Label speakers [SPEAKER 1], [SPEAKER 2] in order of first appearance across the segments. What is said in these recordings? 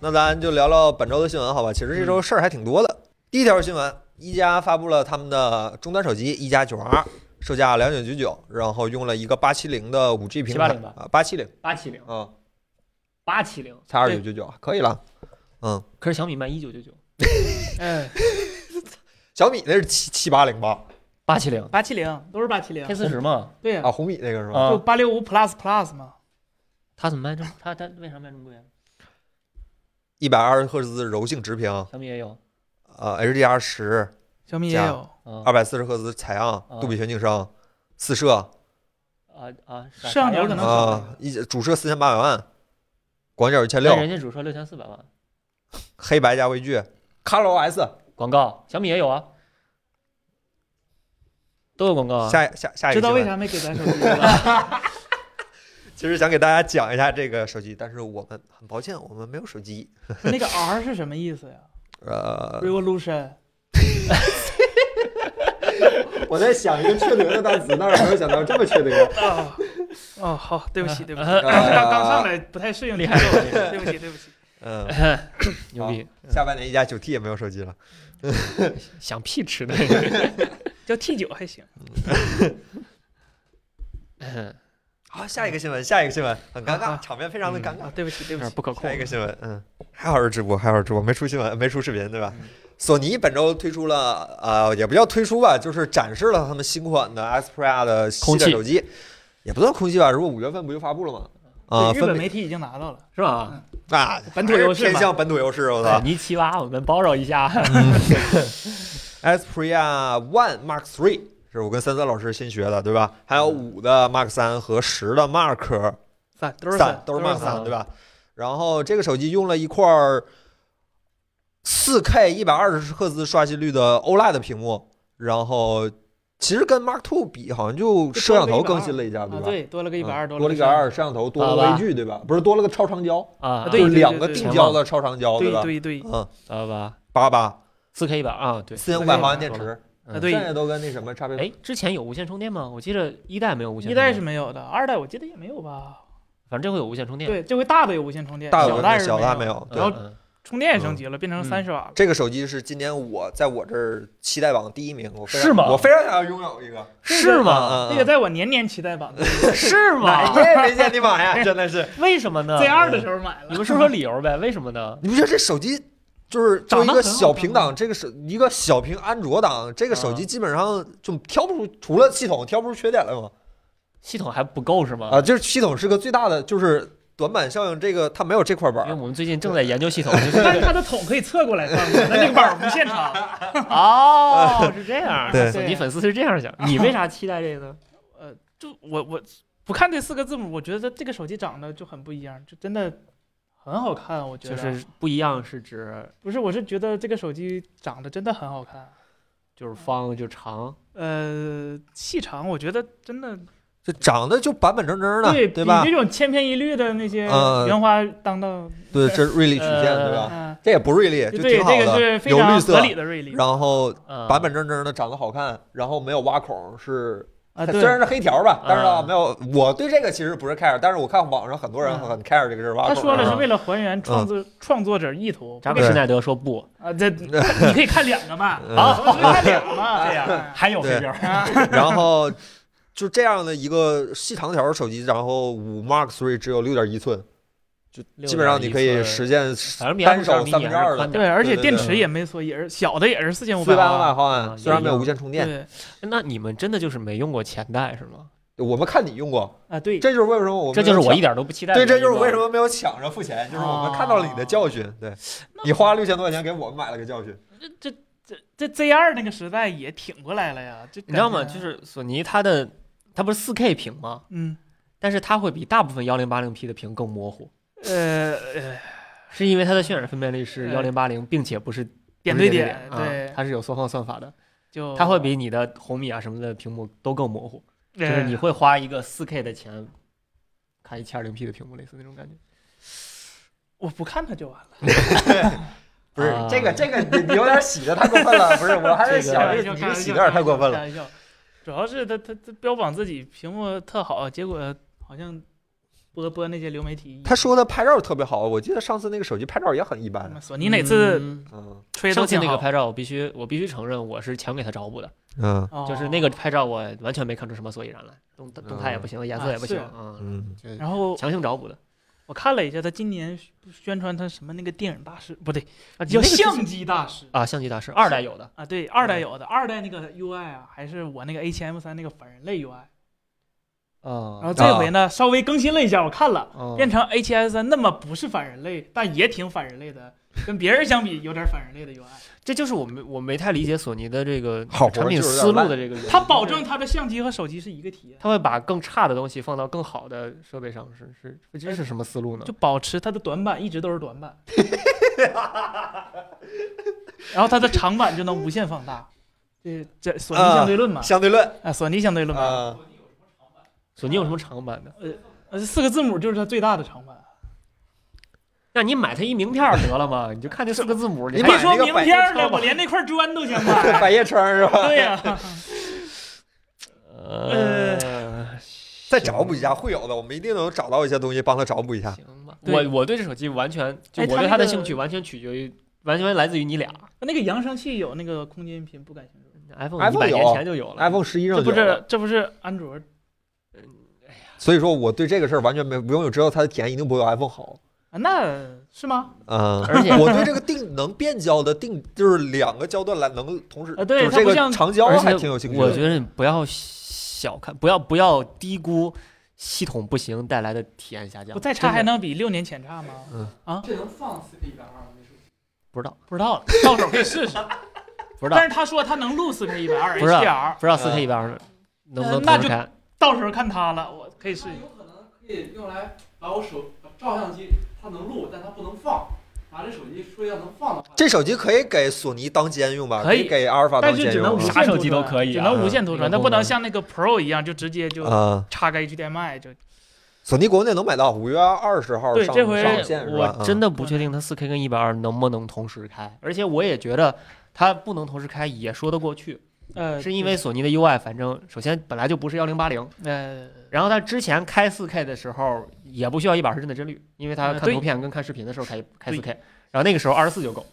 [SPEAKER 1] 那咱就聊聊本周的新闻，好吧？其实这周事儿还挺多的。第一条新闻，一加发布了他们的终端手机一加九 R，售价两九九九，然后用了一个八七零的五 G 平台
[SPEAKER 2] 780吧
[SPEAKER 1] 啊，八七零
[SPEAKER 2] 八七零，
[SPEAKER 1] 啊，
[SPEAKER 2] 八七零
[SPEAKER 1] 才二九九九，可以了。嗯，
[SPEAKER 2] 可是小米卖一九九九，
[SPEAKER 3] 嗯，
[SPEAKER 1] 小米那是七七八零吧？
[SPEAKER 2] 八七零
[SPEAKER 3] 八七零都是八七零
[SPEAKER 2] K，四十嘛，
[SPEAKER 3] 对呀
[SPEAKER 1] 啊，，红米那个是吗？
[SPEAKER 3] 就
[SPEAKER 2] 啊，
[SPEAKER 3] 八六五 Plus Plus 嘛，
[SPEAKER 2] 它怎么卖这么它它为啥卖这么贵啊？
[SPEAKER 1] 一百二十赫兹柔性直屏，
[SPEAKER 2] 小米也有
[SPEAKER 1] 呃，HDR 十，
[SPEAKER 3] 小米也
[SPEAKER 1] 加
[SPEAKER 3] 有，
[SPEAKER 2] 啊
[SPEAKER 1] 二百四十赫兹采样，杜比全景声，四摄
[SPEAKER 2] 啊啊，
[SPEAKER 3] 摄像头可能
[SPEAKER 2] 少，
[SPEAKER 1] 啊，一主摄四千八百万，广角一千六
[SPEAKER 2] 但，人家主说六千四百万，
[SPEAKER 1] 黑白加微距，ColorOS。
[SPEAKER 2] 广告小米也有啊，都有广告啊。
[SPEAKER 1] 下下下一个
[SPEAKER 3] 知道
[SPEAKER 1] 新闻
[SPEAKER 3] 为啥没给咱手机了？
[SPEAKER 1] 其实想给大家讲一下这个手机，但是我们很抱歉，我们没有手机。
[SPEAKER 3] 那个 R 是什么意思呀
[SPEAKER 1] 呃，
[SPEAKER 3] ？Revolution，
[SPEAKER 1] 我在想一个确定的单词，但是没有想到这么确定。啊
[SPEAKER 3] 哦，哦，好，对不起，对不起，
[SPEAKER 2] 呃
[SPEAKER 3] 刚刚刚上来不太适应
[SPEAKER 2] 厉
[SPEAKER 3] 节
[SPEAKER 2] 害
[SPEAKER 3] 奏，对不起，对不起。
[SPEAKER 1] 嗯，
[SPEAKER 2] 牛逼，
[SPEAKER 1] 下半年一加九 T 也没有手机了。
[SPEAKER 2] 想屁吃的。
[SPEAKER 3] 叫 T 九还行，
[SPEAKER 1] 好，下一个新闻，下一个新闻，很尴尬，
[SPEAKER 3] 啊
[SPEAKER 1] 场面非常的尴尬
[SPEAKER 3] 啊，。对不起，对
[SPEAKER 2] 有
[SPEAKER 3] 不
[SPEAKER 2] 点
[SPEAKER 3] 起，
[SPEAKER 2] 不可控
[SPEAKER 1] 下一。个新闻，嗯，还好是直播，还好是直播，没出新闻，没出视频，对吧？索尼本周推出了，呃，也不叫推出吧，就是展示了他们新款的 Xperia 的系
[SPEAKER 2] 空
[SPEAKER 1] 列
[SPEAKER 2] 气
[SPEAKER 1] 手机，也不算空气吧，如果五月份不就发布了吗？啊、
[SPEAKER 3] 对日
[SPEAKER 1] 分
[SPEAKER 3] 本
[SPEAKER 1] 别
[SPEAKER 3] 媒体已经拿到了，
[SPEAKER 2] 是吧？
[SPEAKER 1] 啊，
[SPEAKER 3] 本土优势嘛
[SPEAKER 1] 偏向本土优势，我操
[SPEAKER 2] 哎！尼奇娃，我们包绕 一下。
[SPEAKER 1] Xperia One Mark Three 是我跟三三老师新学的，对吧？还
[SPEAKER 3] 嗯
[SPEAKER 1] 有五的 Mark 三和十的 Mark
[SPEAKER 3] 三啊都是
[SPEAKER 1] 三，
[SPEAKER 3] 都
[SPEAKER 1] 都是 Mark
[SPEAKER 2] 三
[SPEAKER 1] 三，对吧？然后这个手机用了一块儿四 K 一百二十赫兹刷新率的 OLED 屏幕，然后其实跟 Mark Two 比，好像就摄像头更新了一下，
[SPEAKER 3] 啊，
[SPEAKER 1] 吧？
[SPEAKER 3] 对，多了个一百二，
[SPEAKER 1] 嗯
[SPEAKER 3] 多
[SPEAKER 1] 多了一
[SPEAKER 3] 一
[SPEAKER 1] 百二，，摄像头多了
[SPEAKER 2] 好吧
[SPEAKER 1] 微距，对吧？不是多了个超长焦，
[SPEAKER 2] 啊，
[SPEAKER 3] 啊
[SPEAKER 1] 就
[SPEAKER 3] 对
[SPEAKER 1] 是
[SPEAKER 3] 对
[SPEAKER 1] 两个
[SPEAKER 3] 对
[SPEAKER 1] 定
[SPEAKER 2] 对
[SPEAKER 1] 焦的超长焦，
[SPEAKER 3] 对
[SPEAKER 1] 吧？
[SPEAKER 3] 对对，
[SPEAKER 1] 嗯，
[SPEAKER 2] 知道吧？
[SPEAKER 1] 八八
[SPEAKER 2] 四 K 一百啊，对。
[SPEAKER 1] 四千五百毫安电池，
[SPEAKER 3] 啊
[SPEAKER 1] 现
[SPEAKER 3] 对，
[SPEAKER 1] 在都跟那什么差别
[SPEAKER 2] 哎，之前有无线充电吗？我记得一代没有无线，
[SPEAKER 3] 一代是，没有的，二代我记得也没有吧？
[SPEAKER 2] 反正这回有无线充电。
[SPEAKER 3] 对，这回大的有无线充电，
[SPEAKER 1] 大
[SPEAKER 3] 小的
[SPEAKER 1] 的小
[SPEAKER 3] 的
[SPEAKER 1] 没
[SPEAKER 3] 有，
[SPEAKER 1] 有，对
[SPEAKER 3] 然后
[SPEAKER 2] 嗯，
[SPEAKER 3] 充电也升级了，变成
[SPEAKER 2] 嗯
[SPEAKER 3] 三十瓦了。
[SPEAKER 1] 这个手机是今年我在我这儿期待榜第一名，我非常
[SPEAKER 2] 是吗
[SPEAKER 1] 我非常想要拥有一个，
[SPEAKER 2] 是吗？
[SPEAKER 1] 嗯
[SPEAKER 3] 啊那个在我年年期待榜
[SPEAKER 2] 是
[SPEAKER 1] 啊 哪
[SPEAKER 2] 吗？
[SPEAKER 1] 天没见你买呀？真的是，
[SPEAKER 2] 为什么呢？
[SPEAKER 3] Z 二的时候买了
[SPEAKER 2] 你，们说说理由呗？为什么呢？
[SPEAKER 1] 你不觉得这手机就是作为一个小屏档，这个手一个小屏安卓档，这个手机基本上就挑不出，除了系统挑不出缺点来吗？
[SPEAKER 2] 系统还不够是吗？
[SPEAKER 1] 啊，就是系统是个最大的，就是短板效应，这个它没有这块
[SPEAKER 2] 因为
[SPEAKER 1] 板。
[SPEAKER 2] 我们最近正在研 究系统，就是
[SPEAKER 3] 但是它的桶可以侧过来放的，那这个板不现长。
[SPEAKER 2] 哦，是这样，
[SPEAKER 1] 对
[SPEAKER 2] 索尼粉丝是这 样想，你为啥期待这个呢？
[SPEAKER 3] 呃，就我我不看这四个字母，我觉得这个手机长得就很不一样，就真的很好看。我觉
[SPEAKER 2] 就
[SPEAKER 3] 得
[SPEAKER 2] 是不一样，是指
[SPEAKER 3] 不是，我是觉得这个手机长得真的很好看。
[SPEAKER 2] 就是方就长，
[SPEAKER 3] 呃，细长，我觉得真的
[SPEAKER 1] 就长得就板板正正的，对
[SPEAKER 3] 比
[SPEAKER 1] 吧
[SPEAKER 3] 这？种千篇一律的那些
[SPEAKER 1] 呃
[SPEAKER 3] 原花当道，
[SPEAKER 1] 对，这是锐利曲线，对
[SPEAKER 3] 嗯、
[SPEAKER 1] 吧？这也不锐利，就
[SPEAKER 3] 对，
[SPEAKER 1] 挺好
[SPEAKER 3] 这个
[SPEAKER 1] 的，
[SPEAKER 3] 是非
[SPEAKER 1] 有绿
[SPEAKER 3] 常合
[SPEAKER 1] 色，
[SPEAKER 3] 理的锐利
[SPEAKER 1] 然后
[SPEAKER 2] 嗯
[SPEAKER 1] 板板正正的，长得好看，然后没有挖孔，是
[SPEAKER 3] 啊。
[SPEAKER 1] 虽然
[SPEAKER 3] 对，
[SPEAKER 1] 是黑条吧，但是啊
[SPEAKER 2] 啊
[SPEAKER 1] 没有。我对这个其实不是 care，但是我看网上很多人
[SPEAKER 3] 嗯
[SPEAKER 1] 很 care 这个事儿挖
[SPEAKER 3] 他
[SPEAKER 1] 孔。
[SPEAKER 3] 说了
[SPEAKER 2] 嗯
[SPEAKER 3] 是 为了还原
[SPEAKER 1] 嗯
[SPEAKER 3] 创作、创作者意图，
[SPEAKER 2] 扎
[SPEAKER 3] 不
[SPEAKER 2] 克
[SPEAKER 3] 给
[SPEAKER 2] 施耐德说不，
[SPEAKER 3] 啊，这你可以看两个嘛，
[SPEAKER 1] 嗯
[SPEAKER 3] 啊，我们看两个嘛，
[SPEAKER 2] 这
[SPEAKER 3] 这
[SPEAKER 2] 样
[SPEAKER 3] 样。
[SPEAKER 2] 还有
[SPEAKER 1] 对
[SPEAKER 2] 黑标，
[SPEAKER 1] 然后就这样的一个细长条手机，然后五 Mark Three 只有六点一寸，就基本上你可以实现
[SPEAKER 2] 反正比
[SPEAKER 1] 单手
[SPEAKER 2] 米
[SPEAKER 1] 三分之二的
[SPEAKER 2] 宽点
[SPEAKER 3] 对，
[SPEAKER 2] 儿。
[SPEAKER 3] 而且
[SPEAKER 1] 对对
[SPEAKER 3] 电
[SPEAKER 1] 对
[SPEAKER 3] 池也没缩，也是小的，也是四千五
[SPEAKER 1] 四
[SPEAKER 3] 百
[SPEAKER 1] 百万
[SPEAKER 3] 瓦。
[SPEAKER 1] 毫
[SPEAKER 2] 啊
[SPEAKER 1] 安，虽然啊没有
[SPEAKER 2] 也一样
[SPEAKER 1] 无线充电。
[SPEAKER 3] 对
[SPEAKER 2] 那你们真的就是没用过前代是吗？
[SPEAKER 1] 我们看你用过，
[SPEAKER 3] 啊，对，
[SPEAKER 1] 这就是为什么我们
[SPEAKER 2] 这就是我
[SPEAKER 1] 没有
[SPEAKER 2] 一点都不期待
[SPEAKER 1] 抢
[SPEAKER 2] 的
[SPEAKER 1] 对，
[SPEAKER 2] 原因吧。
[SPEAKER 1] 这就是为什么没有啊抢着付钱，就是我们看到了你的教训。对你花六千多块钱给我们买了个教训。
[SPEAKER 3] 这 Z 二那个时代也挺过来了呀，这
[SPEAKER 2] 你知道吗？
[SPEAKER 3] 感觉
[SPEAKER 2] 就是索尼它的它不是四 K 屏吗？
[SPEAKER 3] 嗯
[SPEAKER 2] 但是它会比大部分幺零八零 P 的屏更模糊，
[SPEAKER 3] 呃呃
[SPEAKER 2] 是因为它的渲染分辨率是幺
[SPEAKER 3] 呃
[SPEAKER 2] 零八零，并且不是
[SPEAKER 3] 点
[SPEAKER 2] 不是
[SPEAKER 3] 对
[SPEAKER 2] 点，啊
[SPEAKER 3] 对，哦
[SPEAKER 2] 它是有缩放算法的，
[SPEAKER 3] 就
[SPEAKER 2] 它会比你的红米啊什么的屏幕都更模糊，
[SPEAKER 3] 就
[SPEAKER 2] 就是你会花一个四 K 的钱看一七二零 P 的屏幕，类似那种感觉。
[SPEAKER 3] 我不看它就完了，
[SPEAKER 1] 不是
[SPEAKER 2] 啊
[SPEAKER 1] 这个这个你你有点洗的太过分了，不是我还是
[SPEAKER 2] 这个
[SPEAKER 1] 想
[SPEAKER 3] 开
[SPEAKER 1] 这个
[SPEAKER 3] 玩笑，
[SPEAKER 1] 你
[SPEAKER 3] 开
[SPEAKER 1] 这
[SPEAKER 3] 玩
[SPEAKER 1] 洗的有
[SPEAKER 3] 笑，
[SPEAKER 1] 点太过分
[SPEAKER 3] 开
[SPEAKER 1] 了。
[SPEAKER 3] 玩笑，主要是它它它标榜自己屏幕特好，结果好像播播那些流媒体。
[SPEAKER 1] 他说的拍照特别好，我记得上次那个手机拍照也很一般。
[SPEAKER 3] 索尼哪次
[SPEAKER 2] 啊嗯
[SPEAKER 1] 嗯
[SPEAKER 3] 吹都
[SPEAKER 2] 上次
[SPEAKER 3] 挺
[SPEAKER 2] 那个
[SPEAKER 3] 好，
[SPEAKER 2] 拍照，我必须我必须承认，我是强给他找补的，
[SPEAKER 1] 嗯
[SPEAKER 3] 哦
[SPEAKER 2] 就是那个。拍照我完全没看出什么所以然来，动动态也不行，颜色也不行啊，
[SPEAKER 1] 嗯，
[SPEAKER 2] 就是
[SPEAKER 3] 然后
[SPEAKER 2] 强行找补的。
[SPEAKER 3] 我看了一下，他今年宣传他什么那个电影大师，不对，
[SPEAKER 2] 啊
[SPEAKER 3] 叫
[SPEAKER 2] 那个是
[SPEAKER 3] 相机大师
[SPEAKER 2] 啊，相机大师嗯二代有的，
[SPEAKER 3] 啊，对，二代有的，二代那个 UI 啊，还是我那个 HM 三那个反人类 UI。
[SPEAKER 2] 啊啊
[SPEAKER 3] 然后这回呢，稍微更新了一下，我看了，
[SPEAKER 2] 后
[SPEAKER 3] 变成 HM 三那么不是反人类，但也挺反人类的，跟别人相比有点反人类的 UI。
[SPEAKER 2] 这就是我没我没太理解索尼的这个
[SPEAKER 1] 好活
[SPEAKER 2] 产品
[SPEAKER 1] 就是有
[SPEAKER 2] 思
[SPEAKER 1] 点
[SPEAKER 2] 路的这个原因，
[SPEAKER 3] 他保证他的相机和手机是一个体验，
[SPEAKER 2] 他会把更差的东西放到更好的设备上，是是这是什么思路呢
[SPEAKER 3] 就？保持它的短板一直都是短板， 然后它的长板就能无限放大。这这索尼
[SPEAKER 1] 啊
[SPEAKER 3] 相对论嘛，
[SPEAKER 1] 相对论
[SPEAKER 3] 啊，索尼相对论嘛，
[SPEAKER 1] 啊，
[SPEAKER 2] 索尼有什么长板的？
[SPEAKER 3] 呃，四个字母就是它最大的长板。
[SPEAKER 2] 那你买它一名片儿得了嘛？你就看这四个 字母，
[SPEAKER 1] 你买
[SPEAKER 2] 还
[SPEAKER 3] 别
[SPEAKER 1] 那
[SPEAKER 3] 说
[SPEAKER 1] 个
[SPEAKER 3] 名
[SPEAKER 1] 百
[SPEAKER 3] 片
[SPEAKER 1] 叶
[SPEAKER 3] 儿
[SPEAKER 1] 窗
[SPEAKER 3] 了，
[SPEAKER 1] 吧
[SPEAKER 3] 我连那块砖都想 买。
[SPEAKER 1] 百叶窗是吧？
[SPEAKER 3] 对呀、
[SPEAKER 2] 呃，
[SPEAKER 1] 再找补一下，会有的，我们一定能找到一些东西帮他找补一下。
[SPEAKER 2] 行吧。
[SPEAKER 3] 对
[SPEAKER 2] 我我对这手机完全，就
[SPEAKER 3] 哎
[SPEAKER 2] 我
[SPEAKER 3] 它
[SPEAKER 2] 对
[SPEAKER 3] 那
[SPEAKER 2] 它的
[SPEAKER 3] 个
[SPEAKER 2] 兴趣完全取决于，完全来自于你俩。
[SPEAKER 3] 那个扬声器有那个空间音频，不感兴趣。
[SPEAKER 2] iPhone 一
[SPEAKER 1] iPhone
[SPEAKER 2] 百
[SPEAKER 1] 有
[SPEAKER 2] 年前就有了
[SPEAKER 1] iPhone 十一
[SPEAKER 3] 这
[SPEAKER 1] 上
[SPEAKER 3] 不
[SPEAKER 1] 就有了，
[SPEAKER 3] 是这不是安卓
[SPEAKER 1] 所以说我对这个事儿完全没不用有知道它的体验一定不会有 iPhone 好。
[SPEAKER 3] 啊？那是吗？
[SPEAKER 1] 嗯，
[SPEAKER 2] 而且
[SPEAKER 1] 我对这个定能变焦的定，就是两个焦段来能同时，
[SPEAKER 3] 啊对
[SPEAKER 1] 就是
[SPEAKER 3] 它
[SPEAKER 1] 这
[SPEAKER 3] 不
[SPEAKER 1] 个
[SPEAKER 3] 像
[SPEAKER 1] 长焦
[SPEAKER 2] 而
[SPEAKER 1] 还
[SPEAKER 2] 且
[SPEAKER 1] 挺有兴趣
[SPEAKER 2] 我
[SPEAKER 1] 的。
[SPEAKER 2] 觉得你不要小看，不要不要低估系统不行带来的体验下降。
[SPEAKER 3] 不再差还
[SPEAKER 2] 真的
[SPEAKER 3] 能比六年前差吗？
[SPEAKER 4] 这能放 CD 一百二吗？这手机
[SPEAKER 2] 不知道
[SPEAKER 3] 不知道了，到手可以 试试。
[SPEAKER 2] 不知道
[SPEAKER 3] 但是他说他能录四 K 一百二
[SPEAKER 2] 不是
[SPEAKER 3] HDR，
[SPEAKER 2] 不知道
[SPEAKER 1] 嗯
[SPEAKER 2] 四 K 一百二能不能
[SPEAKER 3] 那
[SPEAKER 2] 同时
[SPEAKER 3] 就
[SPEAKER 2] 开？
[SPEAKER 3] 到时候看他了，我可以试
[SPEAKER 4] 它
[SPEAKER 3] 一下。
[SPEAKER 4] 有可能可以用来把我手把照相机，它能录，但它不能放。拿这手机说要能放的话，
[SPEAKER 1] 这手机可以给索尼当监用吧？
[SPEAKER 3] 可以
[SPEAKER 1] 给阿尔法
[SPEAKER 3] 但
[SPEAKER 1] 当
[SPEAKER 3] 是
[SPEAKER 1] 监
[SPEAKER 3] 只能
[SPEAKER 1] 用
[SPEAKER 3] 无
[SPEAKER 1] 吧
[SPEAKER 3] 线
[SPEAKER 2] 啥手机
[SPEAKER 3] 图传
[SPEAKER 2] 都可以啊
[SPEAKER 3] 只能无线图传，
[SPEAKER 2] 嗯
[SPEAKER 3] 它不能像那个 Pro 一样就直接就
[SPEAKER 1] 啊。
[SPEAKER 3] 插个 HDMI 就。
[SPEAKER 1] 索尼国内能买到，五月二十号
[SPEAKER 3] 对
[SPEAKER 1] 上
[SPEAKER 3] 这回
[SPEAKER 1] 上线是吧？
[SPEAKER 2] 我真
[SPEAKER 1] 嗯
[SPEAKER 2] 的不确定它四 K 跟一百二能不能同时开，而且我也觉得它不能同时开也说得过去，
[SPEAKER 3] 呃，
[SPEAKER 2] 是因为索尼的 UI，反正首先本来就不是幺零八零，
[SPEAKER 3] 呃，
[SPEAKER 2] 然后它之前开四 K 的时候也不需要一百二十帧的帧率，因为它
[SPEAKER 3] 呃
[SPEAKER 2] 看
[SPEAKER 3] 对
[SPEAKER 2] 图片跟看视频的时候开开
[SPEAKER 3] 对
[SPEAKER 2] 四 K，然后那个时候二十四就够。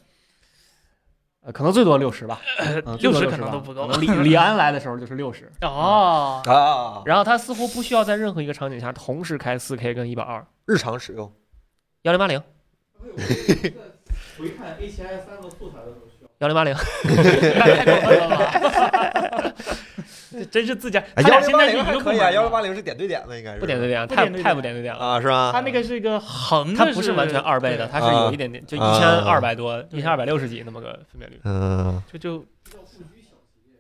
[SPEAKER 2] 呃，可能最多六十吧，嗯最多60
[SPEAKER 3] 60呃可能
[SPEAKER 2] 吧
[SPEAKER 3] 都不够
[SPEAKER 2] 可能 李李安来的时候就是六十，
[SPEAKER 1] 嗯
[SPEAKER 3] 哦，
[SPEAKER 1] 啊，
[SPEAKER 2] 然后它似乎不需要在任何一个场景下同时开四 K 跟一百二
[SPEAKER 1] 日常使用
[SPEAKER 2] 幺零八零
[SPEAKER 4] 哎呦我在回看 A 7 S 三和素材的时候需要。
[SPEAKER 2] 幺零八零，
[SPEAKER 3] 太过分了吧！这真是自家，他
[SPEAKER 1] 哎幺
[SPEAKER 3] 俩
[SPEAKER 1] 零
[SPEAKER 3] 现
[SPEAKER 1] 八
[SPEAKER 3] 在是
[SPEAKER 1] 零
[SPEAKER 3] 一
[SPEAKER 1] 还
[SPEAKER 3] 个部
[SPEAKER 1] 可
[SPEAKER 3] 门
[SPEAKER 1] 以啊，幺
[SPEAKER 3] 的
[SPEAKER 1] 零八零是点对点的，应该是
[SPEAKER 2] 不点对点，
[SPEAKER 3] 不
[SPEAKER 2] 太
[SPEAKER 3] 点对
[SPEAKER 2] 太
[SPEAKER 3] 点
[SPEAKER 2] 不点对点了。
[SPEAKER 1] 啊，是吧？
[SPEAKER 3] 它那个是一个横
[SPEAKER 2] 它
[SPEAKER 3] 的，
[SPEAKER 2] 不是完全二倍的，它是有一点点，就一
[SPEAKER 1] 啊，
[SPEAKER 2] 千二百多、一
[SPEAKER 3] 对
[SPEAKER 2] 千二百六十几那么个分辨率
[SPEAKER 1] 嗯，
[SPEAKER 3] 对，就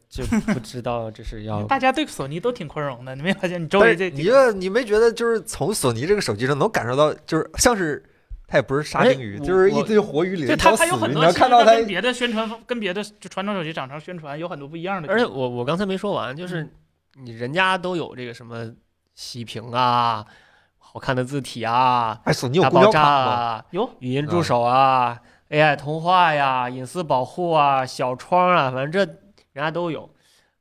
[SPEAKER 2] 就不知道这是要
[SPEAKER 3] 就大家对索尼都挺宽容的，你没发现？你周
[SPEAKER 1] 但
[SPEAKER 3] 围
[SPEAKER 1] 是
[SPEAKER 3] 这
[SPEAKER 1] 你这你没觉得就是从索尼这个手机上能感受到，就是像是它也不是沙丁鱼，
[SPEAKER 2] 哎我
[SPEAKER 1] 就是一堆活鱼里的
[SPEAKER 3] 对
[SPEAKER 1] 一
[SPEAKER 3] 它
[SPEAKER 1] 条
[SPEAKER 3] 它
[SPEAKER 1] 死
[SPEAKER 3] 有很
[SPEAKER 1] 鱼，你
[SPEAKER 3] 多
[SPEAKER 1] 能
[SPEAKER 3] 其实
[SPEAKER 1] 看到它
[SPEAKER 3] 跟别的宣传方跟别的就传统手机厂商宣传有很多不一嗯样的地
[SPEAKER 2] 而
[SPEAKER 3] 方，
[SPEAKER 2] 且我我刚才没说完，就是你人家都有这个什么息屏啊、好看的字体啊、
[SPEAKER 1] 哎，索尼有
[SPEAKER 2] 大
[SPEAKER 1] 公
[SPEAKER 2] 爆
[SPEAKER 1] 交
[SPEAKER 2] 炸
[SPEAKER 1] 卡吗？
[SPEAKER 2] 啊、
[SPEAKER 3] 有
[SPEAKER 2] 语音助手啊、AI 通话呀、隐私保护啊、小窗啊，反正这人家都有。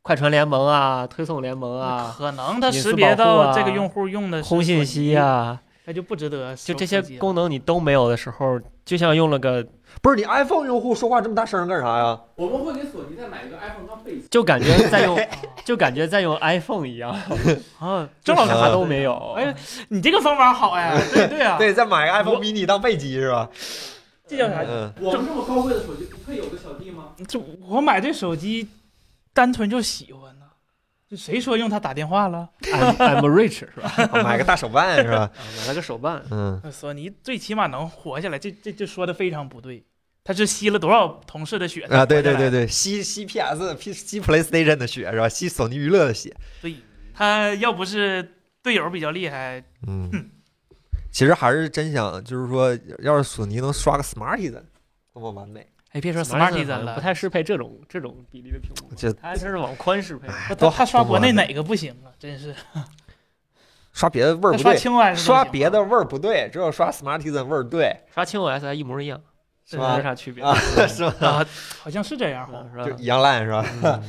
[SPEAKER 2] 快传联盟啊、推送联盟啊、
[SPEAKER 3] 可能它
[SPEAKER 2] 隐私
[SPEAKER 3] 识别
[SPEAKER 2] 保护
[SPEAKER 3] 到
[SPEAKER 2] 啊
[SPEAKER 3] 这个用户用的是
[SPEAKER 2] 空信
[SPEAKER 3] 索尼
[SPEAKER 2] 息，啊，
[SPEAKER 3] 那就不值得
[SPEAKER 2] 就
[SPEAKER 3] 收
[SPEAKER 2] 这
[SPEAKER 3] 手机
[SPEAKER 2] 些
[SPEAKER 3] 了。
[SPEAKER 2] 功能你都没有的时候，就像用了个
[SPEAKER 1] 不是你 iPhone 用户说话这么大声干啥呀？
[SPEAKER 4] 我们会给索尼再买一个 iPhone 当背景。
[SPEAKER 2] 就感觉在 用，就感觉在用 iPhone 一样，
[SPEAKER 3] 啊，
[SPEAKER 2] 就
[SPEAKER 3] 郑老师
[SPEAKER 2] 啥
[SPEAKER 1] 啊
[SPEAKER 2] 都没有。
[SPEAKER 3] 哎，你这个方法好 哎，对对啊，
[SPEAKER 1] 对，再买个 iPhone
[SPEAKER 3] 我
[SPEAKER 1] mini 当备机是吧？
[SPEAKER 3] 这叫啥？
[SPEAKER 1] 嗯，
[SPEAKER 4] 我们这么高贵的手机，不配有个小弟吗？
[SPEAKER 3] 这我买这手机，单纯就喜欢呢。这谁说用它打电话了？
[SPEAKER 2] I'm, I'm rich 是吧？
[SPEAKER 1] 买个大手办是吧？
[SPEAKER 2] 啊买了个手办，
[SPEAKER 1] 嗯，
[SPEAKER 3] 呃索尼最起码能活下来，这这就说的非常不对。他是吸了多少同事的血
[SPEAKER 1] 啊，对对对
[SPEAKER 3] 对，
[SPEAKER 1] 对，吸吸 PS、P 吸 PlayStation 的血是吧？吸索尼娱乐的血。
[SPEAKER 3] 他要不是队友比较厉害，
[SPEAKER 1] 嗯，其实还是真想，就是说，要是索尼能刷个 Smartisan，多么完美！
[SPEAKER 3] 哎，别说
[SPEAKER 2] Smartisan 好
[SPEAKER 3] Smartisan
[SPEAKER 2] 像不
[SPEAKER 3] 了，
[SPEAKER 2] 太适配这种这种比例的屏幕，
[SPEAKER 1] 这
[SPEAKER 2] 它还真是往宽适配。
[SPEAKER 1] 哎，
[SPEAKER 3] 他
[SPEAKER 1] 多
[SPEAKER 3] 他
[SPEAKER 1] 好
[SPEAKER 3] 刷
[SPEAKER 1] 多
[SPEAKER 3] 国
[SPEAKER 1] 么
[SPEAKER 3] 内
[SPEAKER 1] 完美
[SPEAKER 3] 哪个不行啊？真是，
[SPEAKER 1] 刷别的味儿
[SPEAKER 3] 他
[SPEAKER 1] 不
[SPEAKER 3] 刷
[SPEAKER 1] 对，
[SPEAKER 3] 青 OS
[SPEAKER 1] 刷
[SPEAKER 3] 都行啊
[SPEAKER 1] 别的味儿不对，只有刷 Smartisan 味儿对，
[SPEAKER 2] 刷轻 OS 还一模一样，
[SPEAKER 1] 是
[SPEAKER 2] 没
[SPEAKER 1] 吧？
[SPEAKER 2] 啥区别，
[SPEAKER 1] 啊
[SPEAKER 2] 是
[SPEAKER 1] 是吧？
[SPEAKER 3] 啊，好像是这样哈。
[SPEAKER 2] 吧
[SPEAKER 1] 就？一样烂是吧？
[SPEAKER 2] 嗯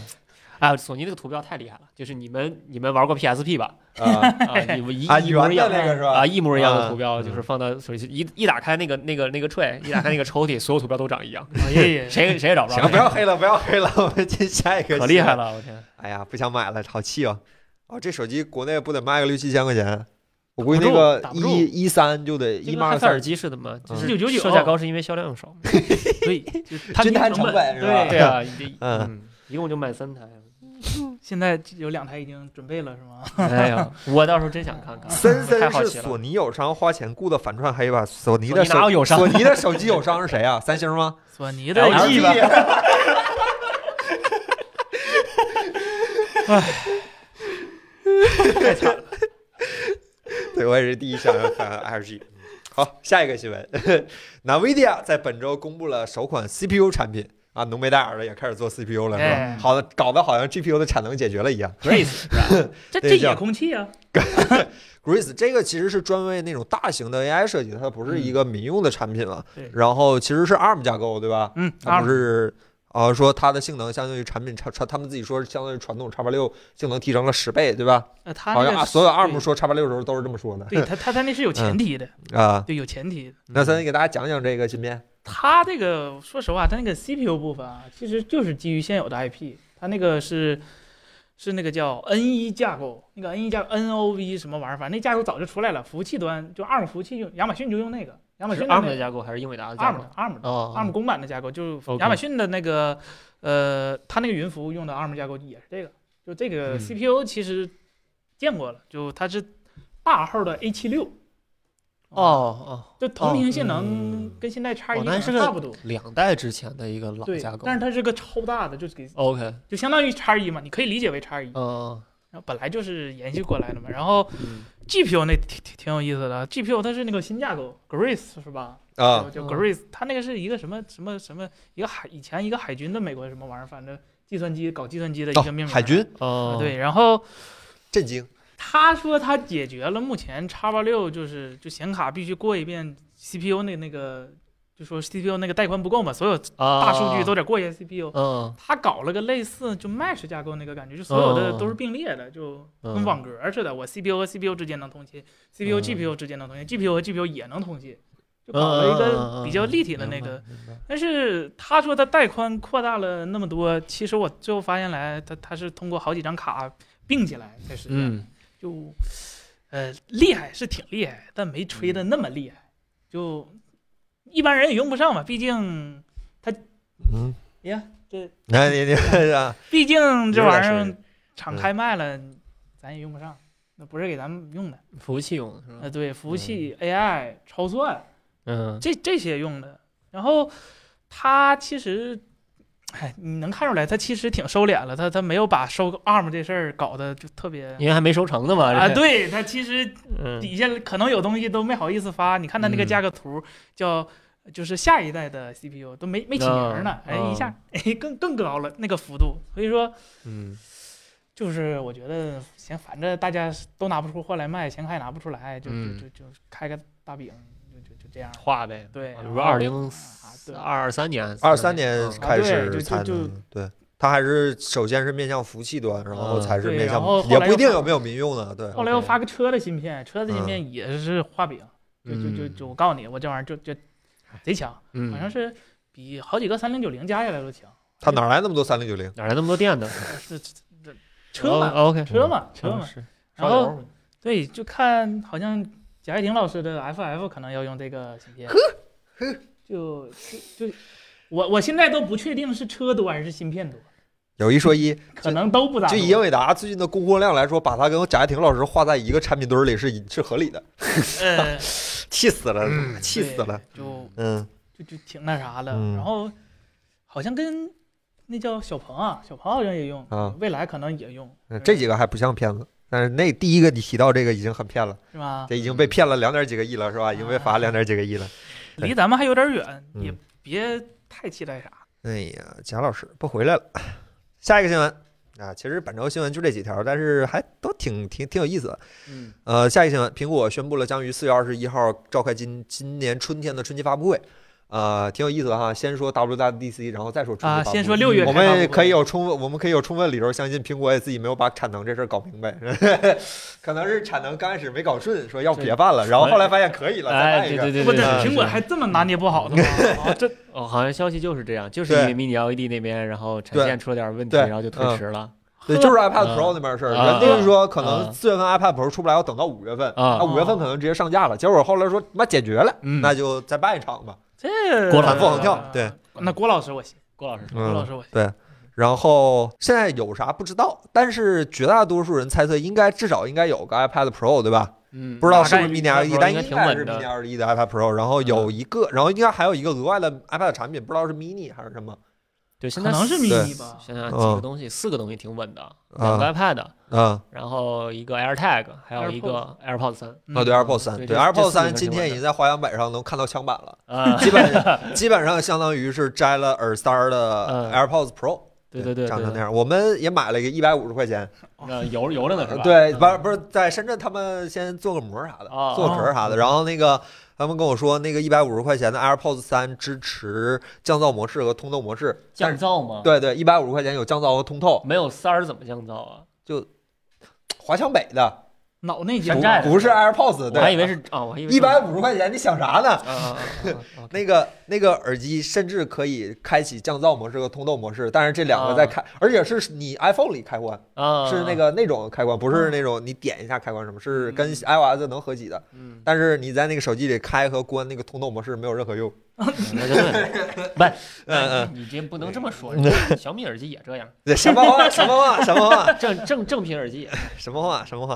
[SPEAKER 2] 啊，索尼那个图标太厉害了，就是你们你们玩过 PSP 吧？
[SPEAKER 1] 啊
[SPEAKER 2] 啊，你们一
[SPEAKER 1] 啊，
[SPEAKER 2] 一模一
[SPEAKER 1] 圆
[SPEAKER 2] 样
[SPEAKER 1] 的那个是吧
[SPEAKER 2] 啊，？一模一样的图
[SPEAKER 1] 啊
[SPEAKER 2] 标，就是放到手机一一打开那个那个那个 tray，一打开那个抽屉，所有图标都长一 样，
[SPEAKER 3] 老爷爷，
[SPEAKER 2] 谁哦谁也找不着。
[SPEAKER 1] 行，不要黑了，不要黑了，我们进下一个。
[SPEAKER 2] 可厉害！了，我天！
[SPEAKER 1] 哎呀，不想买了，好气哦！哦，这手机国内不得卖个六七千块钱？我估计那个
[SPEAKER 3] 打不住
[SPEAKER 1] 一一三就得一
[SPEAKER 2] 就
[SPEAKER 1] 八
[SPEAKER 2] 跟
[SPEAKER 1] 二
[SPEAKER 2] 汉塞
[SPEAKER 1] 三
[SPEAKER 2] 尔，机似的嘛，就
[SPEAKER 1] 嗯
[SPEAKER 2] 是
[SPEAKER 3] 1999
[SPEAKER 2] 售价高是因为销 量少嘛，所以就是它
[SPEAKER 1] 均摊
[SPEAKER 2] 成
[SPEAKER 1] 成本是吧
[SPEAKER 2] 对 啊，你
[SPEAKER 1] 嗯
[SPEAKER 2] 嗯，一共就卖三台。
[SPEAKER 3] 现在有两台已经准备了是 吗？
[SPEAKER 2] 哎呀，我到时候真想看看。
[SPEAKER 1] 森
[SPEAKER 2] 太
[SPEAKER 1] 森
[SPEAKER 2] 好
[SPEAKER 1] 是
[SPEAKER 2] 奇了
[SPEAKER 1] 索。尼友商花钱雇的反串黑吧？索尼的
[SPEAKER 2] 索尼哪
[SPEAKER 1] 手
[SPEAKER 2] 有友商
[SPEAKER 1] 索尼的手机友商是谁啊？三星吗？
[SPEAKER 3] 索尼
[SPEAKER 1] 哎
[SPEAKER 3] 的
[SPEAKER 2] LG
[SPEAKER 3] 一
[SPEAKER 2] 吧
[SPEAKER 1] 太惨了。对我也是第一想要看 LG。好，下一个新闻 ，NVIDIA 在本周公布了首款 CPU 产品啊，浓眉大眼的也开始做 CPU 了，是吧？
[SPEAKER 3] 哎，
[SPEAKER 1] 好的，搞得好像 GPU 的产能解决了一样。
[SPEAKER 2] Grace
[SPEAKER 3] 这
[SPEAKER 1] 对
[SPEAKER 3] 这
[SPEAKER 1] 叫
[SPEAKER 3] 也空气啊，
[SPEAKER 1] Grace 这个其实是专为那种大型的 AI 设计，它不是一个民用的产品了。
[SPEAKER 3] 嗯对
[SPEAKER 1] 然后其实是 ARM 架构，对吧？
[SPEAKER 3] 嗯
[SPEAKER 1] 它
[SPEAKER 3] 啊
[SPEAKER 1] 不，是啊、呃说它的性能相当于产品叉叉，他们自己说是相当于传统叉八六性能提升了十倍，对吧？
[SPEAKER 3] 呃他
[SPEAKER 1] 好
[SPEAKER 3] 那
[SPEAKER 1] 像
[SPEAKER 3] 个
[SPEAKER 1] 啊，
[SPEAKER 3] 是
[SPEAKER 1] 所有 ARM 说叉八六的时候都是这么说的。
[SPEAKER 3] 对对他他他那是有前提的，
[SPEAKER 1] 啊，
[SPEAKER 3] 对有前提的。
[SPEAKER 1] 那
[SPEAKER 2] 嗯
[SPEAKER 1] 咱给大家讲讲这个芯片。
[SPEAKER 3] 它这个说实话，它那个 CPU 部分啊，其实就是基于现有的 IP，它那个是是那个叫 N 一架构，那个 N 一架 NOV 什么玩意儿，反正那架构早就出来了。服务器端就 ARM 服务器用亚马逊就用那个，亚马
[SPEAKER 2] 是
[SPEAKER 3] 逊
[SPEAKER 2] ARM
[SPEAKER 3] 那
[SPEAKER 2] 的
[SPEAKER 3] 个
[SPEAKER 2] 架构还是英伟达的架
[SPEAKER 3] ARM
[SPEAKER 2] 构
[SPEAKER 3] 的？ARM 的
[SPEAKER 2] 哦
[SPEAKER 3] ARM 公版的架构，就是
[SPEAKER 2] OK
[SPEAKER 3] 亚马逊的那个呃，它那个云服务用的 ARM 架构也是这个，就这个
[SPEAKER 1] 嗯
[SPEAKER 3] CPU 其实见过了，就它是大号的 A 7 6
[SPEAKER 2] 哦，哦，
[SPEAKER 3] 就同
[SPEAKER 2] 哦
[SPEAKER 3] 屏性能
[SPEAKER 1] 嗯
[SPEAKER 3] 跟现在叉
[SPEAKER 2] 哦
[SPEAKER 3] 一
[SPEAKER 2] 那是个
[SPEAKER 3] 差不多。
[SPEAKER 2] 两代之前的一个老
[SPEAKER 3] 对
[SPEAKER 2] 架，构哦
[SPEAKER 3] 但。是它是个超大的，就是给
[SPEAKER 2] OK，
[SPEAKER 3] 就相当于叉一嘛，你可以理解为叉一，
[SPEAKER 2] 嗯
[SPEAKER 3] 然后本来就是延续过来的嘛。然后
[SPEAKER 2] 嗯
[SPEAKER 3] GPU 那挺挺挺有意思的，GPU 啊它是那个新架构，Grace 是吧？
[SPEAKER 1] 啊，
[SPEAKER 3] 叫
[SPEAKER 2] 嗯
[SPEAKER 3] Grace，它那个是一个什么什么什么一个海以前一个海军的美国什么玩意儿，反正计算机搞计算机的一个命名、
[SPEAKER 1] 海军
[SPEAKER 2] 哦
[SPEAKER 3] 啊，，对，然后
[SPEAKER 1] 震惊，
[SPEAKER 3] 他说他解决了目前叉八六就是就显卡必须过一遍 CPU 那那个，就说 CPU 那个带宽不够嘛，所有
[SPEAKER 2] 啊，
[SPEAKER 3] 大数据都得过一下 CPU，、
[SPEAKER 2] 嗯
[SPEAKER 3] 他搞了个类似就 mesh 架构那个感觉，就所有
[SPEAKER 2] 哦
[SPEAKER 3] 的都是并列的，就跟网格似的。我 CPU 和 CPU 之间能通信，CPU
[SPEAKER 2] 嗯
[SPEAKER 3] GPU 之间能通信，GPU 和 GPU 也能通信，就搞了
[SPEAKER 2] 嗯
[SPEAKER 3] 一
[SPEAKER 2] 嗯嗯嗯
[SPEAKER 3] 个比较立体的那个。但是他说他带宽扩大了那么多，其实我最后发现来，他他是通过好几张卡并起来才实现的。
[SPEAKER 2] 嗯
[SPEAKER 3] 就呃厉害是挺厉害，但没吹的那么厉害，就一般人也用不上嘛，毕竟
[SPEAKER 1] 嗯，
[SPEAKER 3] 呀这
[SPEAKER 1] 那你你
[SPEAKER 3] 嗯
[SPEAKER 1] 啊，
[SPEAKER 3] 毕竟这玩意
[SPEAKER 1] 有点
[SPEAKER 3] 儿
[SPEAKER 1] 水
[SPEAKER 3] 厂开卖了，咱也用不上，那不是给咱们用的。
[SPEAKER 2] 嗯，服务器用的是吧
[SPEAKER 3] 呃，对，服务器、AI、超算
[SPEAKER 2] 嗯
[SPEAKER 3] 这这些用的。然后它其实，哎，你能看出来，它其实挺收敛了，它它没有把收 ARM 这事儿搞得就特别。
[SPEAKER 2] 因为还没收成呢嘛
[SPEAKER 3] 啊，
[SPEAKER 2] 这是，
[SPEAKER 3] 对，它其实
[SPEAKER 2] 嗯
[SPEAKER 3] 底下可能有东西都没好意思发。你看他那个
[SPEAKER 2] 嗯
[SPEAKER 3] 加个图，叫就是下一代的 CPU 都没没起名儿呢，
[SPEAKER 2] 嗯
[SPEAKER 3] 哎，一下哎更更高了那个幅度。所以说，
[SPEAKER 2] 嗯
[SPEAKER 3] 就是我觉得先反正大家都拿不出货来卖，显卡也拿不出来，就就
[SPEAKER 2] 嗯
[SPEAKER 3] 就就开个大饼，就就就这样。
[SPEAKER 2] 画呗，
[SPEAKER 3] 对
[SPEAKER 2] 啊比如二零
[SPEAKER 3] 啊对
[SPEAKER 2] 二二三年，
[SPEAKER 1] 二三年
[SPEAKER 2] 嗯
[SPEAKER 1] 开
[SPEAKER 3] 啊对就
[SPEAKER 1] 始
[SPEAKER 3] 就
[SPEAKER 1] 才
[SPEAKER 3] 就
[SPEAKER 1] 能对。它还是首先是面向服务器端，然后
[SPEAKER 2] 嗯
[SPEAKER 1] 才是
[SPEAKER 3] 对
[SPEAKER 1] 面向
[SPEAKER 3] 然后，后
[SPEAKER 1] 也
[SPEAKER 3] 来
[SPEAKER 1] 不一
[SPEAKER 3] 又
[SPEAKER 1] 定
[SPEAKER 3] 发
[SPEAKER 1] 有没有民用的，对，
[SPEAKER 3] 后来又发个车的芯片，车的芯片
[SPEAKER 1] 嗯
[SPEAKER 3] 也是画饼，就就就
[SPEAKER 2] 嗯
[SPEAKER 3] 就我告诉你，我这玩意儿就就贼强，
[SPEAKER 2] 嗯
[SPEAKER 3] 好像是比好几个三零九零加起来 都强。
[SPEAKER 1] 它哪来那么多三零九零？
[SPEAKER 2] 哪来那么多电呢？
[SPEAKER 3] 这这这车嘛，
[SPEAKER 2] 哦，OK，
[SPEAKER 3] 车嘛，车
[SPEAKER 2] 嗯
[SPEAKER 3] 嘛。
[SPEAKER 2] 是
[SPEAKER 3] 然
[SPEAKER 2] 烧油
[SPEAKER 3] 后对，就看好像贾跃亭老师的 FF 可能要用这个芯片，就就就我我现在都不确定是车多还是芯片多，
[SPEAKER 1] 有一说一，
[SPEAKER 3] 可能都不咋
[SPEAKER 1] 就
[SPEAKER 3] 多。
[SPEAKER 1] 以英伟达最近的供货量来说，把它跟贾跃亭老师画在一个产品堆儿里是是合理的，
[SPEAKER 3] 呃，
[SPEAKER 1] 气死了， 气死了。
[SPEAKER 3] 对，就
[SPEAKER 1] 嗯，
[SPEAKER 3] 就就挺那啥了。
[SPEAKER 1] 嗯
[SPEAKER 3] 然后好像跟那叫小鹏啊，小鹏好像也用
[SPEAKER 1] 啊，嗯
[SPEAKER 3] 未来可能也用，
[SPEAKER 1] 呃这几个还不像骗子，但是那第一个你提到这个已经很骗了，
[SPEAKER 3] 是吧？
[SPEAKER 1] 这已经被骗了两点几个亿了，是吧？已经被罚两点几个亿了。
[SPEAKER 3] 离咱们还有点远，
[SPEAKER 1] 嗯
[SPEAKER 3] 也别太期待啥。
[SPEAKER 1] 哎呀，贾老师不回来了。 下一个新闻啊，其实本周新闻就这几条，但是还都挺挺挺有意思的。
[SPEAKER 2] 嗯
[SPEAKER 1] 呃，下一个新闻，苹果宣布了将于四月二十一号召开今今年春天的春季发布会。呃，挺有意思的哈。先说 WWDC，然后再说春
[SPEAKER 3] 啊
[SPEAKER 1] 节发
[SPEAKER 3] 先
[SPEAKER 1] 布
[SPEAKER 3] 说
[SPEAKER 1] 会
[SPEAKER 3] 六月
[SPEAKER 1] 我
[SPEAKER 3] 开发布
[SPEAKER 1] 们
[SPEAKER 3] 会
[SPEAKER 1] 可以有充分，我们可以有充分理由相信苹果也自己没有把产能这事儿搞明白， 可能是产能刚开始没搞顺，说要不别办了，然后后来发现可以了，再
[SPEAKER 2] 哎，
[SPEAKER 1] 办一
[SPEAKER 2] 对
[SPEAKER 1] 个
[SPEAKER 2] 对。对
[SPEAKER 3] 我
[SPEAKER 2] 对，
[SPEAKER 3] 这
[SPEAKER 1] 啊
[SPEAKER 2] 对
[SPEAKER 3] 苹果还这么拿捏不好的吗？啊这
[SPEAKER 2] 哦，好像消息就是这样，就是
[SPEAKER 1] 对
[SPEAKER 2] 因为 Mini LED 那边然后产
[SPEAKER 1] 对
[SPEAKER 2] 线出了点问题，
[SPEAKER 1] 对嗯
[SPEAKER 2] 然后就推迟了。
[SPEAKER 1] 对，就是 iPad Pro 那边的事儿，
[SPEAKER 2] 啊
[SPEAKER 1] 人就是说可
[SPEAKER 2] 啊
[SPEAKER 1] 能四月份 iPad Pro 出不来，要等到五月份，
[SPEAKER 2] 啊
[SPEAKER 1] 五月份可能直接上架了。结果后来说妈解决了，
[SPEAKER 2] 嗯
[SPEAKER 1] 那就再办一场吧。
[SPEAKER 3] 这
[SPEAKER 2] 郭老反复
[SPEAKER 1] 横跳对，嗯
[SPEAKER 3] 那郭老师我信，
[SPEAKER 2] 郭老师说，
[SPEAKER 3] 郭老师我信。
[SPEAKER 1] 然后现在有啥不知道，但是绝大多数人猜测应该至少应该有个 iPad Pro 对吧？
[SPEAKER 2] 嗯，
[SPEAKER 1] 不知道是不是
[SPEAKER 2] 大概
[SPEAKER 1] Mini LED，
[SPEAKER 2] Pro
[SPEAKER 1] 但
[SPEAKER 2] 应该
[SPEAKER 1] 应
[SPEAKER 2] 挺
[SPEAKER 1] 该是
[SPEAKER 2] 稳的。嗯
[SPEAKER 1] Mini LED 的 iPad Pro。然后有一个，然后应该还有一个额外的呃 iPad 产品，不知道是 Mini 还是什么。
[SPEAKER 2] 对，现
[SPEAKER 3] 可
[SPEAKER 2] 在
[SPEAKER 3] 能是
[SPEAKER 2] 四
[SPEAKER 3] 迷你吧，
[SPEAKER 2] 想想
[SPEAKER 1] 嗯
[SPEAKER 2] 几个东西，四个东西挺稳的，两个 iPad，
[SPEAKER 1] 嗯，
[SPEAKER 2] 然后一个 AirTag，还有一个 AirPods 三。
[SPEAKER 3] 嗯
[SPEAKER 1] 啊，对 AirPods 三，
[SPEAKER 2] 对
[SPEAKER 1] 对
[SPEAKER 2] 这
[SPEAKER 1] AirPods
[SPEAKER 2] 这四个
[SPEAKER 1] 三今天已经在华强北上能看到枪版了，
[SPEAKER 2] 啊，
[SPEAKER 1] 基 本基本上相当于是摘了耳塞儿的
[SPEAKER 2] 嗯
[SPEAKER 1] AirPods Pro。
[SPEAKER 2] 对对对，
[SPEAKER 1] 长成那
[SPEAKER 2] 对，
[SPEAKER 1] 样。我们也买了一个一百五十块钱，
[SPEAKER 2] 那油油着呢是吧？
[SPEAKER 1] 对，
[SPEAKER 2] 嗯
[SPEAKER 1] 不是不是在深圳，他们先做个膜啥的
[SPEAKER 2] 哦，
[SPEAKER 1] 做个壳儿啥的。然后那个他们跟我说，那个一百五十块钱的 AirPods 三支持降噪模式和通透模式，
[SPEAKER 2] 降噪吗？，
[SPEAKER 1] 对对，一百五十块钱有降噪和通透。
[SPEAKER 2] 没有塞儿怎么降噪啊？
[SPEAKER 1] 华强北的，
[SPEAKER 3] 脑内
[SPEAKER 1] 不
[SPEAKER 2] 山
[SPEAKER 3] 结构
[SPEAKER 2] 寨的
[SPEAKER 1] 不是 AirPods，
[SPEAKER 2] 我
[SPEAKER 1] 对，
[SPEAKER 2] 还以为是啊，我还以 为
[SPEAKER 1] 一百五十块钱，你想啥呢？
[SPEAKER 2] 啊啊啊！
[SPEAKER 1] 那个那个耳机甚至可以开启降噪模式和通透模式，但是这两个
[SPEAKER 2] 哦
[SPEAKER 1] 在开，而且是你 iPhone 里开关，
[SPEAKER 2] 啊
[SPEAKER 1] 是那，个那种开关，不
[SPEAKER 2] 嗯
[SPEAKER 1] 是那种你点一下开关什么，是跟 iOS 能合集的。
[SPEAKER 2] 嗯，
[SPEAKER 1] 但是你在那个手机里开和关那个通透模式没有任何用。
[SPEAKER 2] 那就对了。不，
[SPEAKER 1] 嗯
[SPEAKER 2] 你这不能这么说，小米耳机也这样，
[SPEAKER 1] 嗯，什么 话？什么话？什么 话？
[SPEAKER 2] 啊正正正品耳机也这样，
[SPEAKER 1] 什么话？什么话？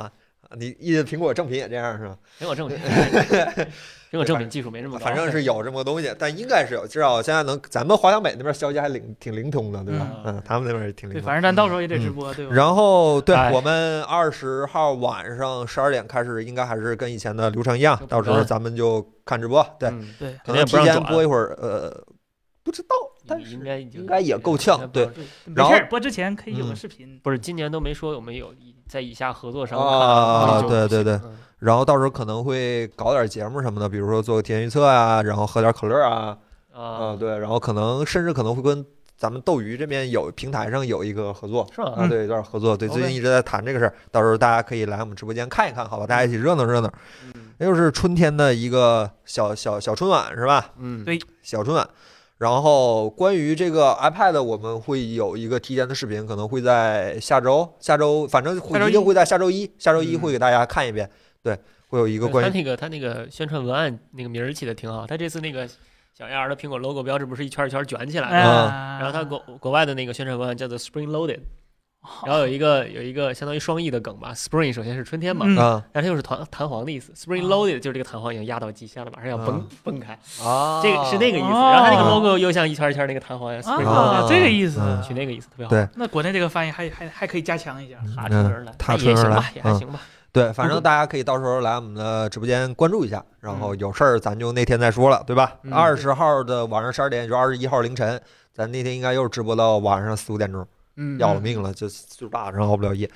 [SPEAKER 1] 啊你意思苹果正品也这样是吧？
[SPEAKER 2] 苹果正品，苹果正品技术没这么高，
[SPEAKER 1] 反正是有这么个东西，但应该是有，至少现在能，咱们华强北那边消息还灵挺灵通的，对吧？
[SPEAKER 2] 嗯
[SPEAKER 1] 嗯，他们那边也挺
[SPEAKER 3] 对，
[SPEAKER 1] 灵
[SPEAKER 3] 反
[SPEAKER 1] 通。
[SPEAKER 3] 正咱到时候也得直播，对吧？
[SPEAKER 1] 嗯然后，对
[SPEAKER 2] 哎
[SPEAKER 1] 我们二十号晚上十二点开始，应该还是跟以前的流程一样
[SPEAKER 2] 就，不
[SPEAKER 1] 到时候
[SPEAKER 2] 断
[SPEAKER 1] 咱们就看直播。对，
[SPEAKER 2] 嗯
[SPEAKER 3] 对，
[SPEAKER 1] 可
[SPEAKER 2] 肯定
[SPEAKER 1] 能
[SPEAKER 2] 也
[SPEAKER 1] 提
[SPEAKER 2] 不让
[SPEAKER 1] 前
[SPEAKER 2] 转
[SPEAKER 1] 播一会儿，呃，不知道，但
[SPEAKER 2] 应
[SPEAKER 1] 是
[SPEAKER 2] 该已经
[SPEAKER 1] 应该也够呛对。
[SPEAKER 3] 没
[SPEAKER 1] 然后
[SPEAKER 3] 事儿，播之前可以有
[SPEAKER 1] 嗯
[SPEAKER 3] 个视频。
[SPEAKER 2] 不是今年都没说我们有以在以下合作商
[SPEAKER 1] 啊
[SPEAKER 2] 看就
[SPEAKER 1] 对对对
[SPEAKER 2] 嗯
[SPEAKER 1] 然后到时候可能会搞点节目什么的，比如说做个天预测啊，然后喝点可乐啊，啊、
[SPEAKER 2] 啊，
[SPEAKER 1] 对，然后可能甚至可能会跟咱们斗鱼这边有平台上有一个合作
[SPEAKER 2] 是吗？
[SPEAKER 1] 啊，对，有点合作，对，最近
[SPEAKER 2] 嗯 OK
[SPEAKER 1] 一直在谈这个事儿，到时候大家可以来我们直播间看一看，好吧，大家一起热闹热闹，
[SPEAKER 2] 嗯
[SPEAKER 1] 那就是春天的一个小小小春晚是吧？
[SPEAKER 2] 嗯，
[SPEAKER 3] 对
[SPEAKER 1] 小春晚。然后关于这个 iPad，我们会有一个提前的视频，可能会在下周，下周反正
[SPEAKER 3] 下
[SPEAKER 1] 会
[SPEAKER 3] 周一
[SPEAKER 1] 一定会在下周一，下周一
[SPEAKER 2] 嗯
[SPEAKER 1] 会给大家看一遍，对，会有一个关于
[SPEAKER 2] 他那个他那个宣传文案那个名儿起的挺好，他这次那个小样儿的苹果 logo 标志不是一圈儿一圈儿卷起来
[SPEAKER 3] 哎
[SPEAKER 2] 的吗？
[SPEAKER 1] 啊
[SPEAKER 2] 嗯然后他国国外的那个宣传文案叫做 Spring Loaded，然
[SPEAKER 3] 哦
[SPEAKER 2] 后有一个有一个相当于双翼的梗吧，Spring 首先是春天嘛，
[SPEAKER 3] 嗯
[SPEAKER 1] 啊
[SPEAKER 2] 然后它又是弹弹簧的意思，Spring
[SPEAKER 3] 啊
[SPEAKER 2] Loaded 就是这个弹簧已经压到极限了，马上要崩崩开，
[SPEAKER 1] 啊
[SPEAKER 2] 这个是那个意思。
[SPEAKER 3] 哦
[SPEAKER 2] 然后它那个 logo 又像一圈儿一圈儿那个弹簧一样，Spring
[SPEAKER 1] 啊
[SPEAKER 2] Loaded，
[SPEAKER 3] 啊，这个意思。
[SPEAKER 1] 嗯
[SPEAKER 2] 取那个意思特别好
[SPEAKER 1] 对。
[SPEAKER 3] 那国内这个翻译还还还可以加强一下。
[SPEAKER 1] 嗯
[SPEAKER 2] 踏出门儿来，
[SPEAKER 1] 踏
[SPEAKER 2] 哎
[SPEAKER 1] 出
[SPEAKER 2] 也
[SPEAKER 1] 门儿
[SPEAKER 2] 行
[SPEAKER 1] 来
[SPEAKER 2] 吧，也还
[SPEAKER 1] 嗯
[SPEAKER 2] 行吧。
[SPEAKER 1] 对，反正大家可以到时候来我们的直播间关注一下，然后有事儿咱就那天再说了，对吧？
[SPEAKER 2] 嗯
[SPEAKER 1] 二十号的晚上十二点，也就二十一号凌晨，咱那天应该又是直播到晚上四五点钟，
[SPEAKER 2] 嗯
[SPEAKER 1] 要了命了，就就晚上熬不了夜。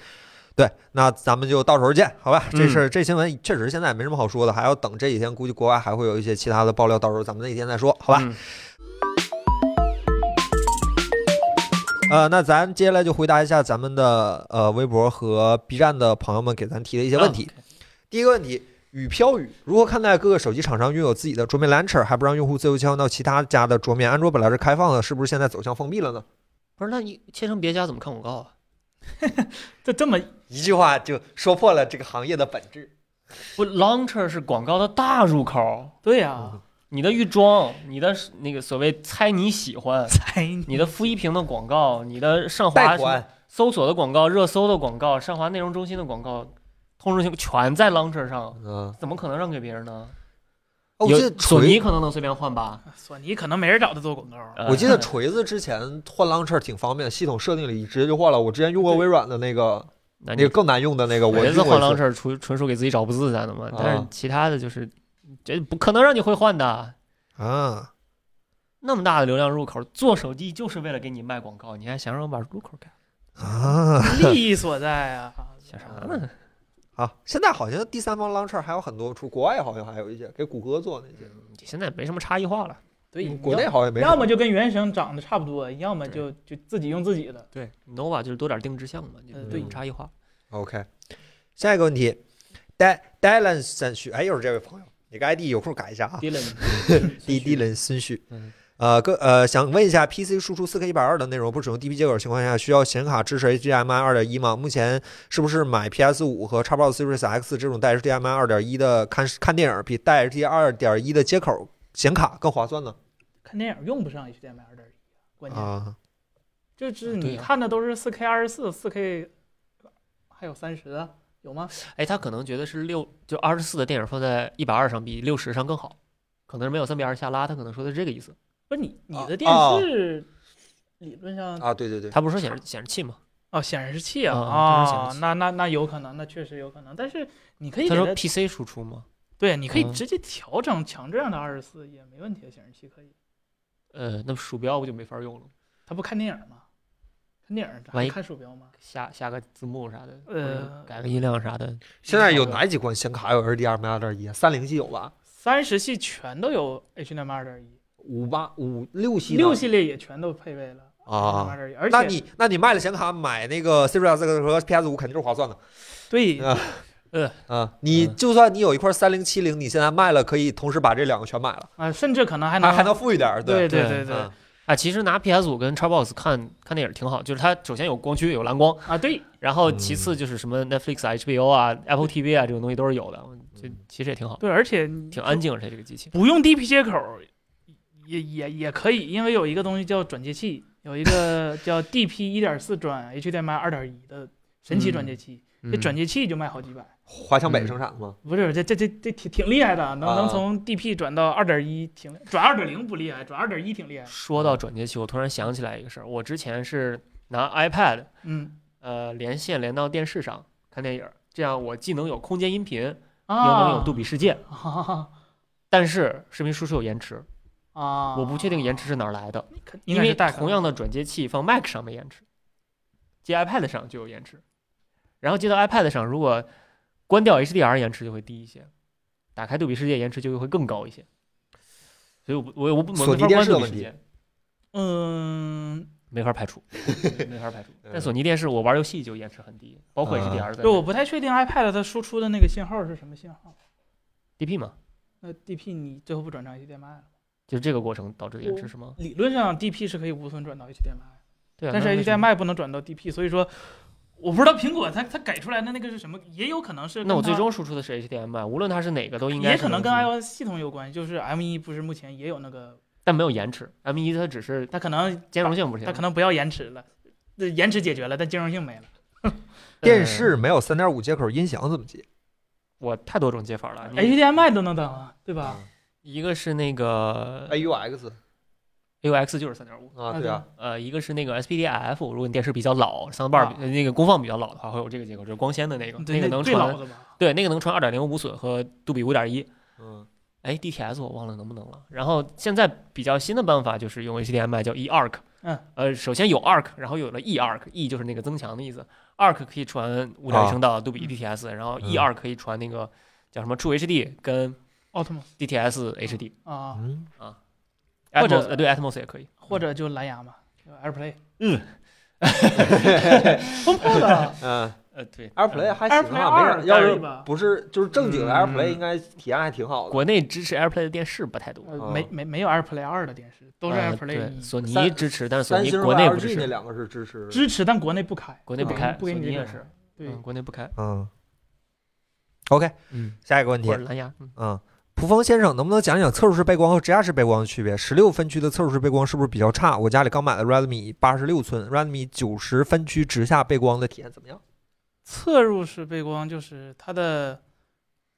[SPEAKER 1] 对，那咱们就到时候见，好吧？这事
[SPEAKER 2] 嗯
[SPEAKER 1] 儿这新闻确实现在没什么好说的，还要等这几天，估计国外还会有一些其他的爆料，到时候咱们那天再说，好吧？
[SPEAKER 2] 嗯
[SPEAKER 1] 呃，那咱接下来就回答一下咱们的呃微博和 B 站的朋友们给咱提的一些问
[SPEAKER 2] 嗯
[SPEAKER 1] 题。第一个问题，雨飘雨如何看待各个手机厂商拥有自己的桌面 Launcher，还不让用户自由切换到其他家的桌面？安卓本来是开放的，是不是现在走向封闭了呢？
[SPEAKER 2] 不是，那你切成别家怎么看广告啊？
[SPEAKER 3] 这这么
[SPEAKER 1] 一句话就说破了这个行业的本质。
[SPEAKER 2] 不，launcher 是广告的大入口，
[SPEAKER 3] 对啊 呀，
[SPEAKER 2] 你的预装，你的那个所谓猜你喜欢，
[SPEAKER 3] 才
[SPEAKER 2] 你的负一屏的广告，你的上滑
[SPEAKER 1] 贷
[SPEAKER 2] 什么
[SPEAKER 1] 款，
[SPEAKER 2] 搜索的广告、热搜的广告、上滑内容中心的广告，通知性全在 launcher 上，
[SPEAKER 1] 嗯，
[SPEAKER 2] 怎么可能让给别人呢？
[SPEAKER 1] 哦，我
[SPEAKER 2] 有
[SPEAKER 1] 记得
[SPEAKER 2] 索尼
[SPEAKER 1] 锤，
[SPEAKER 2] 可能能随便换吧？
[SPEAKER 3] 索尼可能没人找他做广告。啊
[SPEAKER 2] 呃
[SPEAKER 1] 我记 得锤子之前换 Launcher 挺方便，系统设定里直接就换了。我之前用过微软的那个，
[SPEAKER 2] 那
[SPEAKER 1] 那
[SPEAKER 2] 啊你
[SPEAKER 1] 个更难用的那个，我
[SPEAKER 2] 每
[SPEAKER 1] 用
[SPEAKER 2] 次
[SPEAKER 1] 过
[SPEAKER 2] 换
[SPEAKER 1] 一次。
[SPEAKER 2] launcher 纯纯属给自己找不自在的嘛，但
[SPEAKER 1] 啊
[SPEAKER 2] 是其他的就是这不可能让你会换的。
[SPEAKER 1] 啊，
[SPEAKER 2] 那么大的流量入口，做手机就是为了给你卖广告，你还想让我把入口改？
[SPEAKER 1] 啊，
[SPEAKER 2] 嗯
[SPEAKER 3] 利益所在啊！
[SPEAKER 2] 想啥呢？
[SPEAKER 1] 好，现在好像第三方 Launcher 还有很多，出国外好像还有一些给谷歌做那些。嗯
[SPEAKER 2] 现在没什么差异化了。
[SPEAKER 3] 对，你
[SPEAKER 1] 国
[SPEAKER 3] 要
[SPEAKER 1] 内好像也没什
[SPEAKER 3] 要么就跟原生长得差不多，要么就就自己用自己的。
[SPEAKER 2] 对，nova 就是多点定制项嘛，就
[SPEAKER 3] 呃
[SPEAKER 2] 是
[SPEAKER 1] 对
[SPEAKER 2] 嗯差异化。
[SPEAKER 1] OK，下一个问题 d d y l a n 孙旭，哎，又是这位朋友，你个 ID 有空改一下啊。D D 人孙旭
[SPEAKER 2] 嗯，
[SPEAKER 1] 呃，各呃，想问一下，PC 输出 4K 120的内容不使用 DP 接口的情况下，需要显卡支持 HDMI 2.1吗？目前是不是买 PS 5和 Xbox Series X 这种带 HDMI 2.1的看看电影比带 HDMI 2.1的接口显卡更划算呢？
[SPEAKER 3] 看电影用不上 HDMI 二点一，关键
[SPEAKER 1] 啊，
[SPEAKER 3] 就是
[SPEAKER 2] 对
[SPEAKER 3] 你
[SPEAKER 2] 啊
[SPEAKER 3] 看的都是四 K 二十四、四 K，还有三十啊，有吗？
[SPEAKER 2] 哎，他可能觉得是六就二十四的电影放在一百二上比六十上更好，可能是没有三比二下拉，他可能说的是这个意思。
[SPEAKER 3] 不是你你
[SPEAKER 1] 啊
[SPEAKER 3] 的电
[SPEAKER 1] 啊
[SPEAKER 3] 视理论上
[SPEAKER 1] 啊，对对对，
[SPEAKER 2] 他不是说显示显示器吗？
[SPEAKER 3] 哦显示器啊
[SPEAKER 2] 啊对显
[SPEAKER 3] 啊
[SPEAKER 2] 示器，
[SPEAKER 3] 那那那有可能，那确实有可能，但是你可以
[SPEAKER 2] 他
[SPEAKER 3] 给
[SPEAKER 2] 说
[SPEAKER 3] 它
[SPEAKER 2] PC 输出吗？
[SPEAKER 3] 对，你可以
[SPEAKER 2] 嗯
[SPEAKER 3] 直接调整强制让它二十四也没问题的显示器可以。
[SPEAKER 2] 呃，那鼠标不就没法用了？
[SPEAKER 3] 他不看电影吗？看电影
[SPEAKER 2] 万
[SPEAKER 3] 还
[SPEAKER 2] 一
[SPEAKER 3] 看鼠标吗？
[SPEAKER 2] 下下个字幕啥的，或
[SPEAKER 3] 呃
[SPEAKER 2] 者改个音量啥的。
[SPEAKER 1] 现在有哪几款显卡有 HDMI 2.1？三零系有吧？
[SPEAKER 3] 三十系全都有 HDMI 二点一，
[SPEAKER 1] 五八五六系呢
[SPEAKER 3] 六系列也全都配备了
[SPEAKER 1] 啊
[SPEAKER 3] HDMI 二点一，而
[SPEAKER 1] 那
[SPEAKER 3] 且
[SPEAKER 1] 你那你卖了显卡买那个 Series X 和 PS 5肯定是划算的
[SPEAKER 3] 对
[SPEAKER 1] 啊
[SPEAKER 2] 呃
[SPEAKER 1] 啊！你
[SPEAKER 2] 嗯
[SPEAKER 1] 就算你有一块三零七零，你现在卖了，可以同时把这两个全买了，
[SPEAKER 3] 啊，甚至可能还
[SPEAKER 1] 还
[SPEAKER 3] 能
[SPEAKER 1] 还能富裕点儿，
[SPEAKER 3] 对
[SPEAKER 2] 对
[SPEAKER 3] 对对
[SPEAKER 1] 嗯
[SPEAKER 2] 啊，其实拿 PS 五跟 Xbox 看看电影挺好，就是它首先有光驱有蓝光，
[SPEAKER 3] 啊，对，
[SPEAKER 2] 然后其次就是什么 Netflix 啊、HBO 啊、Apple TV 啊这种东西都是有的，这
[SPEAKER 1] 嗯
[SPEAKER 2] 其实也挺好，
[SPEAKER 3] 对，而且你
[SPEAKER 2] 挺安静，而且这个机器。
[SPEAKER 3] 不用 DP 接口儿也也也可以，因为有一个东西叫转接器，有一个叫 DP 一点四转 HDMI 二点一的神奇转接器，
[SPEAKER 2] 嗯
[SPEAKER 3] 这转接器就卖好几百，
[SPEAKER 1] 华强北生产的吗？
[SPEAKER 3] 不是这这这这挺挺厉害的，能
[SPEAKER 1] 啊
[SPEAKER 3] 能从 DP 转到二点一挺厉转二点零不厉害，转二点一挺厉害，
[SPEAKER 2] 说到转接器，我突然想起来一个事儿，我之前是拿 iPad
[SPEAKER 3] 嗯
[SPEAKER 2] 呃连线连到电视上看电影儿，这样我既能有空间音频，又
[SPEAKER 3] 啊，
[SPEAKER 2] 能有杜比世界，
[SPEAKER 3] 啊
[SPEAKER 2] 但是视频输出有延迟，
[SPEAKER 3] 啊，
[SPEAKER 2] 我不确定延迟是哪儿来的，
[SPEAKER 3] 肯，应
[SPEAKER 2] 因
[SPEAKER 3] 该
[SPEAKER 2] 为
[SPEAKER 3] 是带
[SPEAKER 2] 同样的转接器放 Mac 上没延迟，接 iPad 上就有延迟，然后接到 iPad 上，如果关掉 HDR 延迟就会低一些，打开杜比世界延迟就会更高一些，所以我不我我不我
[SPEAKER 1] 索
[SPEAKER 2] 没
[SPEAKER 1] 尼
[SPEAKER 2] 法
[SPEAKER 1] 电
[SPEAKER 2] 关
[SPEAKER 1] 视的
[SPEAKER 2] 杜比
[SPEAKER 1] 问
[SPEAKER 2] 世
[SPEAKER 1] 题
[SPEAKER 2] 界，
[SPEAKER 3] 嗯，
[SPEAKER 2] 没法排 除，没法排除。但索尼电视我玩游戏就延迟很低，包括
[SPEAKER 1] 嗯啊
[SPEAKER 2] HDR 在
[SPEAKER 3] 对，我不太确定 iPad 它输出的那个信号是什么信号。
[SPEAKER 2] DP 嘛，
[SPEAKER 3] 那 DP 你最后不转账 HDMI 了？
[SPEAKER 2] 就是这个过程导致的延迟是吗？
[SPEAKER 3] 理论上 DP 是可以无缝转到 HDMI，
[SPEAKER 2] 对啊，
[SPEAKER 3] 但是
[SPEAKER 2] 那为什么
[SPEAKER 3] HDMI 不能转到 DP，所以说我不知道苹果它它改出来的那个是什么，也有可能是
[SPEAKER 2] 那我
[SPEAKER 3] 跟
[SPEAKER 2] 最
[SPEAKER 3] 它
[SPEAKER 2] 终输出的是 HDMI，无论它是哪个都应该
[SPEAKER 3] 也
[SPEAKER 2] 是
[SPEAKER 3] 可能跟
[SPEAKER 2] 能
[SPEAKER 3] iOS 系统有关，就是 M1 不是目前也有那个，
[SPEAKER 2] 但没有延迟。M 一它只是
[SPEAKER 3] 它可能
[SPEAKER 2] 兼容性不行，
[SPEAKER 3] 它可能不要延迟了，这延迟解决了，但兼容性没了。
[SPEAKER 1] 电视没有三点五接口，音响怎么接？
[SPEAKER 2] 我太多种接法
[SPEAKER 1] 嗯
[SPEAKER 2] 了。
[SPEAKER 3] 哎
[SPEAKER 2] 你
[SPEAKER 3] HDMI 都能登啊，对吧？
[SPEAKER 2] 一个是那个
[SPEAKER 3] 哎
[SPEAKER 1] AUX
[SPEAKER 2] AUX 就是三点五，
[SPEAKER 1] 啊，对啊，
[SPEAKER 2] 呃，一个是那个 SPDIF，如果你电视比较老，soundbar
[SPEAKER 3] 啊
[SPEAKER 2] 呃那个功放比较老的话，会有这个接口，就是光纤的那个，
[SPEAKER 3] 对，
[SPEAKER 2] 个
[SPEAKER 3] 那
[SPEAKER 2] 能
[SPEAKER 3] 最老
[SPEAKER 2] 传
[SPEAKER 3] 的吧？
[SPEAKER 2] 对，那个能传二点零无损和杜比五点一。
[SPEAKER 1] 嗯
[SPEAKER 2] 哎，DTS 我忘了能不能了。然后现在比较新的办法就是用 HDMI 叫 E eARC，
[SPEAKER 3] 嗯，
[SPEAKER 2] 呃，首先有 ARC，然后有了 E eARC，e 就是那个增强的意思，ARC 可以传五点
[SPEAKER 1] 啊
[SPEAKER 2] 一声道杜比
[SPEAKER 3] 嗯
[SPEAKER 2] DTS，、然后
[SPEAKER 1] 嗯
[SPEAKER 2] E eARC 可以传那个叫什么 True HD 跟
[SPEAKER 3] 奥特曼
[SPEAKER 2] DTS HD，、
[SPEAKER 3] 啊，
[SPEAKER 1] 嗯，
[SPEAKER 2] Atmos，
[SPEAKER 3] 或者
[SPEAKER 2] 呃对 Atmos 也可以。
[SPEAKER 3] 或者就蓝牙嘛就，AirPlay，
[SPEAKER 2] 嗯，
[SPEAKER 3] 碰破了
[SPEAKER 1] 嗯
[SPEAKER 2] 呃，对
[SPEAKER 1] ，AirPlay
[SPEAKER 2] 呃
[SPEAKER 1] 还行
[SPEAKER 3] ，AirPlay
[SPEAKER 1] 啊，
[SPEAKER 3] 二
[SPEAKER 1] 没事。要
[SPEAKER 3] 带一
[SPEAKER 1] 是
[SPEAKER 3] 吧，
[SPEAKER 1] 不是就是正经的
[SPEAKER 2] 嗯
[SPEAKER 1] AirPlay，应该体验还挺好的。
[SPEAKER 2] 国内支持 AirPlay 的电视不太多，
[SPEAKER 3] 呃
[SPEAKER 1] 啊
[SPEAKER 3] 没没没有 AirPlay 二的电视，都是
[SPEAKER 2] 呃
[SPEAKER 3] AirPlay
[SPEAKER 2] 对
[SPEAKER 3] 一。
[SPEAKER 2] 索尼
[SPEAKER 1] 三
[SPEAKER 2] 支持，但是索
[SPEAKER 1] 三
[SPEAKER 2] 尼
[SPEAKER 1] 星
[SPEAKER 2] 国内不支
[SPEAKER 1] LG 那
[SPEAKER 2] 持，
[SPEAKER 1] 两个是支持，
[SPEAKER 3] 支持，但国内不开，
[SPEAKER 2] 国内不
[SPEAKER 1] 嗯
[SPEAKER 2] 开，
[SPEAKER 3] 不给
[SPEAKER 2] 索
[SPEAKER 3] 你
[SPEAKER 2] 尼
[SPEAKER 3] 这
[SPEAKER 2] 也
[SPEAKER 3] 个
[SPEAKER 2] 是，
[SPEAKER 3] 对，
[SPEAKER 2] 嗯，国内不开，
[SPEAKER 1] 嗯，OK，
[SPEAKER 2] 嗯，
[SPEAKER 1] 下一个问题
[SPEAKER 2] 或者蓝牙，嗯。
[SPEAKER 1] 嗯，蒲峰先生，能不能讲讲侧入式背光和直压式背光的区别？十六分区的侧入式背光是不是比较差？我家里刚买的 Redmi 八十六寸，Redmi 九十分区直下背光的体验怎么样？
[SPEAKER 3] 侧入式背光就是它的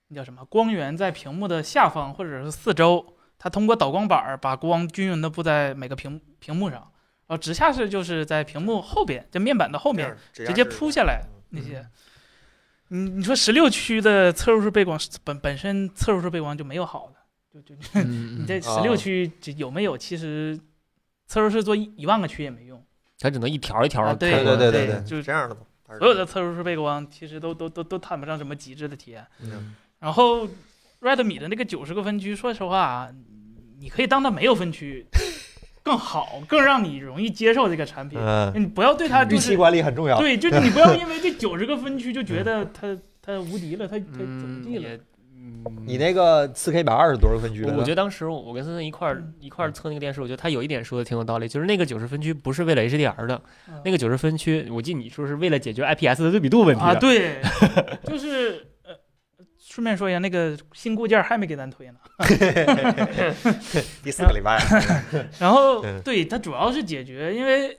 [SPEAKER 3] 那叫什么光源在屏幕的下方或者是四周，它通过导光板儿把光均匀的布在每个屏屏幕上，然后直下式就是在屏幕后边，在面板的后
[SPEAKER 1] 后
[SPEAKER 3] 面直接扑下来那
[SPEAKER 2] 嗯
[SPEAKER 3] 些。你你说十六区的侧入式背光本本身侧入式背光就没有好的，就就
[SPEAKER 2] 嗯
[SPEAKER 3] 你这
[SPEAKER 2] 嗯，
[SPEAKER 3] 十六区这有没有？其实侧入式做一一万个区也没用。
[SPEAKER 2] 它只能一条一条
[SPEAKER 3] 啊
[SPEAKER 2] 开
[SPEAKER 3] 对
[SPEAKER 2] 关。
[SPEAKER 1] 对对对对
[SPEAKER 3] 对
[SPEAKER 1] 对，
[SPEAKER 3] 就是
[SPEAKER 1] 这样的嘛。
[SPEAKER 3] 所有的侧入式背光其实都都都都谈不上什么极致的体验。
[SPEAKER 1] 嗯
[SPEAKER 3] 然后 Redmi 的那个九十个分区，说实话啊，你可以当它没有分区，更好，更让你容易接受这个产品。
[SPEAKER 1] 嗯，
[SPEAKER 3] 你不要对它就
[SPEAKER 1] 预
[SPEAKER 3] 是
[SPEAKER 1] 期管理很重要。
[SPEAKER 3] 对，就是你不要因为这九十个分区就觉得它它无敌了，它它怎么
[SPEAKER 2] 嗯，
[SPEAKER 3] 地了？
[SPEAKER 2] 也，嗯
[SPEAKER 1] 你那个四 K 一百二十多少分区来
[SPEAKER 2] 我
[SPEAKER 1] 着？
[SPEAKER 2] 我觉得当时我我跟森森一块儿
[SPEAKER 3] 嗯
[SPEAKER 2] 一块儿测那个电视，我觉得他有一点说的挺有道理，就是那个九十分区不是为了 HDR 的，
[SPEAKER 3] 嗯
[SPEAKER 2] 那个九十分区，我记得你说是为了解决 IPS 的对比度问题
[SPEAKER 3] 啊，
[SPEAKER 2] 的，
[SPEAKER 3] 对，就是呃，顺便说一下，那个新固件还没给咱推呢。
[SPEAKER 1] 第四个礼拜，啊
[SPEAKER 3] 然后
[SPEAKER 1] 嗯
[SPEAKER 3] 对它主要是解决，因为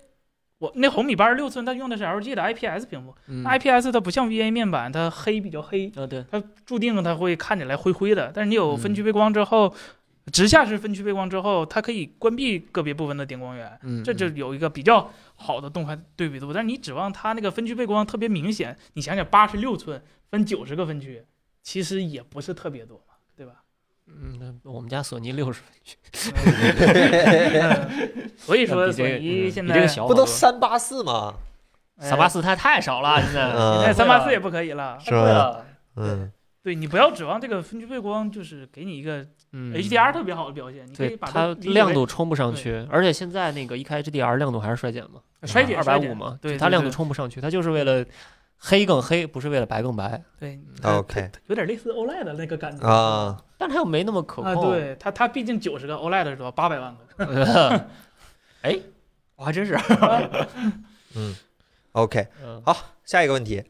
[SPEAKER 3] 我那红米八十六寸它用的是 LG 的 IPS 屏幕、
[SPEAKER 2] 嗯
[SPEAKER 3] i p s 它不像 VA 面板，它黑比较黑，
[SPEAKER 2] 啊对，
[SPEAKER 3] 它注定它会看起来灰灰的。但是你有分
[SPEAKER 2] 嗯
[SPEAKER 3] 区背光之后，直下式分区背光之后，它可以关闭个别部分的点光源，
[SPEAKER 2] 嗯，
[SPEAKER 3] 这就有一个比较好的动态对比度。但是你指望它那个分区背光特别明显，你想想八十六寸分九十个分区，其实也不是特别多嘛，对吧？
[SPEAKER 2] 嗯，我们家索尼六十分区，
[SPEAKER 3] 嗯 所以说
[SPEAKER 2] 比
[SPEAKER 3] 索
[SPEAKER 2] 这个
[SPEAKER 3] 尼
[SPEAKER 2] 嗯
[SPEAKER 3] 现
[SPEAKER 2] 比
[SPEAKER 3] 在
[SPEAKER 2] 这个小好
[SPEAKER 1] 不都
[SPEAKER 2] 多
[SPEAKER 1] 三八四吗？
[SPEAKER 3] 哎
[SPEAKER 2] 三八四呃它太少了，现在
[SPEAKER 3] 现在
[SPEAKER 1] 嗯
[SPEAKER 3] 三八四也不可以了。
[SPEAKER 1] 是
[SPEAKER 2] 对
[SPEAKER 1] 吧？
[SPEAKER 2] 啊
[SPEAKER 1] 嗯，
[SPEAKER 3] 对你不要指望这个分区背光就是给你一个
[SPEAKER 2] 嗯
[SPEAKER 3] HDR 特别好的表现，你可以
[SPEAKER 2] 对
[SPEAKER 3] 把
[SPEAKER 2] 它
[SPEAKER 3] 理解为
[SPEAKER 2] 亮度冲不上去，而且现在那个一开 HDR 亮度还是衰减嘛，
[SPEAKER 3] 衰减
[SPEAKER 2] 二百
[SPEAKER 3] 衰
[SPEAKER 2] 五
[SPEAKER 3] 减
[SPEAKER 2] 嘛，
[SPEAKER 3] 对
[SPEAKER 2] 就
[SPEAKER 3] 对
[SPEAKER 2] 它亮度
[SPEAKER 3] 对
[SPEAKER 2] 冲不上去，它就是为了黑更黑，不是为了白更白，
[SPEAKER 3] 对它
[SPEAKER 1] OK
[SPEAKER 3] 它有点类似 OLED 的那个感觉
[SPEAKER 1] 啊，
[SPEAKER 2] 但它又没那么可
[SPEAKER 3] 啊，
[SPEAKER 2] 控。
[SPEAKER 3] 对 它它毕竟九十个 OLED 是多少八百万个，
[SPEAKER 2] 哎，我还真是，
[SPEAKER 1] 嗯，OK，
[SPEAKER 2] 嗯
[SPEAKER 1] 下一个问题，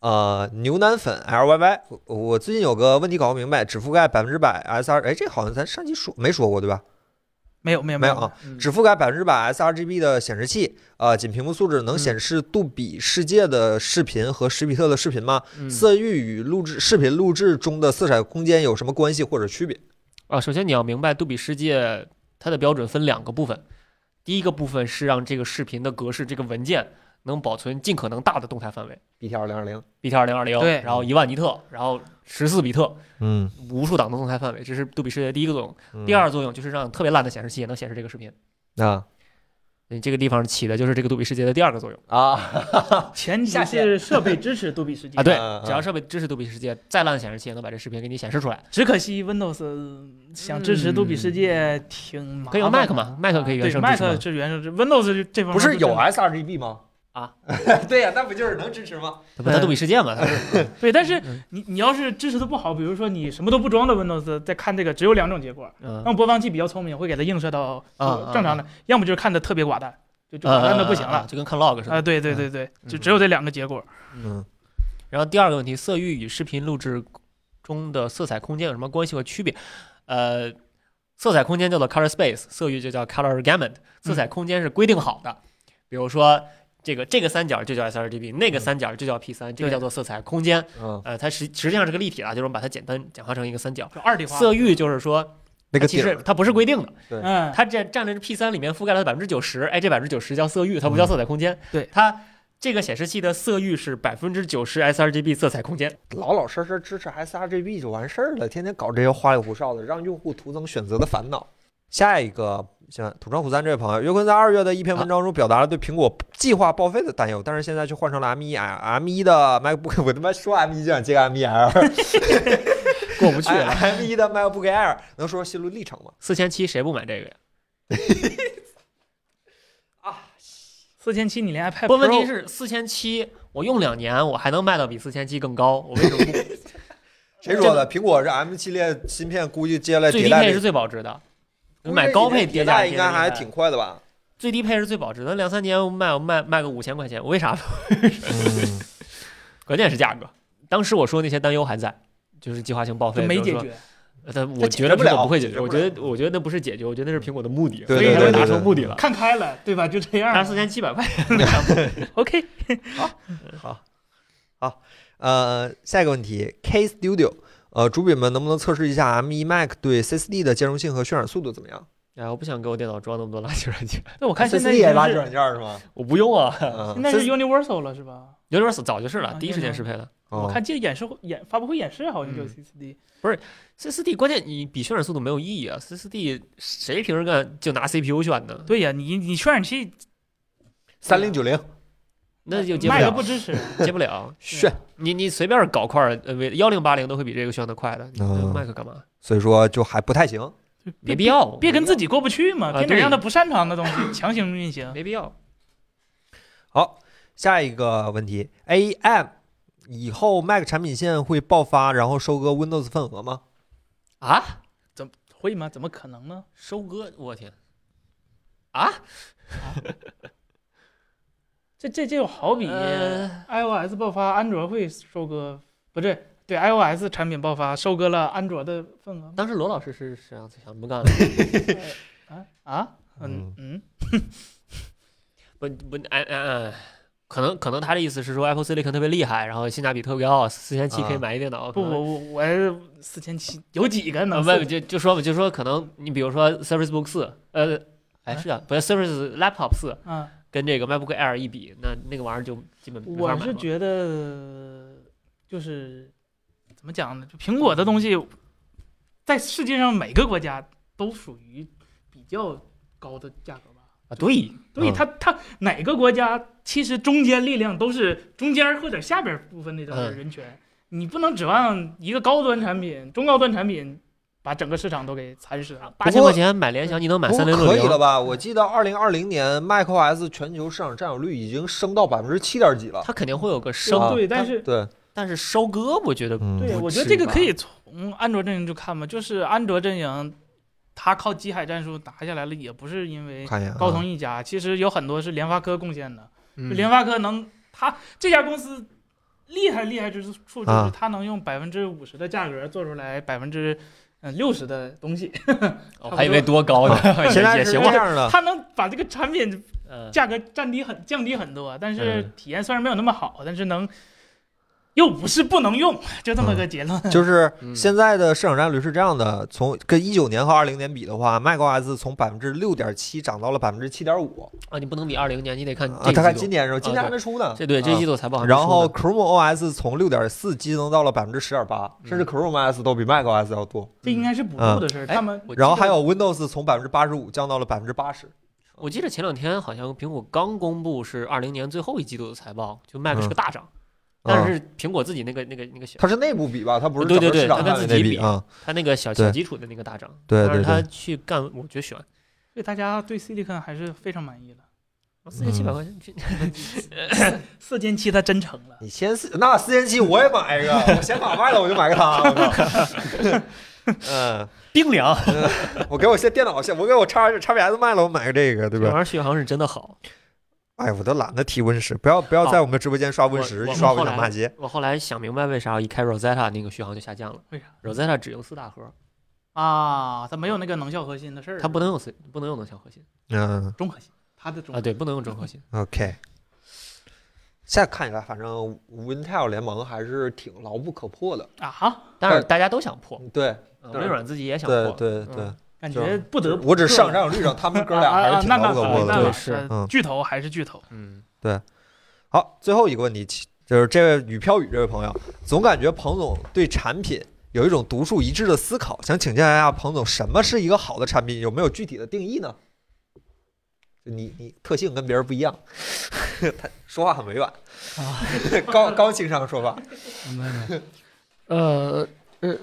[SPEAKER 1] 呃，牛腩粉 LYY，我我最近有个问题搞不明白，只覆盖百分之百 SR，哎，这好像咱上期说没说过对吧？
[SPEAKER 3] 没有没有
[SPEAKER 1] 没有
[SPEAKER 3] 有
[SPEAKER 1] 啊，只覆盖百分之百 sRGB 的显示器，呃，仅屏幕素质能
[SPEAKER 2] 嗯
[SPEAKER 1] 显示杜比世界的视频和史比特的视频吗？
[SPEAKER 2] 嗯
[SPEAKER 1] 色域与录制视频录制中的色彩空间有什么关系或者区别？
[SPEAKER 2] 啊，首先你要明白杜比世界它的标准分两个部分，第一个部分是让这个视频的格式这个文件能保存尽可能大的动态范围
[SPEAKER 1] BT 二零二零，
[SPEAKER 2] ，BT 二零二零，
[SPEAKER 3] 对
[SPEAKER 2] 然后一万尼特，然后十四比特，
[SPEAKER 1] 嗯，
[SPEAKER 2] 无数档的动态范围，这是杜比世界的第一个作用。第二个作用就是让特别烂的显示器也能显示这个视频。
[SPEAKER 1] 啊
[SPEAKER 2] 你这个地方起的就是这个杜比世界的第二个作用
[SPEAKER 1] 啊，
[SPEAKER 3] 前提
[SPEAKER 1] 下
[SPEAKER 3] 是设备支持杜比世界
[SPEAKER 2] 啊，对
[SPEAKER 1] 嗯嗯，
[SPEAKER 2] 只要设备支持杜比世界，再烂的显示器也能把这视频给你显示出来。
[SPEAKER 3] 只可惜 Windows 想支持杜比世界挺麻
[SPEAKER 2] 可以用
[SPEAKER 3] 烦
[SPEAKER 2] Mac
[SPEAKER 3] 的，
[SPEAKER 2] 嘛？Mac 可以原
[SPEAKER 3] 对
[SPEAKER 2] 生支持吗
[SPEAKER 3] ，Mac 是原生支，Windows 这方
[SPEAKER 1] 呃
[SPEAKER 3] 面
[SPEAKER 1] 不是有
[SPEAKER 3] 真的
[SPEAKER 1] sRGB 吗？
[SPEAKER 2] 啊，
[SPEAKER 1] 对呀、那不就是能支持吗？
[SPEAKER 2] 它不它杜比世界嘛？它是
[SPEAKER 3] 对，但是
[SPEAKER 2] 嗯
[SPEAKER 3] 你你要是支持的不好，比如说你什么都不装的 Windows，再看这个只有两种结果，
[SPEAKER 2] 嗯
[SPEAKER 3] 让播放器比较聪明，会给它映射到
[SPEAKER 2] 啊啊
[SPEAKER 3] 正常的，要么就是看的特别寡淡，就就寡淡的不行
[SPEAKER 2] 啊啊啊
[SPEAKER 3] 了
[SPEAKER 2] 就跟看 log 似
[SPEAKER 3] 啊，
[SPEAKER 2] 的。
[SPEAKER 3] 对对对对，
[SPEAKER 2] 嗯
[SPEAKER 3] 就只有这两个结果。
[SPEAKER 1] 嗯
[SPEAKER 2] 然后第二个问题，色域与视频录制中的色彩空间有什么关系和区别？呃，色彩空间叫做 color space，色域就叫 color gamut。色彩空间是规定好的，比如说这个这个三角就叫 sRGB，那个三角就叫 P 三，这个
[SPEAKER 3] 对
[SPEAKER 2] 叫做色彩空间。
[SPEAKER 1] 嗯，
[SPEAKER 2] 呃，它实实际上是个立体的，就是我们把它简单简化成一个三角。
[SPEAKER 3] 就二体化
[SPEAKER 2] 色域就是说，
[SPEAKER 1] 那
[SPEAKER 2] 它
[SPEAKER 1] 个
[SPEAKER 2] 其
[SPEAKER 1] 顶
[SPEAKER 2] 实它不是规定的，
[SPEAKER 3] 嗯，
[SPEAKER 2] 它占占了这 P 三里面覆盖了百分之九十，哎，这百分之九十叫色域，它不叫色彩空间。
[SPEAKER 3] 对
[SPEAKER 2] 它这个显示器的色域是百分之九十 sRGB 色彩空间。
[SPEAKER 1] 老老实实支持 sRGB 就完事儿了，天天搞这些花里胡哨的，让用户徒增选择的烦恼。下一个，像土生虎三这位朋友，约坤在二月的一篇文章中表达了对苹果计划报废的担忧，但是现在却换成了 M 一 M 一的 MacBook，我他妈说 M 一就想接 M 一 L， 哎
[SPEAKER 2] 过不
[SPEAKER 1] M E 一的 MacBook Air，能说说心路历程吗？
[SPEAKER 2] 哎四千七谁不买这个呀？
[SPEAKER 3] 四千七你连
[SPEAKER 1] 哎
[SPEAKER 3] iPad
[SPEAKER 2] 不，问题
[SPEAKER 3] Pro
[SPEAKER 2] 是四千七，我用两年，我还能卖到比四千七更高，我为 什么
[SPEAKER 1] 哎
[SPEAKER 2] 不？
[SPEAKER 1] 谁说的？苹果这 M 系列芯片估计接下来
[SPEAKER 2] 最
[SPEAKER 1] 迭
[SPEAKER 2] 低
[SPEAKER 1] 代
[SPEAKER 2] 配
[SPEAKER 1] 这
[SPEAKER 2] 是
[SPEAKER 1] 个，
[SPEAKER 2] 最保值的，买高配
[SPEAKER 1] 迭
[SPEAKER 2] 迭
[SPEAKER 1] 代
[SPEAKER 2] 代
[SPEAKER 1] 应该还挺快的吧？
[SPEAKER 2] 最低配是最保值的，两三年我卖我卖卖个五千块钱，我为啥？
[SPEAKER 1] 嗯，
[SPEAKER 2] 关键是价格。当时我说那些担忧还在，就是计划性报
[SPEAKER 3] 就
[SPEAKER 2] 废
[SPEAKER 3] 没
[SPEAKER 2] 比
[SPEAKER 3] 解
[SPEAKER 2] 如说
[SPEAKER 3] 决，
[SPEAKER 2] 呃但
[SPEAKER 1] 这
[SPEAKER 2] 我
[SPEAKER 1] 解
[SPEAKER 2] 觉
[SPEAKER 1] 决
[SPEAKER 2] 得
[SPEAKER 1] 不
[SPEAKER 2] 苹
[SPEAKER 1] 了
[SPEAKER 2] 果不会解
[SPEAKER 1] 解
[SPEAKER 2] 决，
[SPEAKER 1] 决
[SPEAKER 2] 我
[SPEAKER 1] 不
[SPEAKER 2] 觉
[SPEAKER 1] 了
[SPEAKER 2] 得我觉得那不是解决，我觉得那是苹果的目的，
[SPEAKER 1] 对
[SPEAKER 2] 所以
[SPEAKER 3] 对
[SPEAKER 2] 它就
[SPEAKER 3] 对对
[SPEAKER 2] 达成
[SPEAKER 1] 对
[SPEAKER 2] 目的了。
[SPEAKER 3] 看开了，对吧？就这样
[SPEAKER 2] 达
[SPEAKER 3] 了。
[SPEAKER 2] 四千七百块， 哎
[SPEAKER 3] OK，
[SPEAKER 1] 呃，下一个问题，K Studio，呃，主笔们能不能测试一下 M1 Mac 对 CSD 的兼容性和渲染速度怎么样？
[SPEAKER 2] 哎，我不想给我电脑装那么多垃圾软件，
[SPEAKER 3] 那我看现在
[SPEAKER 1] CSD
[SPEAKER 3] 已经
[SPEAKER 1] 也
[SPEAKER 3] 是
[SPEAKER 1] 拉软件儿是 吗？
[SPEAKER 2] 我不用啊。
[SPEAKER 1] 嗯
[SPEAKER 3] 现在是
[SPEAKER 1] CSD
[SPEAKER 3] Universal 了是吧？
[SPEAKER 2] 有点早就是了
[SPEAKER 3] 啊，
[SPEAKER 2] 第一时间适配的。
[SPEAKER 1] 哦
[SPEAKER 3] 我看这演示会演发布会演示好像就
[SPEAKER 2] 嗯
[SPEAKER 3] CCD，
[SPEAKER 2] C 四 D 关键你比渲染速度没有意义啊，C 四 D 谁平时干就拿 CPU 选呢？
[SPEAKER 3] 对呀，你你渲染器
[SPEAKER 1] 三零九零
[SPEAKER 2] 那就接不
[SPEAKER 3] 卖的不
[SPEAKER 2] 了，
[SPEAKER 3] 支 持，
[SPEAKER 2] 接不了。
[SPEAKER 1] 炫，
[SPEAKER 2] 你你随便搞块儿呃，幺零八零都会比这个炫的快的，你那
[SPEAKER 1] 嗯
[SPEAKER 2] Mac 干嘛？
[SPEAKER 1] 所以说就还不太行。
[SPEAKER 2] 没必要，
[SPEAKER 3] 别跟自己过不去嘛，
[SPEAKER 2] 啊
[SPEAKER 3] 偏得让
[SPEAKER 2] 对
[SPEAKER 3] 他不擅长的东西强行运行。
[SPEAKER 2] 没必要。
[SPEAKER 1] 好，下一个问题，AM 以后 Mac 产品线会爆发，然后收割 Windows 份额吗？
[SPEAKER 2] 啊，
[SPEAKER 3] 会吗？怎么可能呢？
[SPEAKER 2] 收割，我天，
[SPEAKER 3] 这这这就好比
[SPEAKER 2] 呃
[SPEAKER 3] iOS 爆发，安卓会收割，不对，对 iOS 产品爆发收割了安卓的份额吗
[SPEAKER 2] 当时罗老师是是想想这么干的，
[SPEAKER 3] 啊啊嗯嗯，
[SPEAKER 2] 不不，哎哎哎，可能可能他的意思是说 Apple Silicon 特别厉害，然后性价比特别高，四千七可以
[SPEAKER 1] 啊
[SPEAKER 2] 买一电脑。
[SPEAKER 3] 不
[SPEAKER 2] 可能
[SPEAKER 3] 不不，我四千七有几个
[SPEAKER 2] 呃，
[SPEAKER 3] 能
[SPEAKER 2] 不
[SPEAKER 3] 四？
[SPEAKER 2] 就就说吧，就说可能你比如说 Surface Book 四，呃，哎
[SPEAKER 3] 啊
[SPEAKER 2] 是啊，不是 Surface Laptop 四
[SPEAKER 3] 啊，
[SPEAKER 2] 跟这个 MacBook Air 一比，那那个玩意儿就基本没法
[SPEAKER 3] 我
[SPEAKER 2] 买
[SPEAKER 3] 是
[SPEAKER 2] 了。
[SPEAKER 3] 觉得就是怎么讲呢？就苹果的东西，在世界上每个国家都属于比较高的价格吧。
[SPEAKER 2] 啊，对，
[SPEAKER 3] 对
[SPEAKER 1] 嗯
[SPEAKER 3] 它，它哪个国家其实中间力量都是中间或者下边部分那种
[SPEAKER 2] 嗯
[SPEAKER 3] 人群，你不能指望一个高端产品、中高端产品把整个市场都给蚕食了。
[SPEAKER 2] 八千块钱买联想，你能买
[SPEAKER 1] 不过
[SPEAKER 2] 三零六
[SPEAKER 1] 哦可以了
[SPEAKER 2] 零，
[SPEAKER 1] 吧？我记得二零二零年 macOS 全球市场占有率已经升到百分之七点几了。
[SPEAKER 2] 它肯定会有个升，
[SPEAKER 1] 啊
[SPEAKER 3] 对，但是
[SPEAKER 1] 对，
[SPEAKER 2] 但是收割我觉得
[SPEAKER 3] 对，
[SPEAKER 1] 嗯，
[SPEAKER 3] 我觉得这个可以从安卓阵营就看吧，就是安卓阵营，它靠机海战术拿下来了，也不是因为
[SPEAKER 1] 看一眼啊
[SPEAKER 3] 高通一家，其实有很多是联发科贡献的。
[SPEAKER 2] 嗯
[SPEAKER 3] 就联发科能，它这家公司厉害厉害之处就
[SPEAKER 1] 啊
[SPEAKER 3] 是它能用百分之五十的价格做出来百分之嗯六十的东西，
[SPEAKER 2] 我还以为多高呢，
[SPEAKER 1] 啊现在
[SPEAKER 2] 也
[SPEAKER 1] 是
[SPEAKER 2] 行
[SPEAKER 1] 这
[SPEAKER 2] 吧。
[SPEAKER 1] 样的，
[SPEAKER 3] 它能把这个产品
[SPEAKER 2] 嗯，
[SPEAKER 3] 价格降低很降低很多，但是
[SPEAKER 2] 嗯
[SPEAKER 3] 体验虽然没有那么好，但是能又不是不能用，就这么个结论。
[SPEAKER 1] 就是
[SPEAKER 2] 嗯
[SPEAKER 1] 现在的市场占有率是这样的，从跟一九年和二零年比的话，macOS 从百分之六点七涨到了百分之七点五，
[SPEAKER 2] 啊，你不能比二零年，你得看
[SPEAKER 1] 啊，
[SPEAKER 2] 呃这
[SPEAKER 1] 它看
[SPEAKER 2] 个
[SPEAKER 1] 今
[SPEAKER 2] 季度。
[SPEAKER 1] 年是吧？今年
[SPEAKER 2] 啊
[SPEAKER 1] 还没出呢。
[SPEAKER 2] 这对这
[SPEAKER 1] 啊
[SPEAKER 2] 一季度财报还没
[SPEAKER 1] 然
[SPEAKER 2] 出
[SPEAKER 1] 后
[SPEAKER 2] 呢
[SPEAKER 1] Chrome OS 从六点四激增到了百分之十点八，甚至
[SPEAKER 2] 嗯
[SPEAKER 1] Chrome OS 都比 macOS 要多。
[SPEAKER 3] 这应该是补录的事儿，
[SPEAKER 2] 哎
[SPEAKER 3] 他们
[SPEAKER 2] 我记
[SPEAKER 1] 然后
[SPEAKER 2] 得
[SPEAKER 1] 还有 Windows 从百分之八十五降到了百分之八十。
[SPEAKER 2] 我记得前两天好像苹果刚公布是二零年最后一季度的财报，就 Mac 是
[SPEAKER 1] 嗯
[SPEAKER 2] 个大涨，但是苹果自己那个那个那个小
[SPEAKER 1] 它是内部比吧，它不是
[SPEAKER 2] 对对
[SPEAKER 1] 整个
[SPEAKER 2] 对
[SPEAKER 1] 市场
[SPEAKER 2] 它跟
[SPEAKER 1] 范围
[SPEAKER 2] 自己
[SPEAKER 1] 内
[SPEAKER 2] 比
[SPEAKER 1] 啊。
[SPEAKER 2] 它那个小
[SPEAKER 1] 对
[SPEAKER 2] 小基础的那个大涨，
[SPEAKER 1] 对
[SPEAKER 2] 但
[SPEAKER 1] 对
[SPEAKER 2] 是它
[SPEAKER 1] 对，
[SPEAKER 2] 去干，我觉得选
[SPEAKER 3] 对大家对 Silicon 还是非常满意的。
[SPEAKER 1] 嗯
[SPEAKER 2] 四千七百块钱去，
[SPEAKER 3] 四千七它真成了，
[SPEAKER 1] 你先四那四千七我也买一个，我嫌卡卖了我就买个它。我 靠 嗯，
[SPEAKER 2] 冰凉，
[SPEAKER 1] 我给我现电脑，现我给我叉叉 PS 卖了，我买个这个，对
[SPEAKER 2] 这玩意
[SPEAKER 1] 吧？
[SPEAKER 2] 儿续航是真的好。
[SPEAKER 1] 哎，我都懒得提 Win 十，不要不要
[SPEAKER 2] 好
[SPEAKER 1] 在我们直播间刷 Win
[SPEAKER 2] 我
[SPEAKER 1] 十，
[SPEAKER 2] 我
[SPEAKER 1] 一刷
[SPEAKER 2] 我
[SPEAKER 1] 我
[SPEAKER 2] 后
[SPEAKER 1] 想
[SPEAKER 2] 来
[SPEAKER 1] 骂街。
[SPEAKER 2] 我后来想明白为啥一开 Rosetta 那个续航就下降了
[SPEAKER 3] 为啥
[SPEAKER 2] ，Rosetta 只用四大核，
[SPEAKER 3] 啊？它没有那个能效核心的事儿，
[SPEAKER 2] 它不能用四不能用能效核心
[SPEAKER 1] 嗯
[SPEAKER 3] 中核心，它的中
[SPEAKER 2] 啊，对，不能用中核心。
[SPEAKER 1] ，OK。现在看起来，反正 Intel 联盟还是挺牢不可破的。
[SPEAKER 3] 啊哈，
[SPEAKER 2] 但是大家都想破，
[SPEAKER 1] 对
[SPEAKER 2] 呃
[SPEAKER 1] 对
[SPEAKER 2] 微软自己也想
[SPEAKER 1] 对
[SPEAKER 2] 破，
[SPEAKER 1] 对对，
[SPEAKER 2] 嗯
[SPEAKER 3] 感
[SPEAKER 1] 就是
[SPEAKER 3] 觉不得不
[SPEAKER 1] 我只是
[SPEAKER 3] 做
[SPEAKER 1] 上占有率上，他们哥俩
[SPEAKER 3] 啊
[SPEAKER 1] 还
[SPEAKER 3] 啊
[SPEAKER 1] 是挺
[SPEAKER 3] 那
[SPEAKER 1] 牢
[SPEAKER 3] 那
[SPEAKER 1] 不可
[SPEAKER 3] 可
[SPEAKER 1] 破
[SPEAKER 3] 不
[SPEAKER 1] 的。
[SPEAKER 2] 那
[SPEAKER 1] 对
[SPEAKER 2] 对是
[SPEAKER 1] 嗯
[SPEAKER 3] 巨头还是巨头，
[SPEAKER 2] 嗯，
[SPEAKER 1] 好，最后一个问题，其就是这位雨飘雨这位朋友，总感觉彭总对产品有一种独树一帜的思考，想请教一下彭总，什么是一个好的产品？有没有具体的定义呢？就你你特性跟别人不一样， 他说话很委婉，啊 高高情商说法。
[SPEAKER 5] 没有没有，呃呃，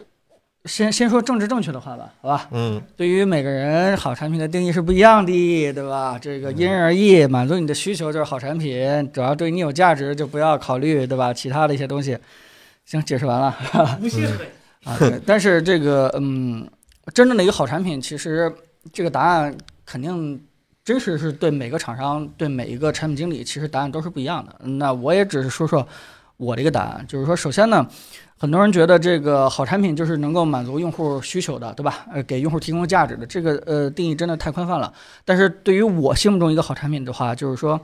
[SPEAKER 5] 先先说政治正确的话吧，好吧？
[SPEAKER 1] 嗯
[SPEAKER 5] 对于每个人好产品的定义是不一样的，对吧？这个因人而异，满足你的需求就是好产品，只要对你有价值就不要考虑，对吧？其他的一些东西，行，解释完了。
[SPEAKER 3] 无懈可击。
[SPEAKER 5] 啊，对，但是这个，嗯，真正的一个好产品，其实这个答案肯定真是是对每个厂商、对每一个产品经理，其实答案都是不一样的。那我也只是说说我的一个答案，就是说，首先呢，很多人觉得这个好产品就是能够满足用户需求的，对吧？呃，给用户提供价值的，这个呃定义真的太宽泛了。但是对于我心目中一个好产品的话，就是说。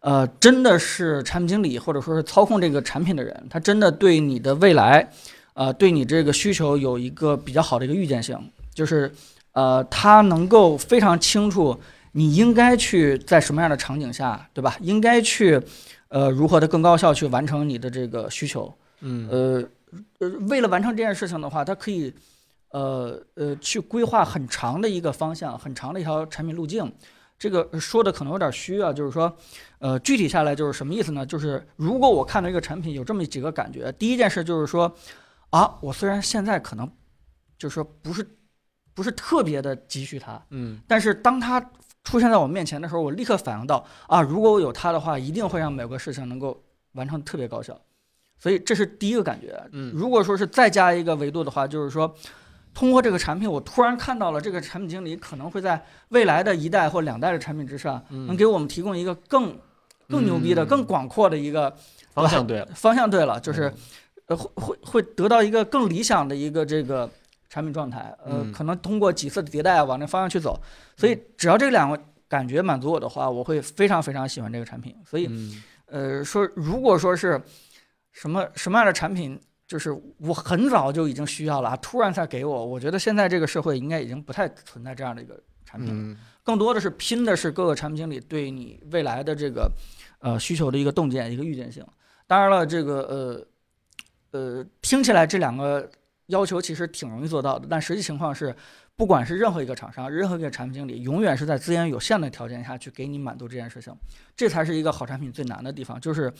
[SPEAKER 5] 呃，真的是产品经理或者说是操控这个产品的人，他真的对你的未来呃，对你这个需求有一个比较好的一个预见性，就是呃，它能够非常清楚你应该去在什么样的场景下，对吧？应该去呃如何的更高效去完成你的这个需求。
[SPEAKER 2] 嗯
[SPEAKER 5] 呃，呃，为了完成这件事情的话，它可以，呃呃，去规划很长的一个方向，很长的一条产品路径。这个说的可能有点虚啊，就是说，呃，具体下来就是什么意思呢？就是如果我看到一个产品有这么几个感觉，第一件事就是说，啊，我虽然现在可能就是说不是不是特别的急需它，
[SPEAKER 1] 嗯
[SPEAKER 5] 但是当它出现在我面前的时候，我立刻反应到啊，如果我有它的话，一定会让每个事情能够完成得特别高效。所以这是第一个感觉。啊
[SPEAKER 1] 嗯
[SPEAKER 5] 如果说是再加一个维度的话，就是说，通过这个产品，我突然看到了这个产品经理可能会在未来的一代或两代的产品之上，能
[SPEAKER 1] 嗯，
[SPEAKER 5] 给我们提供一个更更牛逼的、
[SPEAKER 1] 嗯
[SPEAKER 5] 更广阔的一个
[SPEAKER 2] 方 向对了，
[SPEAKER 5] 方向。对了，就是呃会会会得到一个更理想的一个这个产品状态，呃
[SPEAKER 1] 嗯，
[SPEAKER 5] 可能通过几次的迭代往那方向去走。所以只要这两个感觉满足我的话，我会非常非常喜欢这个产品。所以
[SPEAKER 1] 嗯
[SPEAKER 5] 呃，说如果说是什么什么样的产品。就是我很早就已经需要了，啊突然才给我。我觉得现在这个社会应该已经不太存在这样的一个产品了。
[SPEAKER 1] 嗯
[SPEAKER 5] 更多的是拼的是各个产品经理对你未来的这个呃需求的一个洞见、一个预见性。当然了，这个呃呃听起来这两个要求其实挺容易做到的，但实际情况是，不管是任何一个厂商、任何一个产品经理，永远是在资源有限的条件下去给你满足这件事情，这才是一个好产品最难的地方，就是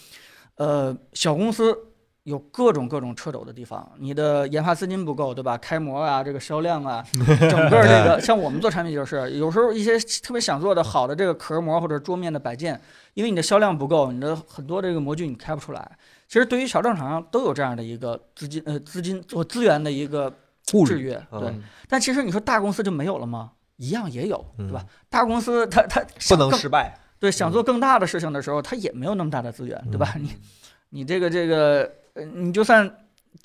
[SPEAKER 5] 呃小公司。有各种各种掣肘的地方，你的研发资金不够，对吧？开模啊，这个销量啊，整个这个像我们做产品就是，有时候一些特别想做的好的这个壳膜或者桌面的摆件，因为你的销量不够，你的很多这个模具你开不出来。其实对于小正厂商都有这样的一个资金呃资金做资源的一个
[SPEAKER 1] 顾
[SPEAKER 5] 制
[SPEAKER 1] 虑
[SPEAKER 5] 约，
[SPEAKER 1] 啊
[SPEAKER 5] 对。但其实你说大公司就没有了吗？一样也有，对吧？
[SPEAKER 1] 嗯
[SPEAKER 5] 大公司它它
[SPEAKER 1] 不
[SPEAKER 5] 想
[SPEAKER 1] 能嗯
[SPEAKER 5] 更
[SPEAKER 1] 失败，
[SPEAKER 5] 对想做更大的事情的时候，它也没有那么大的资源，对吧？
[SPEAKER 1] 嗯
[SPEAKER 5] 你你这个这个，呃，你就算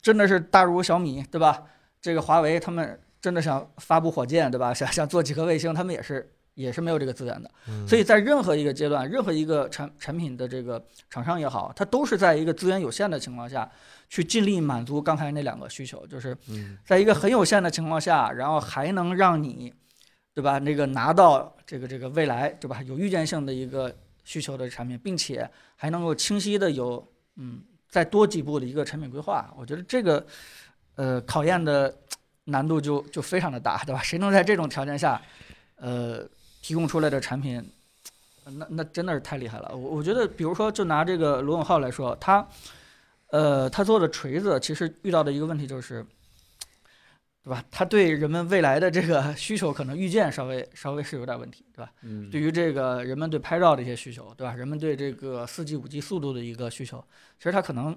[SPEAKER 5] 真的是大如小米，对吧？这个华为他们真的想发布火箭，对吧？想想做几颗卫星，他们也是也是没有这个资源的。
[SPEAKER 1] 嗯
[SPEAKER 5] 所以在任何一个阶段，任何一个产产品的这个厂商也好，它都是在一个资源有限的情况下，去尽力满足刚才那两个需求，就是
[SPEAKER 1] 嗯
[SPEAKER 5] 在一个很有限的情况下，然后还能让你，对吧？那个拿到这个这个未来，对吧？有预见性的一个需求的产品，并且还能够清晰的有，嗯，再多几步的一个产品规划。我觉得这个，呃，考验的难度就就非常的大，对吧？谁能在这种条件下，呃，提供出来的产品，那那真的是太厉害了。我我觉得，比如说，就拿这个罗永浩来说，他。呃，他做的锤子其实遇到的一个问题就是，对吧？他对人们未来的这个需求可能预见稍微稍微是有点问题，对吧？
[SPEAKER 1] 嗯
[SPEAKER 5] 对于这个人们对拍照的一些需求，对吧？人们对这个四 G、五 G 速度的一个需求，其实他可能，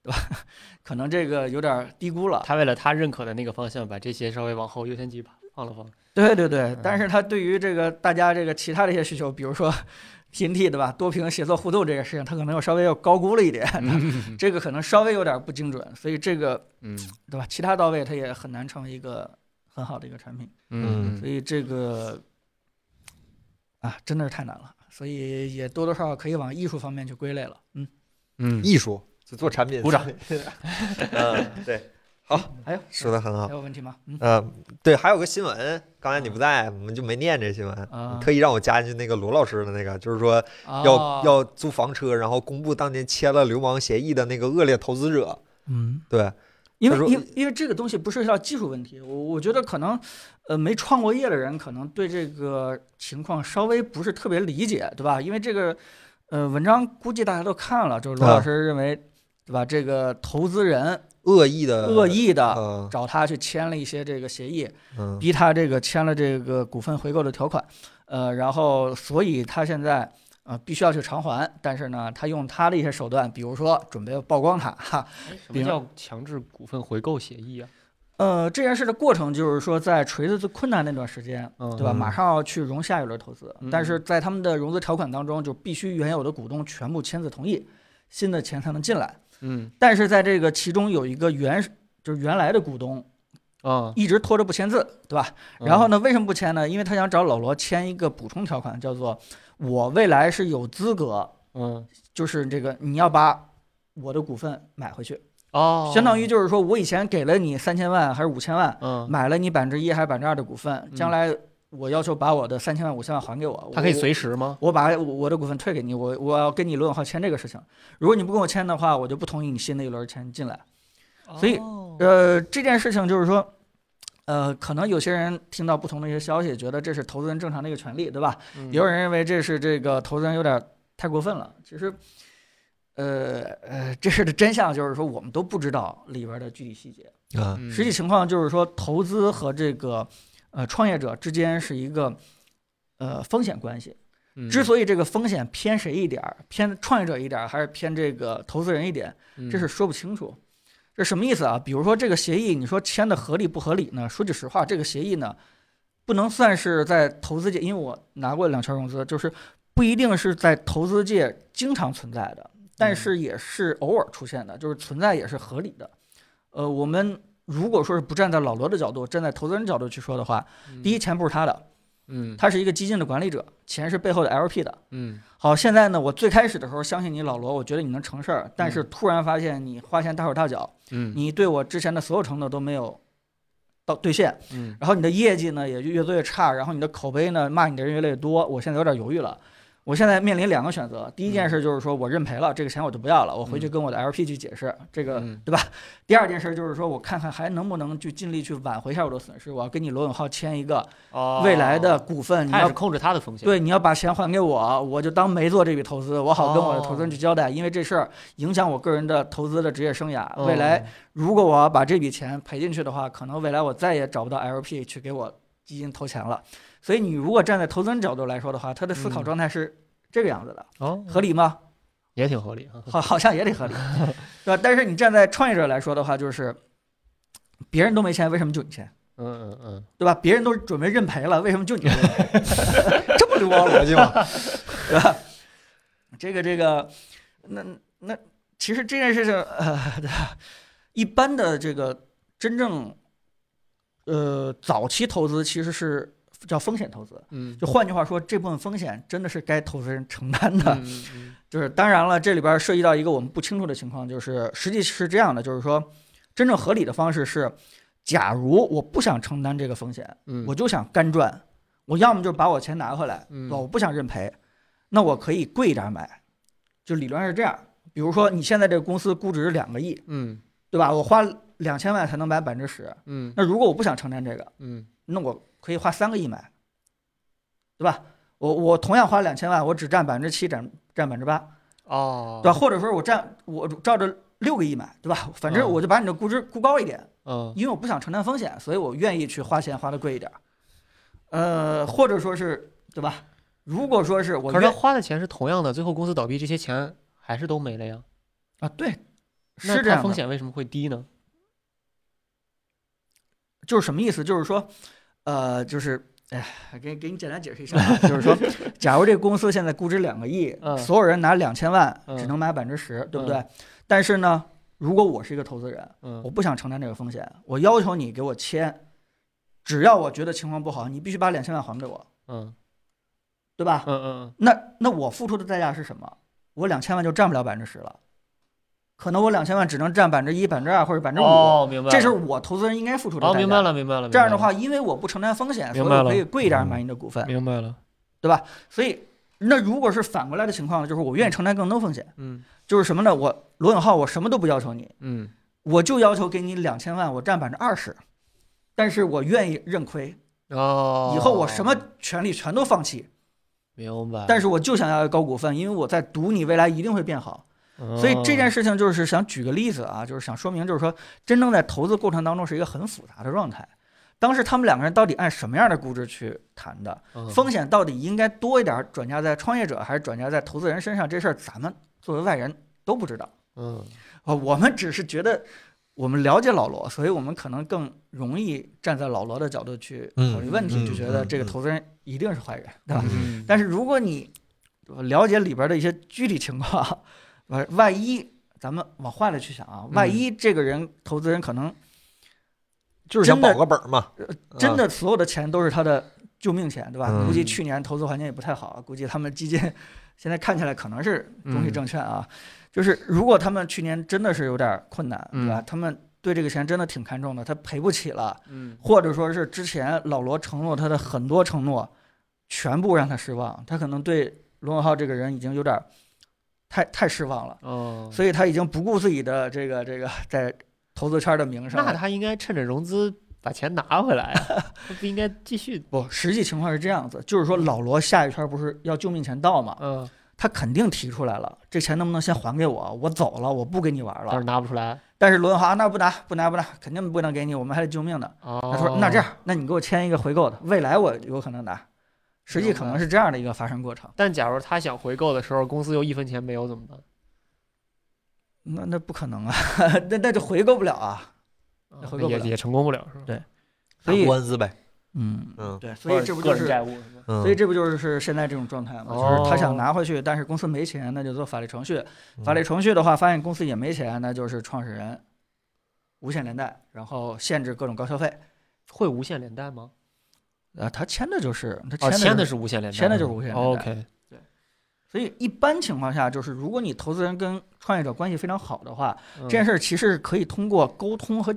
[SPEAKER 5] 对吧？ 可能这个有点低估了。
[SPEAKER 2] 他为了他认可的那个方向，把这些稍微往后优先级放了放。
[SPEAKER 5] 对对对，但是他对于这个大家这个其他的一些需求，比如说 TNT 对吧，多屏协作互动这个事情，他可能又稍微要高估了一 点，这个可能稍微有点不精准，所以这个
[SPEAKER 1] 嗯
[SPEAKER 5] 对吧？其他到位，它也很难成为一个很好的一个产品。
[SPEAKER 1] 嗯
[SPEAKER 5] 所以这个啊，真的是太难了，所以也多多少少可以往艺术方面去归类了。嗯，
[SPEAKER 2] 嗯
[SPEAKER 1] 艺术就做产品，
[SPEAKER 2] 鼓掌。
[SPEAKER 1] 嗯，对，
[SPEAKER 5] 还有
[SPEAKER 1] 说的啊很好
[SPEAKER 5] 还。有问题吗？ 嗯
[SPEAKER 1] 嗯，对，还有个新闻，刚才你不在，我们就没念这新闻。
[SPEAKER 5] 啊
[SPEAKER 1] 你特意让我加进去那个罗老师的那个，就是说要、
[SPEAKER 5] 哦
[SPEAKER 1] 要租房车，然后公布当年签了流氓协议的那个恶劣投资者。
[SPEAKER 5] 嗯，
[SPEAKER 1] 对，
[SPEAKER 5] 因为
[SPEAKER 1] 他说
[SPEAKER 5] 因为因为这个东西不涉及到技术问题，我我觉得可能呃没创过业的人可能对这个情况稍微不是特别理解，对吧？因为这个呃文章估计大家都看了，就是罗
[SPEAKER 1] 啊
[SPEAKER 5] 老师认为。对吧？这个投资人
[SPEAKER 1] 恶意的
[SPEAKER 5] 恶意的
[SPEAKER 1] 嗯
[SPEAKER 5] 找他去签了一些这个协议，
[SPEAKER 1] 嗯
[SPEAKER 5] 逼他这个签了这个股份回购的条款，呃，然后所以他现在呃必须要去偿还，但是呢，他用他的一些手段，比如说准备曝光他 哈，
[SPEAKER 2] 什
[SPEAKER 5] 比
[SPEAKER 2] 么
[SPEAKER 5] 如
[SPEAKER 2] 叫强制股份回购协议啊？
[SPEAKER 5] 呃，这件事的过程就是说在锤子最困难那段时间，
[SPEAKER 2] 嗯
[SPEAKER 5] 对吧？
[SPEAKER 1] 嗯
[SPEAKER 5] 马上要去融下一轮投资，
[SPEAKER 2] 嗯
[SPEAKER 5] 但是在他们的融资条款当中，就必须原有的股东全部签字同意，新的钱才能进来。
[SPEAKER 2] 嗯
[SPEAKER 5] 但是在这个其中有一个原就是原来的股东
[SPEAKER 2] 啊，
[SPEAKER 5] 一直拖着不签字，对吧？
[SPEAKER 2] 嗯
[SPEAKER 5] 然后呢，为什么不签呢？因为他想找老罗签一个补充条款，叫做我未来是有资格，
[SPEAKER 2] 嗯
[SPEAKER 5] 就是这个你要把我的股份买回去，
[SPEAKER 2] 哦，
[SPEAKER 5] 相当于就是说我以前给了你三千万还是五千万，
[SPEAKER 2] 嗯，
[SPEAKER 5] 买了你百分之一还是百分之二的股份，将来我要求把我的三千万、五千万还给我，
[SPEAKER 2] 他可以
[SPEAKER 5] 我
[SPEAKER 2] 随时吗？
[SPEAKER 5] 我把我我的股份退给你，我我要跟你罗永浩签这个事情，如果你不跟我签的话，我就不同意你新的一轮签进来。所以
[SPEAKER 2] 哦
[SPEAKER 5] 呃，这件事情就是说，呃，可能有些人听到不同的一些消息，觉得这是投资人正常的一个权利，对吧？
[SPEAKER 2] 嗯
[SPEAKER 5] 也有人认为这是这个投资人有点太过分了。其实，呃呃，这事的真相就是说，我们都不知道里边的具体细节。
[SPEAKER 1] 啊
[SPEAKER 2] 嗯
[SPEAKER 5] 实际情况就是说，投资和这个呃创业者之间是一个呃风险关系。
[SPEAKER 6] 嗯
[SPEAKER 5] 之所以这个风险偏谁一点儿，偏创业者一点儿，还是偏这个投资人一点，
[SPEAKER 2] 嗯
[SPEAKER 5] 这是说不清楚。这什么意思啊？比如说这个协议，你说签的合理不合理呢？说句实话，这个协议呢，不能算是在投资界，因为我拿过两圈融资，就是不一定是在投资界经常存在的，但是也是偶尔出现的，就是存在也是合理的。呃，我们如果说是不站在老罗的角度，站在投资人角度去说的话，
[SPEAKER 2] 嗯
[SPEAKER 5] 第一，钱不是他的，
[SPEAKER 6] 嗯
[SPEAKER 5] 他是一个激进的管理者，钱是背后的 LP 的。
[SPEAKER 6] 嗯
[SPEAKER 5] 好，现在呢，我最开始的时候相信你老罗，我觉得你能成事儿，但是突然发现你花钱大手大脚，
[SPEAKER 6] 嗯
[SPEAKER 5] 你对我之前的所有承诺都没有到兑现，
[SPEAKER 6] 嗯
[SPEAKER 5] 然后你的业绩呢也就越做越差，然后你的口碑呢骂你的人越来越多，我现在有点犹豫了。我现在面临两个选择，第一件事就是说我认赔了，这个钱我就不要了，我回去跟我的 LP 去解释这个
[SPEAKER 6] 嗯，
[SPEAKER 5] 对吧？第二件事就是说我看看还能不能去尽力去挽回一下我的损失，我要跟你罗永浩签一个
[SPEAKER 2] 哦
[SPEAKER 5] 未来的股份，你
[SPEAKER 2] 他也
[SPEAKER 5] 要
[SPEAKER 2] 是控制他的风险。
[SPEAKER 5] 对，你要把钱还给我，我就当没做这笔投资，我好跟我的投资人去交代，因为这事儿影响我个人的投资的职业生涯。
[SPEAKER 2] 嗯，
[SPEAKER 5] 未来如果我要把这笔钱赔进去的话，可能未来我再也找不到 LP 去给我基金投钱了。所以你如果站在投资人角度来说的话，他的思考
[SPEAKER 2] 嗯
[SPEAKER 5] 状态是这个样子的，
[SPEAKER 2] 哦，
[SPEAKER 5] 合理吗？
[SPEAKER 2] 也挺合理啊。
[SPEAKER 5] 好，好像也得合理，对吧？但是你站在创业者来说的话，就是别人都没钱，为什么就你钱？
[SPEAKER 2] 嗯嗯嗯，
[SPEAKER 5] 对吧？别人都准备认赔了，为什么就你认赔？
[SPEAKER 1] 这不流
[SPEAKER 5] 啊
[SPEAKER 1] 氓逻辑吗？
[SPEAKER 5] 对吧？ 这个这个，那那其实这件事情，呃，一般的这个真正，呃，早期投资其实是叫风险投资。
[SPEAKER 6] 嗯
[SPEAKER 5] 就换句话说，这部分风险真的是该投资人承担的。
[SPEAKER 6] 嗯
[SPEAKER 5] 就是当然了，这里边涉及到一个我们不清楚的情况，就是实际是这样的，就是说，真正合理的方式是，假如我不想承担这个风险，
[SPEAKER 6] 嗯
[SPEAKER 5] 我就想干赚，我要么就是把我钱拿回来，
[SPEAKER 6] 嗯
[SPEAKER 5] 我不想认赔，那我可以贵一点买，就理论上是这样。比如说你现在这个公司估值两个亿，
[SPEAKER 6] 嗯
[SPEAKER 5] 对吧？我花两千万才能买百分之十，
[SPEAKER 6] 嗯
[SPEAKER 5] 那如果我不想承担这个，
[SPEAKER 6] 嗯
[SPEAKER 5] 那我可以花三个亿买，对吧？我我同样花两千万，我只占百分之七，占占百分之八，
[SPEAKER 2] 哦，
[SPEAKER 5] 对吧？啊或者说我占我照着六个亿买，对吧？反
[SPEAKER 2] 哦
[SPEAKER 5] 正
[SPEAKER 6] 嗯
[SPEAKER 5] 我就把你的估值估高一点，
[SPEAKER 6] 嗯
[SPEAKER 5] 因为我不想承担风险，所以我愿意去花钱花的贵一点儿，呃，或者说是对吧？如果说是我
[SPEAKER 2] 可是他
[SPEAKER 5] 愿
[SPEAKER 2] 花的钱是同样的，最后公司倒闭，这些钱还是都没了呀。
[SPEAKER 5] 啊，对，
[SPEAKER 2] 那
[SPEAKER 5] 是这
[SPEAKER 2] 他
[SPEAKER 5] 样
[SPEAKER 2] 风
[SPEAKER 5] 的，
[SPEAKER 2] 险为什么会低呢？
[SPEAKER 5] 就是什么意思？就是说，呃，就是。哎，给给你简单解释一下啊，就是说，假如这个公司现在估值两个亿，
[SPEAKER 2] 嗯
[SPEAKER 5] 所有人拿两千万，
[SPEAKER 2] 嗯
[SPEAKER 5] 只能买百分之十，对不对？
[SPEAKER 2] 嗯
[SPEAKER 5] 但是呢，如果我是一个投资人，我
[SPEAKER 2] 嗯
[SPEAKER 5] 不想承担这个风险，我要求你给我签，只要我觉得情况不好，你必须把两千万还给我，
[SPEAKER 2] 嗯
[SPEAKER 5] 对吧？
[SPEAKER 2] 嗯嗯
[SPEAKER 5] 那那我付出的代价是什么？我两千万就占不了百分之十了，可能我两千万只能占百分之一、百分之二或者百分
[SPEAKER 2] 嗯。
[SPEAKER 5] 之五，
[SPEAKER 2] 哦，明白了。
[SPEAKER 5] 这是我投资人应该付出的代
[SPEAKER 2] 哦，
[SPEAKER 5] 价。
[SPEAKER 2] 明白了，明白了。
[SPEAKER 5] 这样的
[SPEAKER 2] 明白
[SPEAKER 5] 话，因为我不承担风险，
[SPEAKER 2] 明
[SPEAKER 5] 所以
[SPEAKER 2] 白了
[SPEAKER 5] 我可以贵一点买你的股份
[SPEAKER 2] 了，，明白了。
[SPEAKER 5] 所以。那如果是反过来的情况呢？就是我愿意承担更多风险，
[SPEAKER 2] 嗯
[SPEAKER 5] 就是什么呢？我罗永浩，我什么都不要求你，
[SPEAKER 6] 嗯
[SPEAKER 5] 我就要求给你两千万，我占百分之二十，但是我愿意认亏，
[SPEAKER 2] 哦，
[SPEAKER 5] 以后我什么权利全都放弃，
[SPEAKER 2] 明白？
[SPEAKER 5] 但是我就想要高股份，因为我在赌你未来一定会变好。所以这件
[SPEAKER 1] 哦
[SPEAKER 2] 事
[SPEAKER 5] 事情就是想举个例子啊，就是想说明，就是说真正在投资过程当中是一个很复杂的状态。当时他们两个人到底按什么样的估值去谈的？
[SPEAKER 2] 嗯
[SPEAKER 1] 嗯
[SPEAKER 5] 风险到底应该多一点儿转嫁在创业者还是转嫁在投资人身上？这事儿咱们作为外人都不知道
[SPEAKER 2] 嗯
[SPEAKER 5] 啊，我们只是觉得我们了解老罗，所以我们可能更容易站在老罗的角度去考虑问
[SPEAKER 1] 嗯
[SPEAKER 5] 题，
[SPEAKER 1] 嗯
[SPEAKER 5] 就觉得这个
[SPEAKER 1] 嗯嗯
[SPEAKER 5] 投资人一定是坏人，对吧？
[SPEAKER 6] 嗯
[SPEAKER 5] 但是如果你了解里边的一些具体情况， 呃，万一咱们往坏了去想啊，万一这个人投资人可能
[SPEAKER 1] 就是想保个本儿嘛，
[SPEAKER 5] 真
[SPEAKER 1] 啊
[SPEAKER 5] 的所有的钱都是他的救命钱，对吧？
[SPEAKER 1] 嗯
[SPEAKER 5] 估计去年投资环境也不太好，估计他们基金现在看起来可能是中信证券啊，就是如果他们去年真的是有点困难，对吧？他们对这个钱真的挺看重的，他赔不起了，
[SPEAKER 6] 嗯
[SPEAKER 5] 或者说是之前老罗承诺他的很多承诺，全部让他失望，他可能对罗永浩这个人已经有点儿太太失望了，
[SPEAKER 2] 哦，
[SPEAKER 5] 所以他已经不顾自己的这个这个在投资圈的名声
[SPEAKER 2] 那
[SPEAKER 5] 了。
[SPEAKER 2] 他应该趁着融资把钱拿回来啊，他不应该继续
[SPEAKER 5] 不，实际情况是这样子，就是说老罗下一圈不是要救命钱到嘛，
[SPEAKER 2] 嗯
[SPEAKER 5] 他肯定提出来了，这钱能不能先还给我？我走了，我不跟你玩
[SPEAKER 2] 但
[SPEAKER 5] 了
[SPEAKER 2] 是。拿不出来。
[SPEAKER 5] 但是罗永浩那不拿不拿不拿，肯定不能给你，我们还得救命呢。
[SPEAKER 2] 哦，
[SPEAKER 5] 他说那这样，那你给我签一个回购的，未来我有可能拿。实际可能是这样的一个发生过程，
[SPEAKER 2] 但假如他想回购的时候，公司又一分钱没有怎么办？
[SPEAKER 5] 那那不可能啊， 那那就回购不了啊。
[SPEAKER 2] 啊
[SPEAKER 5] 那回购不
[SPEAKER 2] 也
[SPEAKER 5] 了
[SPEAKER 2] 也成功不了，是吧？
[SPEAKER 5] 所以
[SPEAKER 1] 打官司呗，
[SPEAKER 5] 嗯，
[SPEAKER 1] 嗯
[SPEAKER 5] 对，所以这不就
[SPEAKER 2] 个人
[SPEAKER 5] 是
[SPEAKER 2] 债务是吧？
[SPEAKER 5] 所以
[SPEAKER 1] 嗯，
[SPEAKER 5] 这不就是现在这种状态吗？就是
[SPEAKER 2] 哦
[SPEAKER 5] 他
[SPEAKER 2] 嗯
[SPEAKER 5] 想拿回去，但是公司没钱，那就做法律程序。
[SPEAKER 1] 嗯
[SPEAKER 5] 法律程序的话，发现公司也没钱，那就是创始人无限连带，然后限制各种高消费。
[SPEAKER 2] 会无限连带吗？
[SPEAKER 5] 啊，他签的就是他
[SPEAKER 2] 哦，签
[SPEAKER 5] 签
[SPEAKER 2] 的
[SPEAKER 5] 是，
[SPEAKER 2] 是无限连带，
[SPEAKER 5] 签的就是无限连带
[SPEAKER 2] OK，
[SPEAKER 5] 所以一般情况下，就是如果你投资人跟创业者关系非常好的话，
[SPEAKER 2] 嗯
[SPEAKER 5] 这件事儿其实是可以通过沟通和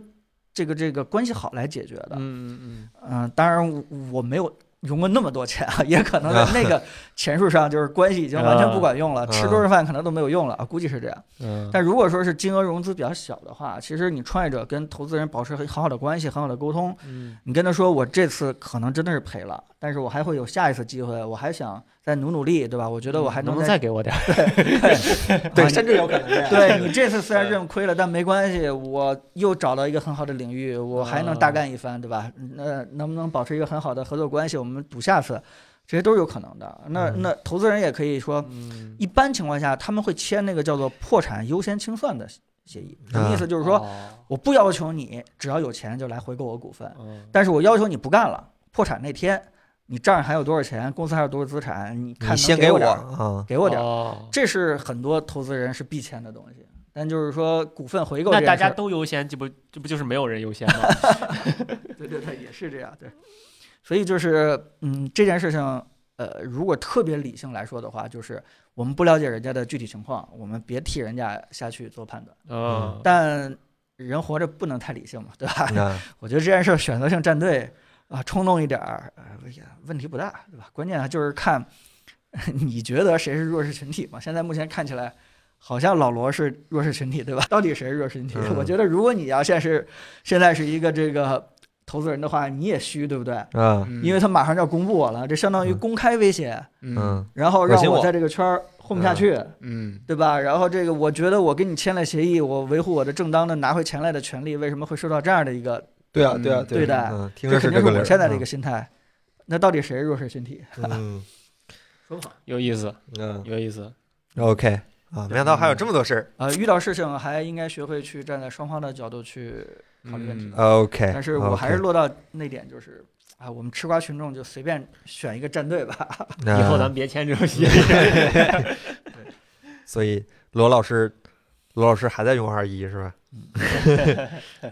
[SPEAKER 5] 这个这个关系好来解决的。
[SPEAKER 2] 嗯嗯
[SPEAKER 5] 嗯、当然我我没有融过那么多钱啊，也可能在 那个钱数上，就是关系已经完全不管用了，吃顿饭可能都没有用了啊，估计是这样。
[SPEAKER 2] 啊嗯嗯，
[SPEAKER 5] 但如果说是金额融资比较小的话，其实你创业者跟投资人保持很好的关系，很好的沟通，
[SPEAKER 2] 嗯
[SPEAKER 5] 你跟他说我这次可能真的是赔了，但是我还会有下一次机会，我还想再努努力，对吧？我觉得我还
[SPEAKER 2] 能嗯不能啊
[SPEAKER 5] 再
[SPEAKER 2] 再给我点儿？
[SPEAKER 1] 对，甚至有可能这 样
[SPEAKER 5] 对你这次虽然认亏了，但没关系，我又找到一个很好的领域，我还能大干一番，对吧？那能不能保持一个很好的合作关系？我们赌下次，这些都是有可能的。那
[SPEAKER 1] 嗯
[SPEAKER 5] 那投资人也可以说，
[SPEAKER 2] 嗯，
[SPEAKER 5] 一般情况下他们会签那个叫做破产优先清算的协议，
[SPEAKER 1] 啊
[SPEAKER 5] 什么意思？就是说
[SPEAKER 2] 哦，
[SPEAKER 5] 我不要求你只要有钱就来回购我股份，
[SPEAKER 2] 嗯
[SPEAKER 5] 但是我要求你不干了，破产那天你账上还有多少钱，公司还有多少资产，你看
[SPEAKER 1] 你
[SPEAKER 5] 能
[SPEAKER 1] 先
[SPEAKER 5] 给
[SPEAKER 1] 我
[SPEAKER 5] 点儿，
[SPEAKER 1] 啊，
[SPEAKER 5] 给我点儿。
[SPEAKER 2] 哦
[SPEAKER 5] 这是很多投资人是必签的东西。但就是说，股份回购
[SPEAKER 2] 那
[SPEAKER 5] 这
[SPEAKER 2] 大
[SPEAKER 5] 件事
[SPEAKER 2] 家
[SPEAKER 5] 儿，
[SPEAKER 2] 都优先，这不这不就是没有人优先吗？
[SPEAKER 5] 对对对，也是这样，对。 所以就是，嗯，这件事情，呃，如果特别理性来说的话，就是我们不了解人家的具体情况，我们别替人家下去做判断。
[SPEAKER 2] 嗯，
[SPEAKER 5] 但人活着不能太理性嘛，对吧？
[SPEAKER 1] 那啊
[SPEAKER 5] 我觉得这件事儿选择性站队啊，冲动一点儿，呃也问题不大，对吧？关键啊就是看 你觉得谁是弱势群体嘛。现在目前看起来，好像老罗是弱势群体，对吧？到底谁是弱势群体？
[SPEAKER 1] 嗯
[SPEAKER 5] 我觉得如果你要现在是现在是一个这个投资人的话，你也虚，对不对？
[SPEAKER 1] 啊，
[SPEAKER 2] 嗯
[SPEAKER 5] 因为他马上就要公布我了，这相当于
[SPEAKER 1] 嗯
[SPEAKER 5] 公开威胁，
[SPEAKER 2] 嗯
[SPEAKER 1] 嗯
[SPEAKER 5] 然后
[SPEAKER 1] 恶
[SPEAKER 5] 让
[SPEAKER 1] 心我
[SPEAKER 5] 我在这个圈儿混不下
[SPEAKER 1] 嗯
[SPEAKER 5] 去。
[SPEAKER 2] 嗯
[SPEAKER 5] 对吧？然后这个，我觉得我跟你签了协议，我维护我的正当的拿回钱来的权利，为什么会受到这样的一个？
[SPEAKER 1] 对啊，对啊，
[SPEAKER 5] 对的
[SPEAKER 1] 嗯，听
[SPEAKER 5] 这
[SPEAKER 1] 着这
[SPEAKER 5] 肯定是
[SPEAKER 1] 个啊理
[SPEAKER 5] 我
[SPEAKER 1] 儿
[SPEAKER 5] 现在这个，心态。那到底谁是弱势群体？
[SPEAKER 1] 嗯
[SPEAKER 2] 有意思，
[SPEAKER 1] 嗯
[SPEAKER 2] 有意思。
[SPEAKER 1] 嗯，OK 啊，没想到还有这么多事儿
[SPEAKER 5] 呃，遇到事情还应该学会去站在双方的角度去考虑问题。
[SPEAKER 2] 嗯
[SPEAKER 1] ，OK，
[SPEAKER 5] 但是我还是
[SPEAKER 1] 哎 OK，
[SPEAKER 5] 落到那点，就是啊，我们吃瓜群众就随便选一个战队吧。
[SPEAKER 1] 那
[SPEAKER 2] 以后咱们别签这种协议。
[SPEAKER 1] 所以罗老师，罗老师还在用二一 是吧？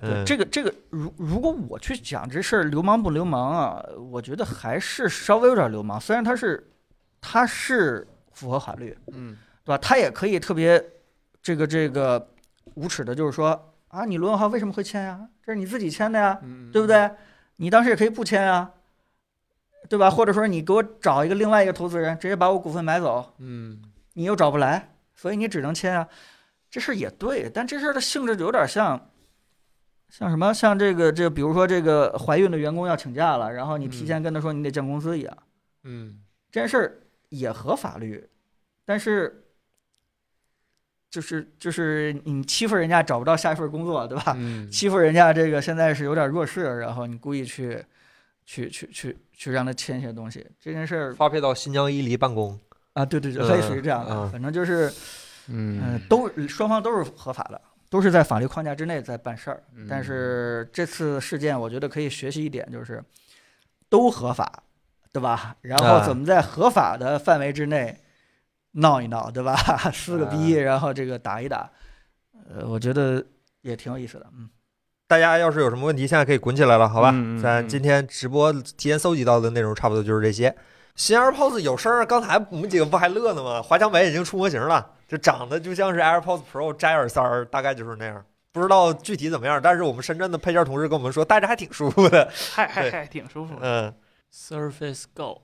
[SPEAKER 1] 嗯
[SPEAKER 5] 这个这个，如如果我去讲这事儿流氓不流氓啊，我觉得还是稍微有点流氓。虽然他是他是符合法律，
[SPEAKER 2] 嗯
[SPEAKER 5] 对吧？他也可以特别这个这个无耻的，就是说啊，你罗永浩为什么会签呀、这是你自己签的呀，
[SPEAKER 2] 嗯，
[SPEAKER 5] 对不？对？你当时也可以不签啊，对吧？或者说你给我找一个另外一个投资人，直接把我股份买走，
[SPEAKER 2] 嗯
[SPEAKER 5] 你又找不来，所以你只能签啊。这事儿也对，但这事儿的性质有点像。像什么？像这个这，比如说这个怀孕的员工要请假了，然后你提前跟他说你得降工资一样，
[SPEAKER 2] 嗯
[SPEAKER 5] 这件事儿也合法律，但是就是就是你欺负人家找不到下一份工作，对吧？
[SPEAKER 2] 嗯
[SPEAKER 5] 欺负人家这个现在是有点弱势，然后你故意去去去去去让他签一些东西，这件事儿
[SPEAKER 1] 发配到新疆伊犁办公，
[SPEAKER 5] 啊，对对对，
[SPEAKER 1] 嗯
[SPEAKER 5] 类似于这样的，
[SPEAKER 1] 嗯
[SPEAKER 5] 反正就是嗯、
[SPEAKER 2] 嗯，
[SPEAKER 5] 都双方都是合法的。都是在法律框架之内在办事儿，
[SPEAKER 2] 嗯
[SPEAKER 5] 但是这次事件我觉得可以学习一点，就是都合法，对吧？然后
[SPEAKER 1] 啊
[SPEAKER 5] 怎么在合法的范围之内闹一闹，对吧？ 撕个逼，然后这个打一打，呃，我觉得也挺有意思的，嗯。
[SPEAKER 1] 大家要是有什么问题，现在可以滚起来了，好吧？
[SPEAKER 2] 嗯嗯嗯
[SPEAKER 1] 咱今天直播提前搜集到的内容差不多就是这些。新 AirPods 有声儿，刚才我们几个不还乐呢吗？华强北已经出模型了，就长得就像是 AirPods Pro 摘耳塞儿，大概就是那样。不知道具体怎么样，但是我们深圳的配件同事跟我们说，戴着还挺舒服的。
[SPEAKER 3] 还还
[SPEAKER 1] 对
[SPEAKER 3] 还挺舒服的。
[SPEAKER 1] 嗯
[SPEAKER 2] Surface Go，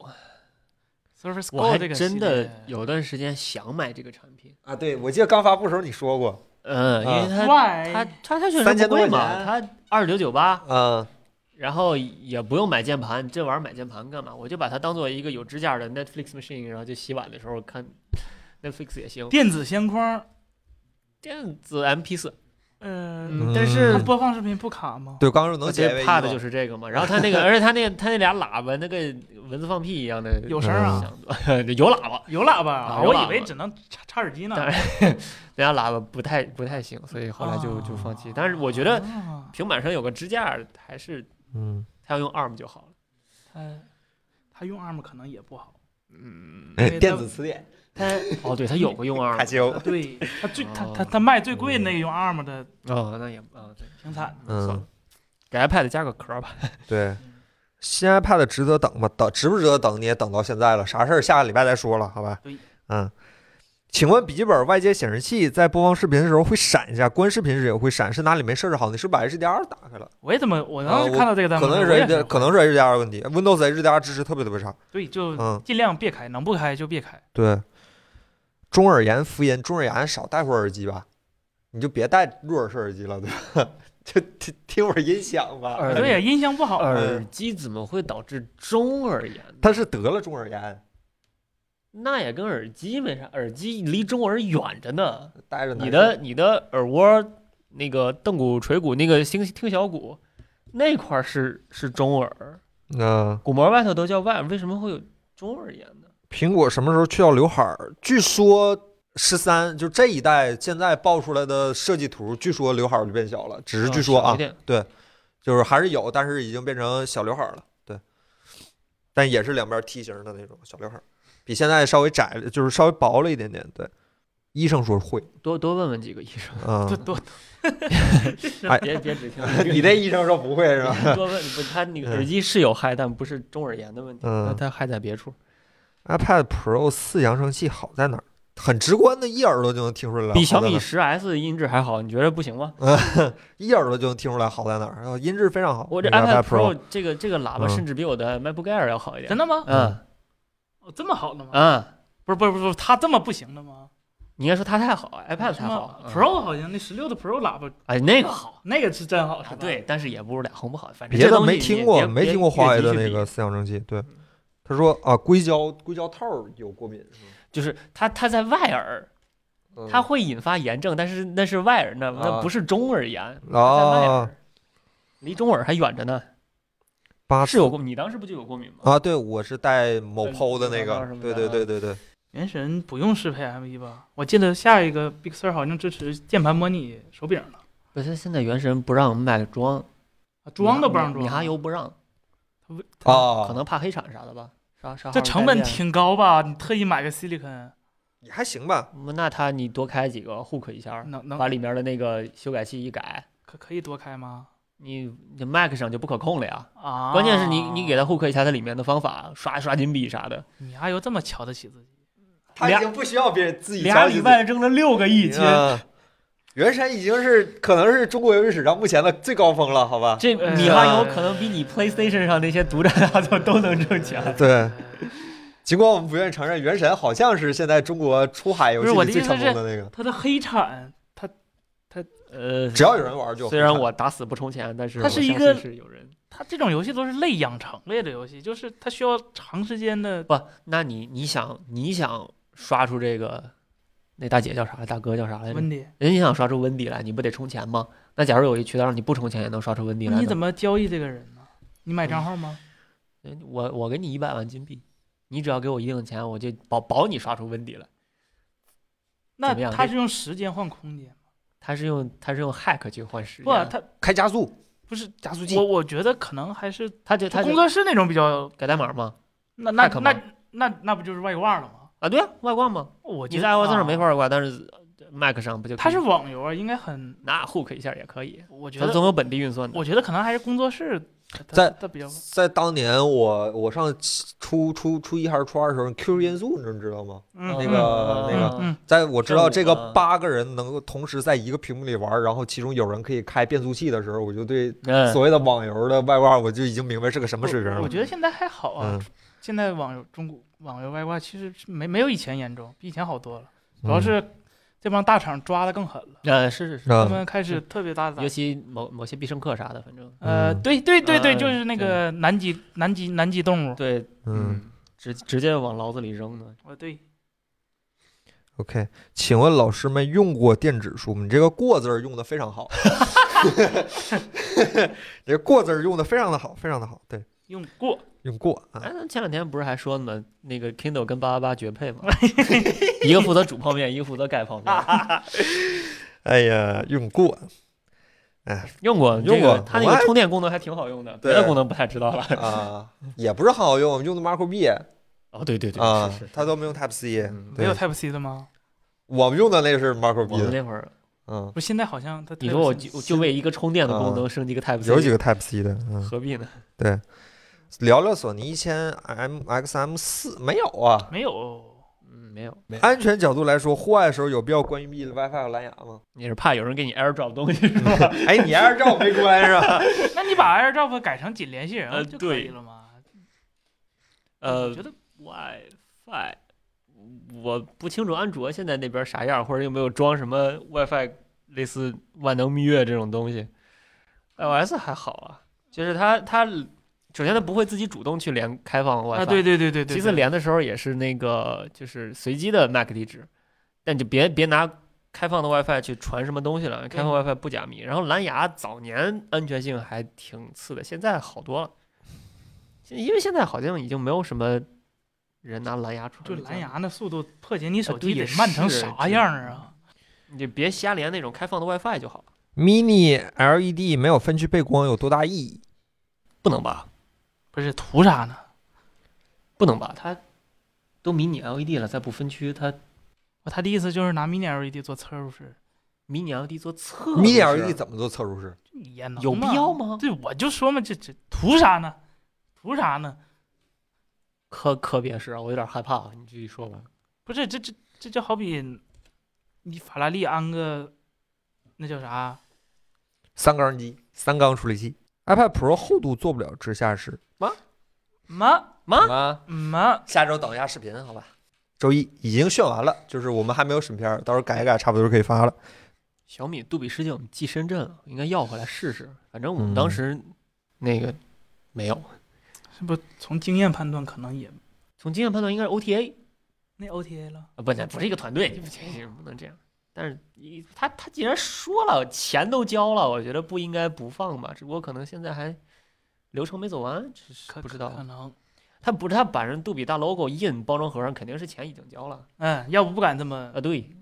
[SPEAKER 3] Surface
[SPEAKER 2] 我
[SPEAKER 3] Go
[SPEAKER 2] 还
[SPEAKER 3] 这个
[SPEAKER 2] 真
[SPEAKER 3] 系
[SPEAKER 2] 的
[SPEAKER 3] 列
[SPEAKER 2] 有段时间想买这个产品。
[SPEAKER 1] 啊，对，我记得刚发布时候你说过，
[SPEAKER 2] 嗯，因为它
[SPEAKER 3] Why？
[SPEAKER 2] 它它它确实
[SPEAKER 1] 3000
[SPEAKER 2] 不贵
[SPEAKER 1] 多块
[SPEAKER 2] 嘛，
[SPEAKER 1] 钱
[SPEAKER 2] 它二九九八，
[SPEAKER 1] 嗯
[SPEAKER 2] 然后也不用买键盘，这玩意儿买键盘干嘛？我就把它当做一个有支架的 Netflix machine，然后就洗碗的时候看 Netflix 也行，
[SPEAKER 3] 电子相框，
[SPEAKER 2] 电子 MP 四，
[SPEAKER 3] 嗯
[SPEAKER 1] 嗯，
[SPEAKER 3] 但是它播放视频不卡吗？
[SPEAKER 1] 对，刚刚说
[SPEAKER 2] 我
[SPEAKER 1] 能
[SPEAKER 2] 最
[SPEAKER 1] 解围
[SPEAKER 2] 怕的就是是这个嘛。然后他那个，而且他那他那俩喇叭，那个蚊子放屁一样的
[SPEAKER 3] 有声儿啊，
[SPEAKER 2] 响有喇叭，
[SPEAKER 3] 有喇叭
[SPEAKER 2] 啊
[SPEAKER 3] 啊，
[SPEAKER 2] 有
[SPEAKER 3] 我
[SPEAKER 2] 喇
[SPEAKER 3] 以
[SPEAKER 2] 叭
[SPEAKER 3] 为只能插插耳机呢
[SPEAKER 2] 当。然那俩喇叭不太不太行，所以后来就就放弃。但是我觉得
[SPEAKER 3] 啊
[SPEAKER 2] 平板上有个支架，还是
[SPEAKER 1] 嗯，
[SPEAKER 2] 他要用 ARM 就好了。
[SPEAKER 3] 它它用 ARM 可能也不好。
[SPEAKER 2] 嗯，
[SPEAKER 3] 对
[SPEAKER 1] 哎电
[SPEAKER 3] 它
[SPEAKER 1] 子词典，
[SPEAKER 3] 它
[SPEAKER 2] 哦，对，他有 个用 ARM
[SPEAKER 1] 卡西欧
[SPEAKER 3] 啊，对它最它它
[SPEAKER 2] 哦
[SPEAKER 3] 它卖最贵那个用 ARM 的
[SPEAKER 2] 哦，那也啊，对，
[SPEAKER 3] 挺惨。
[SPEAKER 1] 嗯
[SPEAKER 2] 算了，给 iPad 加个壳吧。
[SPEAKER 3] 嗯
[SPEAKER 1] 对。新 iPad 值得等吗？等值不值得等？你也等到现在了，啥事儿下个礼拜再说了，好吧
[SPEAKER 3] 对？
[SPEAKER 1] 嗯，请问笔记本外接显示器在播放视频的时候会闪一下，关视频时也会闪，是哪里没设置好？你是不是把 HDR 打开了？
[SPEAKER 3] 我也怎么我
[SPEAKER 1] 啊
[SPEAKER 3] 当时
[SPEAKER 1] 我
[SPEAKER 3] 看到这个弹幕
[SPEAKER 1] 可
[SPEAKER 3] 的时
[SPEAKER 1] 能
[SPEAKER 3] 候，
[SPEAKER 1] 是
[SPEAKER 3] 我也很
[SPEAKER 1] HDR，可能是 HDR 问题，Windows HDR 支持特别特别差。
[SPEAKER 3] 对，就
[SPEAKER 1] 嗯
[SPEAKER 3] 尽量别开，能不开就别开。
[SPEAKER 1] 对，中耳炎敷炎，中耳炎少戴会儿耳机吧，你就别戴入耳式耳机了，对吧？ 就听听会儿音响吧。
[SPEAKER 5] 耳
[SPEAKER 3] 对呀，音箱不好
[SPEAKER 1] 呃
[SPEAKER 3] 啊，
[SPEAKER 2] 耳机怎么会导致中耳炎呢？
[SPEAKER 1] 他是得了中耳炎，
[SPEAKER 2] 那也跟耳机没啥，耳机离中耳远着呢。
[SPEAKER 1] 戴着难
[SPEAKER 2] 你
[SPEAKER 1] 受
[SPEAKER 2] 的你的耳蜗那个蹬骨垂骨那个听听小骨那块儿是是中耳，
[SPEAKER 1] 嗯，
[SPEAKER 2] 鼓膜外头都叫外耳，为什么会有中耳炎呢？
[SPEAKER 1] 苹果什么时候去掉刘海儿？据说十三就这一代现在爆出来的设计图，据说刘海儿就变小了，只是据说
[SPEAKER 2] 少
[SPEAKER 1] 啊
[SPEAKER 2] 哦一，点
[SPEAKER 1] 就是还是有，但是已经变成小刘海儿了。对，但也是两边梯形的那种小刘海儿，比现在稍微窄了，就是稍微薄了一点点。对，医生说会，
[SPEAKER 2] 多多问问几个医生，
[SPEAKER 3] 多
[SPEAKER 1] 嗯，
[SPEAKER 3] 多
[SPEAKER 2] 别别 只听
[SPEAKER 1] 哎你这医生说不会是吧？
[SPEAKER 2] 多问不，他那个
[SPEAKER 1] 嗯
[SPEAKER 2] 耳机是有害，但不是中耳炎的问题，
[SPEAKER 1] 嗯
[SPEAKER 2] 那他害在别处，
[SPEAKER 1] iPad Pro 四扬声器好在哪儿？很直观的，一耳朵就能听出来。
[SPEAKER 2] 比小
[SPEAKER 1] 好在哪
[SPEAKER 2] 米
[SPEAKER 1] 儿
[SPEAKER 2] 十 S 音质还好，你觉得不行吗？
[SPEAKER 1] 一耳朵就能听出来好在哪儿，然后音质非常好。
[SPEAKER 2] 我这
[SPEAKER 1] 那个 iPad
[SPEAKER 2] iPad
[SPEAKER 1] Pro，
[SPEAKER 2] Pro 这个这个喇叭
[SPEAKER 1] 嗯
[SPEAKER 2] 甚至比我的 MacBook Air 要好一点
[SPEAKER 3] 真。的吗？
[SPEAKER 2] 嗯
[SPEAKER 3] 哦这么好的吗？
[SPEAKER 2] 嗯，
[SPEAKER 3] 不是不是不是，它这么不行的吗
[SPEAKER 2] 你应该说它太好，iPad
[SPEAKER 3] 啊什
[SPEAKER 2] 太好
[SPEAKER 3] 么
[SPEAKER 2] 嗯
[SPEAKER 3] ？Pro 好像那十六的 Pro 喇叭
[SPEAKER 2] 哎那个好，啊
[SPEAKER 3] 那个是真好，是吧？
[SPEAKER 2] 对，，但是也不如俩红不好，反正
[SPEAKER 1] 别
[SPEAKER 2] 这
[SPEAKER 1] 的
[SPEAKER 2] 东西
[SPEAKER 1] 没
[SPEAKER 2] 你
[SPEAKER 1] 听
[SPEAKER 2] 也
[SPEAKER 1] 过，
[SPEAKER 2] 别
[SPEAKER 1] 没
[SPEAKER 2] 别
[SPEAKER 1] 听过华为
[SPEAKER 2] 越级
[SPEAKER 1] 的
[SPEAKER 2] 去
[SPEAKER 1] 那
[SPEAKER 2] 比嗯
[SPEAKER 1] 个四扬声器。对，他说啊，硅胶硅胶套儿有过敏是吗？
[SPEAKER 2] 就是它它在外耳，
[SPEAKER 1] 嗯
[SPEAKER 2] 它会引发炎症，但是那是外耳，那
[SPEAKER 1] 啊
[SPEAKER 2] 那不是中耳炎，它在外
[SPEAKER 1] 啊
[SPEAKER 2] 耳，离中耳还远着呢。
[SPEAKER 1] 八
[SPEAKER 2] 啊是有过，你当时不就有过敏吗？
[SPEAKER 1] 啊，对，我是带某
[SPEAKER 2] 呃
[SPEAKER 1] PO 的那
[SPEAKER 2] 硅胶套
[SPEAKER 1] 个
[SPEAKER 2] 儿什，么
[SPEAKER 1] 对
[SPEAKER 2] 的
[SPEAKER 1] 对
[SPEAKER 2] 啊
[SPEAKER 1] 对对对，
[SPEAKER 3] 原神不用适配 M 1吧？我记得下一个 Big Sur 好像支持键盘模拟手柄了，
[SPEAKER 2] 不是，现在原神不让 Mac 装，
[SPEAKER 3] 啊装都不让装。
[SPEAKER 2] 米哈游不让，
[SPEAKER 1] 啊，
[SPEAKER 2] 可能怕黑产啥的吧？啥啥
[SPEAKER 3] 这
[SPEAKER 2] 号
[SPEAKER 3] 成
[SPEAKER 2] 改
[SPEAKER 3] 本
[SPEAKER 2] 变
[SPEAKER 3] 挺高吧？你特意买个 Silicon
[SPEAKER 1] 也还行吧，
[SPEAKER 2] 那它你多开几个 hook 一下，
[SPEAKER 3] 能能
[SPEAKER 2] 把里面的那个修改器一改，
[SPEAKER 3] 可可以多开吗？
[SPEAKER 2] 你你 Mac 上就不可控了呀。
[SPEAKER 3] 啊，
[SPEAKER 2] 关键是你你给它 hook 一下它里面的方法，刷刷金币啥的。
[SPEAKER 3] 米哈游这么瞧得起自己，
[SPEAKER 1] 他已
[SPEAKER 2] 俩
[SPEAKER 1] 经不需要别人自己
[SPEAKER 2] 俩
[SPEAKER 1] 强行
[SPEAKER 2] 礼拜挣了六个亿
[SPEAKER 1] 自己
[SPEAKER 2] 金，
[SPEAKER 1] 嗯原神已经是可能是中国游戏史上目前的最高峰了，好吧？
[SPEAKER 2] 这
[SPEAKER 3] 呃
[SPEAKER 2] 米哈游可能比你 PlayStation 上那些独占大作都能挣钱。
[SPEAKER 1] 对，尽管我们不愿意承认，原神好像是现在中国出海游
[SPEAKER 3] 不是
[SPEAKER 1] 戏
[SPEAKER 3] 我
[SPEAKER 1] 里
[SPEAKER 3] 的
[SPEAKER 1] 最
[SPEAKER 3] 意思
[SPEAKER 1] 成功
[SPEAKER 3] 是
[SPEAKER 1] 的那个，
[SPEAKER 3] 它的黑产，它
[SPEAKER 2] 呃，
[SPEAKER 1] 只要有人玩就。
[SPEAKER 2] 虽然我打死不充钱，但是
[SPEAKER 3] 它
[SPEAKER 2] 我相
[SPEAKER 3] 是一
[SPEAKER 2] 信
[SPEAKER 3] 个
[SPEAKER 2] 是有人
[SPEAKER 3] 它这种游戏都是类养成类的游戏，就是它需要长时间的
[SPEAKER 2] 不，那你你想你想刷出这个，那大姐叫啥来？大哥叫啥来着？
[SPEAKER 3] 温迪。
[SPEAKER 2] 人家想刷出温迪来，你不得充钱吗？那假如有一渠道让你不充钱也能刷出温迪来嗯
[SPEAKER 3] 那
[SPEAKER 2] 呢，
[SPEAKER 3] 你怎么交易这个人呢？你买账号吗？
[SPEAKER 2] 人家我我给你一百万金币，你只要给我一定的钱，我就保保你刷出温迪来。
[SPEAKER 3] 那
[SPEAKER 2] 怎么样
[SPEAKER 3] 他是用时间换空间吗，
[SPEAKER 2] 他是用他是用 hack 去换时间，
[SPEAKER 3] 不，他
[SPEAKER 1] 开加速，
[SPEAKER 3] 不是
[SPEAKER 1] 加速器
[SPEAKER 3] 我我觉得可能还是
[SPEAKER 2] 他就他
[SPEAKER 3] 工
[SPEAKER 2] 就
[SPEAKER 3] 作室那种比较
[SPEAKER 2] 改代码吗？
[SPEAKER 3] 那那
[SPEAKER 2] hack
[SPEAKER 3] 那
[SPEAKER 2] 吗
[SPEAKER 3] 那那不就是外挂了吗？
[SPEAKER 2] 啊，对啊，外挂吗？
[SPEAKER 3] 我
[SPEAKER 2] 你
[SPEAKER 3] 觉得
[SPEAKER 2] 在 iOS 上
[SPEAKER 3] 啊
[SPEAKER 2] 没法外挂，但是 Mac 上不就可以
[SPEAKER 3] 他是网游啊，应该很，
[SPEAKER 2] 拿 hook 一下也可以，
[SPEAKER 3] 我觉
[SPEAKER 2] 它
[SPEAKER 3] 得
[SPEAKER 2] 总有本地运算的。
[SPEAKER 3] 我觉得可能还是工作室
[SPEAKER 1] 在
[SPEAKER 3] 他比较
[SPEAKER 1] 在当年我我上初初初一还是初二的时候，Q 音速你知道吗？
[SPEAKER 3] 嗯
[SPEAKER 1] 那
[SPEAKER 3] 嗯
[SPEAKER 1] 个那个
[SPEAKER 3] 嗯嗯
[SPEAKER 1] 在我知道这个
[SPEAKER 2] 正午啊
[SPEAKER 1] 八个人能够同时在一个屏幕里玩，然后其中有人可以开变速器的时候，我就对
[SPEAKER 2] 嗯，
[SPEAKER 1] 所谓的网游的外挂我就已经明白是个什么水平
[SPEAKER 3] 我我
[SPEAKER 1] 了。
[SPEAKER 3] 觉得现在还好啊
[SPEAKER 1] 嗯，
[SPEAKER 3] 现在网游中国网游外挂其实是没没有以前严重，比以前好多了，主
[SPEAKER 1] 嗯
[SPEAKER 3] 要是这帮大厂抓的更狠了，
[SPEAKER 2] 呃，是是是，
[SPEAKER 3] 他
[SPEAKER 1] 嗯
[SPEAKER 3] 们开始特别大胆
[SPEAKER 2] 尤。其某某些必胜客啥的，反正
[SPEAKER 3] 呃，
[SPEAKER 1] 嗯
[SPEAKER 3] 对对对对，
[SPEAKER 2] 嗯
[SPEAKER 3] 就是那个南极南极南极动物，
[SPEAKER 2] 对，
[SPEAKER 1] 嗯，，
[SPEAKER 2] 直直接往牢子里扔的。
[SPEAKER 3] 哦对，
[SPEAKER 1] OK，请问老师们用过电子书吗？你这个“过”字儿用的非常 好， 这个“过”字儿用的非常的好，非常的好。对，
[SPEAKER 3] 用过，
[SPEAKER 1] 用过啊，
[SPEAKER 2] 哎，咱前两天不是还说呢，那个 Kindle 跟八八八绝 配吗？一个负责煮泡面，一个负责盖泡 面。
[SPEAKER 1] 哎呀，用过，
[SPEAKER 2] 用过，
[SPEAKER 1] 用过
[SPEAKER 2] 这个它那
[SPEAKER 1] 我
[SPEAKER 2] 个
[SPEAKER 1] 还
[SPEAKER 2] 充电功能还挺好用的，别的
[SPEAKER 1] 对
[SPEAKER 2] 功能不太知道了。
[SPEAKER 1] 啊， 也不是很好用，我们用的 Marco B
[SPEAKER 2] 哦，对对对，
[SPEAKER 1] 啊
[SPEAKER 2] 是是，
[SPEAKER 1] 它都没用 Type C，
[SPEAKER 2] 嗯
[SPEAKER 1] 对
[SPEAKER 3] 没有 Type C 的吗？
[SPEAKER 1] 我们用的那是 Marco
[SPEAKER 2] 我
[SPEAKER 1] B
[SPEAKER 2] 们
[SPEAKER 1] 的，
[SPEAKER 2] 那会儿，
[SPEAKER 1] 嗯，
[SPEAKER 3] 不是，现在好像它
[SPEAKER 2] 你说我
[SPEAKER 3] Type C
[SPEAKER 2] 就就为一个充电的功能升级个 Type C，
[SPEAKER 1] 啊有几个 Type C 的，嗯，
[SPEAKER 2] 何必呢？
[SPEAKER 1] 对。聊聊索尼一千 M X M 四没有啊？
[SPEAKER 3] 没有，
[SPEAKER 2] 嗯，没有，
[SPEAKER 1] 安全角度来说，户外的时候有必要关闭 WiFi 和蓝牙 吗？
[SPEAKER 2] 你是怕有人给你 AirDrop 东西是吧？
[SPEAKER 1] 哎，你还是照没关是吧？
[SPEAKER 3] 那你把 AirDrop 改成仅联系人
[SPEAKER 2] 呃
[SPEAKER 3] 了就可
[SPEAKER 2] 对
[SPEAKER 3] 以了吗？
[SPEAKER 2] 呃
[SPEAKER 3] 我觉得
[SPEAKER 2] ，WiFi，我不清楚安卓现在那边啥样，或者有没有装什么 WiFi 类似万能蜜月这种东西。iOS 还好啊，就是它它首先它不会自己主动去连开放 WiFi，
[SPEAKER 3] 啊，对对对对对，
[SPEAKER 2] 其次
[SPEAKER 3] 对
[SPEAKER 2] 连的时候也是那个就是随机的 MAC 地址，但就别别拿开放的 WiFi 去传什么东西了，开放 WiFi 不加密。然后蓝牙早年安全性还挺次的，现在好多了。现因为现在好像已经没有什么人拿蓝牙传，
[SPEAKER 3] 就蓝牙，那速度破解你手
[SPEAKER 2] 啊对
[SPEAKER 3] 机
[SPEAKER 2] 也
[SPEAKER 3] 得
[SPEAKER 2] 是
[SPEAKER 3] 慢成啥样啊？
[SPEAKER 2] 你就别瞎连那种开放的 WiFi 就好了。
[SPEAKER 1] Mini LED 没有分区背光有多大意义？
[SPEAKER 2] 不能吧？
[SPEAKER 3] 不是图啥呢？
[SPEAKER 2] 不能吧？它都迷你 LED 了，再不分区，它
[SPEAKER 3] 我他的意思就是拿 Mini LED E 做侧入式，
[SPEAKER 2] 迷你 LED 做侧
[SPEAKER 1] Mini
[SPEAKER 2] 不是
[SPEAKER 1] LED 怎么做侧入式？
[SPEAKER 3] 这也能
[SPEAKER 2] 有必要
[SPEAKER 3] 吗？
[SPEAKER 2] 吗？
[SPEAKER 3] 对，我就说嘛，这这图啥呢？图啥呢？
[SPEAKER 2] 可可别是啊，我有点害怕。你继续说吧。
[SPEAKER 3] 不是这这这就好比你法拉利安个那叫啥？
[SPEAKER 1] 三缸机，三缸处理器。iPad Pro 厚度做不了直下式
[SPEAKER 3] 么
[SPEAKER 2] 啊
[SPEAKER 1] 吗？
[SPEAKER 3] 么
[SPEAKER 1] 下周等一下视频，好吧？周一已经炫完了，就是我们还没有审片儿，到时候改一改，差不多就可以发了。
[SPEAKER 2] 小米杜比十九寄深圳了，应该要回来试试。反正我们
[SPEAKER 1] 嗯
[SPEAKER 2] 当时那个没有，
[SPEAKER 3] 是不从经验判断可能也
[SPEAKER 2] 从经验判断应该是 OTA
[SPEAKER 3] 那 OTA 了？
[SPEAKER 2] 啊，不，那不是一个团队，不行行不能这样。但是一他他既然说了，钱都交了，我觉得不应该不放吧。只不过可能现在还流程没走完，只是
[SPEAKER 3] 可
[SPEAKER 2] 不知道
[SPEAKER 3] 可。能，
[SPEAKER 2] 他不是他把人杜比大 logo 印包装盒上，肯定是钱已经交了
[SPEAKER 3] 嗯，要不不敢这么
[SPEAKER 2] 啊。对，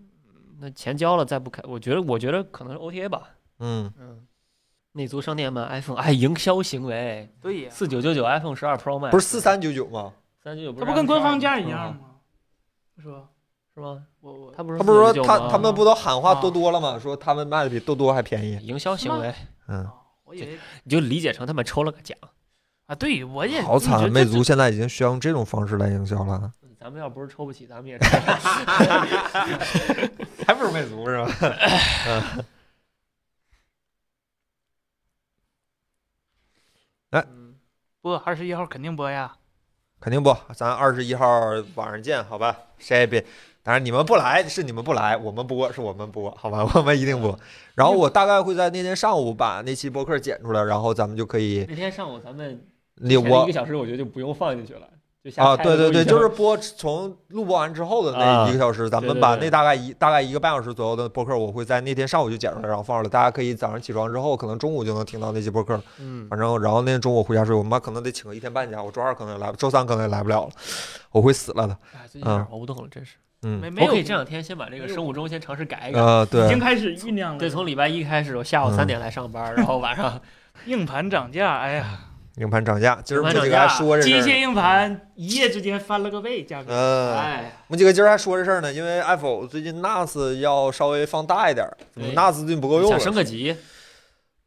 [SPEAKER 2] 那钱交了再不开，我觉得我觉得可能是 OTA 吧。
[SPEAKER 1] 嗯，
[SPEAKER 2] 嗯，内租商店卖 iPhone，哎，营销行为。
[SPEAKER 3] 对呀，
[SPEAKER 2] 四九九九 iPhone 十二 Pro Max
[SPEAKER 1] 不是四三九九吗？
[SPEAKER 2] 三九九，
[SPEAKER 3] 这不跟官方价一
[SPEAKER 1] 是
[SPEAKER 3] 样
[SPEAKER 1] 吗
[SPEAKER 3] 吗？是吧？
[SPEAKER 2] 是吗？
[SPEAKER 3] 我我
[SPEAKER 2] 他不是
[SPEAKER 1] 他不是说
[SPEAKER 2] 499
[SPEAKER 1] 他
[SPEAKER 2] 吗
[SPEAKER 1] 他们不都喊话
[SPEAKER 3] 啊
[SPEAKER 1] 多多了吗？说他们卖的比多多还便宜。
[SPEAKER 2] 营销行为，
[SPEAKER 1] 嗯，
[SPEAKER 3] 哦我以为
[SPEAKER 2] 你就理解成他们抽了个奖。
[SPEAKER 3] 啊，对我也
[SPEAKER 1] 好
[SPEAKER 3] 我觉
[SPEAKER 1] 惨，啊
[SPEAKER 3] 得
[SPEAKER 1] 魅
[SPEAKER 3] 这
[SPEAKER 1] 族现在已经需要用这种方式来营销了，
[SPEAKER 2] 咱们要不是抽不起，咱们也
[SPEAKER 1] 还不如魅族是吧？
[SPEAKER 2] 嗯
[SPEAKER 3] 播二十一号肯定播呀。
[SPEAKER 1] 肯定不，咱二十一号晚上见，好吧？谁也别，当然你们不来是你们不来，我们播是我们播，好吧？ 我们一定播。然后我大概会在那天上午把那期播客剪出来，然后咱们就可以，
[SPEAKER 2] 那天上午咱们
[SPEAKER 1] 你
[SPEAKER 2] 前一
[SPEAKER 1] 我
[SPEAKER 2] 个小时，我觉得就不用放进去了，就下
[SPEAKER 1] 啊，
[SPEAKER 2] 菜
[SPEAKER 1] 对对
[SPEAKER 2] 的时
[SPEAKER 1] 对，
[SPEAKER 2] 候已经
[SPEAKER 1] 就是播从录播完之后的那
[SPEAKER 2] 啊
[SPEAKER 1] 一个小时，咱
[SPEAKER 2] 对
[SPEAKER 1] 们
[SPEAKER 2] 对
[SPEAKER 1] 把
[SPEAKER 2] 对
[SPEAKER 1] 那大概一大概一个半小时左右的播客，我会在那天上午就剪出来，然后放出来，大家可以早上起床之后，可能中午就能听到那期播客。
[SPEAKER 2] 嗯，
[SPEAKER 1] 反正然后那天中午回家睡，我妈可能得请个一天半假，我周二可能也来，周三可能也来不了了，我会死了的。
[SPEAKER 2] 哎，
[SPEAKER 1] 啊
[SPEAKER 2] 最近有点熬不动了，真是。
[SPEAKER 1] 嗯
[SPEAKER 3] 没，没
[SPEAKER 2] 我
[SPEAKER 3] 有
[SPEAKER 2] 可以这两天先把这个生物钟先尝试改一改。
[SPEAKER 1] 呃，对，
[SPEAKER 3] 已经开始酝酿了。
[SPEAKER 2] 对，从礼拜一开始，我下午
[SPEAKER 1] 嗯
[SPEAKER 2] 三点来上 班，然后晚上
[SPEAKER 3] 硬盘涨价，哎呀，
[SPEAKER 1] 硬盘涨价，今儿
[SPEAKER 2] 硬
[SPEAKER 1] 木
[SPEAKER 2] 盘
[SPEAKER 1] 几
[SPEAKER 2] 涨
[SPEAKER 1] 个还
[SPEAKER 2] 价
[SPEAKER 1] 说这
[SPEAKER 3] 机
[SPEAKER 1] 事
[SPEAKER 3] 械
[SPEAKER 1] 儿呢。
[SPEAKER 3] 硬盘一夜之间翻了个倍，价格。
[SPEAKER 1] 嗯，
[SPEAKER 2] 哎，
[SPEAKER 1] 木几个今儿还说这事儿呢，因为 Apple 最近 NAS 要稍微放大一点儿，怎么
[SPEAKER 2] 对
[SPEAKER 1] NAS 最近不够用
[SPEAKER 2] 想
[SPEAKER 1] 了，
[SPEAKER 2] 升个级，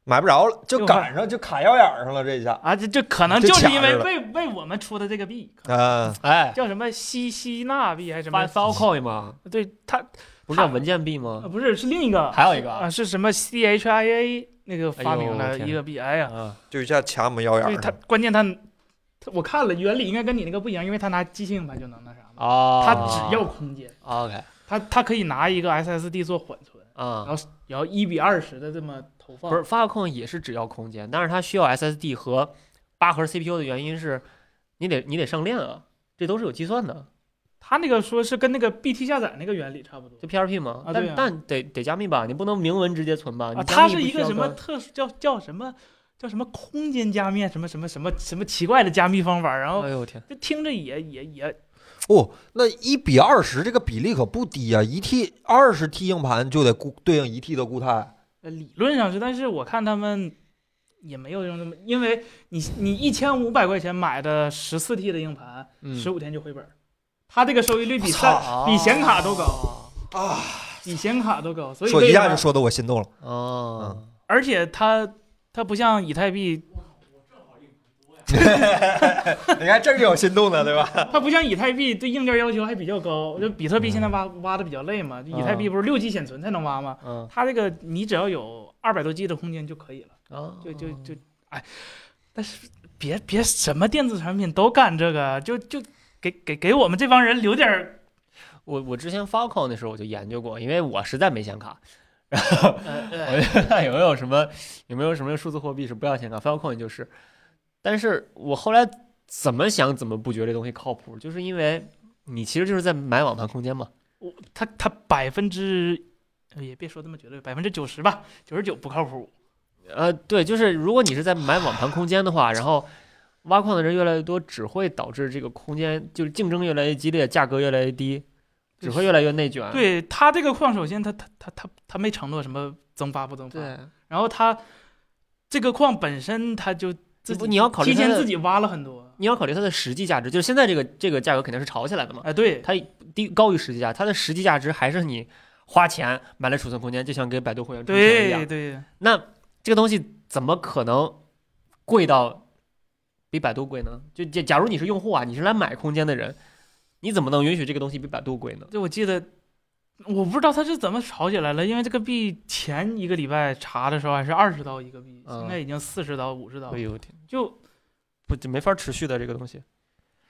[SPEAKER 1] 买不着了，就
[SPEAKER 3] 就
[SPEAKER 1] 赶上就卡腰眼儿上了这一下。
[SPEAKER 3] 啊，这这可能
[SPEAKER 1] 呃就
[SPEAKER 3] 就是
[SPEAKER 1] 抢
[SPEAKER 3] 因为
[SPEAKER 1] 着了
[SPEAKER 3] 为为我们出的这个币，可能
[SPEAKER 1] 嗯，
[SPEAKER 2] 哎，
[SPEAKER 3] 叫什么西西纳币还是什
[SPEAKER 2] 发
[SPEAKER 3] 么？
[SPEAKER 2] Filecoin 吗？
[SPEAKER 3] 对它
[SPEAKER 2] 不是叫文件币吗
[SPEAKER 3] 呃？不是是另一个，
[SPEAKER 2] 还有一个
[SPEAKER 3] 啊是什么 CIA 那个
[SPEAKER 2] 哎
[SPEAKER 3] 发
[SPEAKER 2] 呦
[SPEAKER 3] 明
[SPEAKER 2] 我
[SPEAKER 3] 的
[SPEAKER 2] 天
[SPEAKER 3] 一个币，哎呀，
[SPEAKER 2] 啊，
[SPEAKER 1] 就一下卡我们腰眼
[SPEAKER 3] 对
[SPEAKER 1] 儿
[SPEAKER 3] 它
[SPEAKER 1] 上。
[SPEAKER 3] 关键它它我看了原理应该跟你那个不一样，因为它拿机械硬盘就能那啥嘛，
[SPEAKER 2] 哦，
[SPEAKER 3] 它只要空间，
[SPEAKER 2] 啊 OK
[SPEAKER 3] 它它可以拿一个 SSD 做缓存，
[SPEAKER 2] 啊，
[SPEAKER 3] 然后一比二十的这么投放，
[SPEAKER 2] 不是 Filecoin 也是只要空间，但是它需要 SSD 和八核 CPU 的原因是，你得你得上链啊，这都是有计算的。
[SPEAKER 3] 它那个说是跟那个 BT 下载那个原理差不多
[SPEAKER 2] 就 PRP 嘛，
[SPEAKER 3] 啊对
[SPEAKER 2] 但
[SPEAKER 3] 啊
[SPEAKER 2] 但得得加密吧，你不能明文直接存吧？
[SPEAKER 3] 啊，
[SPEAKER 2] 你
[SPEAKER 3] 它
[SPEAKER 2] 加密
[SPEAKER 3] 是
[SPEAKER 2] 必
[SPEAKER 3] 一
[SPEAKER 2] 须
[SPEAKER 3] 个
[SPEAKER 2] 要
[SPEAKER 3] 什么
[SPEAKER 2] 装？
[SPEAKER 3] 特殊叫叫什么叫什么空间加密啊什么什么什么什么奇怪的加密方法，然后
[SPEAKER 1] 呃
[SPEAKER 2] 哎呦我天，
[SPEAKER 3] 就听着也也也
[SPEAKER 1] 哦，那一比二十这个比例可不低呀、一 T 二十 T 硬盘就得固对应一 T 的固态。
[SPEAKER 3] 呃理论上是，但是我看他们也没有用那么，因为你你一千五百块钱买的十四 T 的硬盘，
[SPEAKER 2] 嗯
[SPEAKER 3] 十五天就回本儿，它这个收益率比
[SPEAKER 1] 我
[SPEAKER 3] 三
[SPEAKER 1] 操
[SPEAKER 3] 比显卡都高
[SPEAKER 1] 啊，
[SPEAKER 3] 比显卡都高，所以
[SPEAKER 1] 说
[SPEAKER 3] 为
[SPEAKER 1] 一
[SPEAKER 3] 什
[SPEAKER 1] 下
[SPEAKER 3] 么
[SPEAKER 1] 就说的我心动了。
[SPEAKER 2] 哦，
[SPEAKER 3] 而且它它不像以太币，
[SPEAKER 1] 你看，这是有心动的，对吧？
[SPEAKER 3] 它不像以太币对硬件要求还比较高，就比特币现在挖挖的比较累嘛，以太币不是六 G 显存才能挖吗？
[SPEAKER 2] 嗯
[SPEAKER 3] 它这个你只要有二百多 G 的空间就可以了，
[SPEAKER 2] 啊，
[SPEAKER 3] 就就就哎，但是别别什么电子产品都干这个，就就给给给我们这帮人留点儿
[SPEAKER 2] 我我之前 Falcon 的时候我就研究过，因为我实在没显卡，
[SPEAKER 3] 呃
[SPEAKER 2] 我就看有没有什么有没有什么数字货币是不要显卡，Falcon 就是。但是我后来怎么想怎么不觉得这东西靠谱，就是因为你其实就是在买网盘空间嘛。
[SPEAKER 3] 我他他百分之呃也别说这么绝对，百分之九十吧，九十九不靠谱。
[SPEAKER 2] 呃，对，就是如果你是在买网盘空间的话，然后挖矿的人越来越多，只会导致这个空间就是竞争越来越激烈，价格越来越低，只会越来越内卷。
[SPEAKER 3] 对他这个矿，首先他他他他他没承诺什么增发不增发，
[SPEAKER 2] 对，
[SPEAKER 3] 然后他这个矿本身他就自己
[SPEAKER 2] 不你要考虑
[SPEAKER 3] 提
[SPEAKER 2] 它
[SPEAKER 3] 前
[SPEAKER 2] 的
[SPEAKER 3] 自己挖了很多。
[SPEAKER 2] 你要考虑它的实际价值，就是现在这个这个价格肯定是炒起来的嘛，
[SPEAKER 3] 哎，对，
[SPEAKER 2] 它低高于实际价，它的实际价值还是你花钱买了储存空间，就像给百度会员充钱一
[SPEAKER 3] 对
[SPEAKER 2] 样。
[SPEAKER 3] 对，
[SPEAKER 2] 那这个东西怎么可能贵到比百度贵呢？就假假如你是用户啊，你是来买空间的人，你怎么能允许这个东西比百度贵呢？
[SPEAKER 3] 就我记得，我不知道他是怎么炒起来了，因为这个币前一个礼拜查的时候还是二十刀一个币，
[SPEAKER 2] 嗯
[SPEAKER 3] 现在已经四十刀、五十刀
[SPEAKER 2] 哎，呦我天，
[SPEAKER 3] 就
[SPEAKER 2] 不就没法持续的这个东西。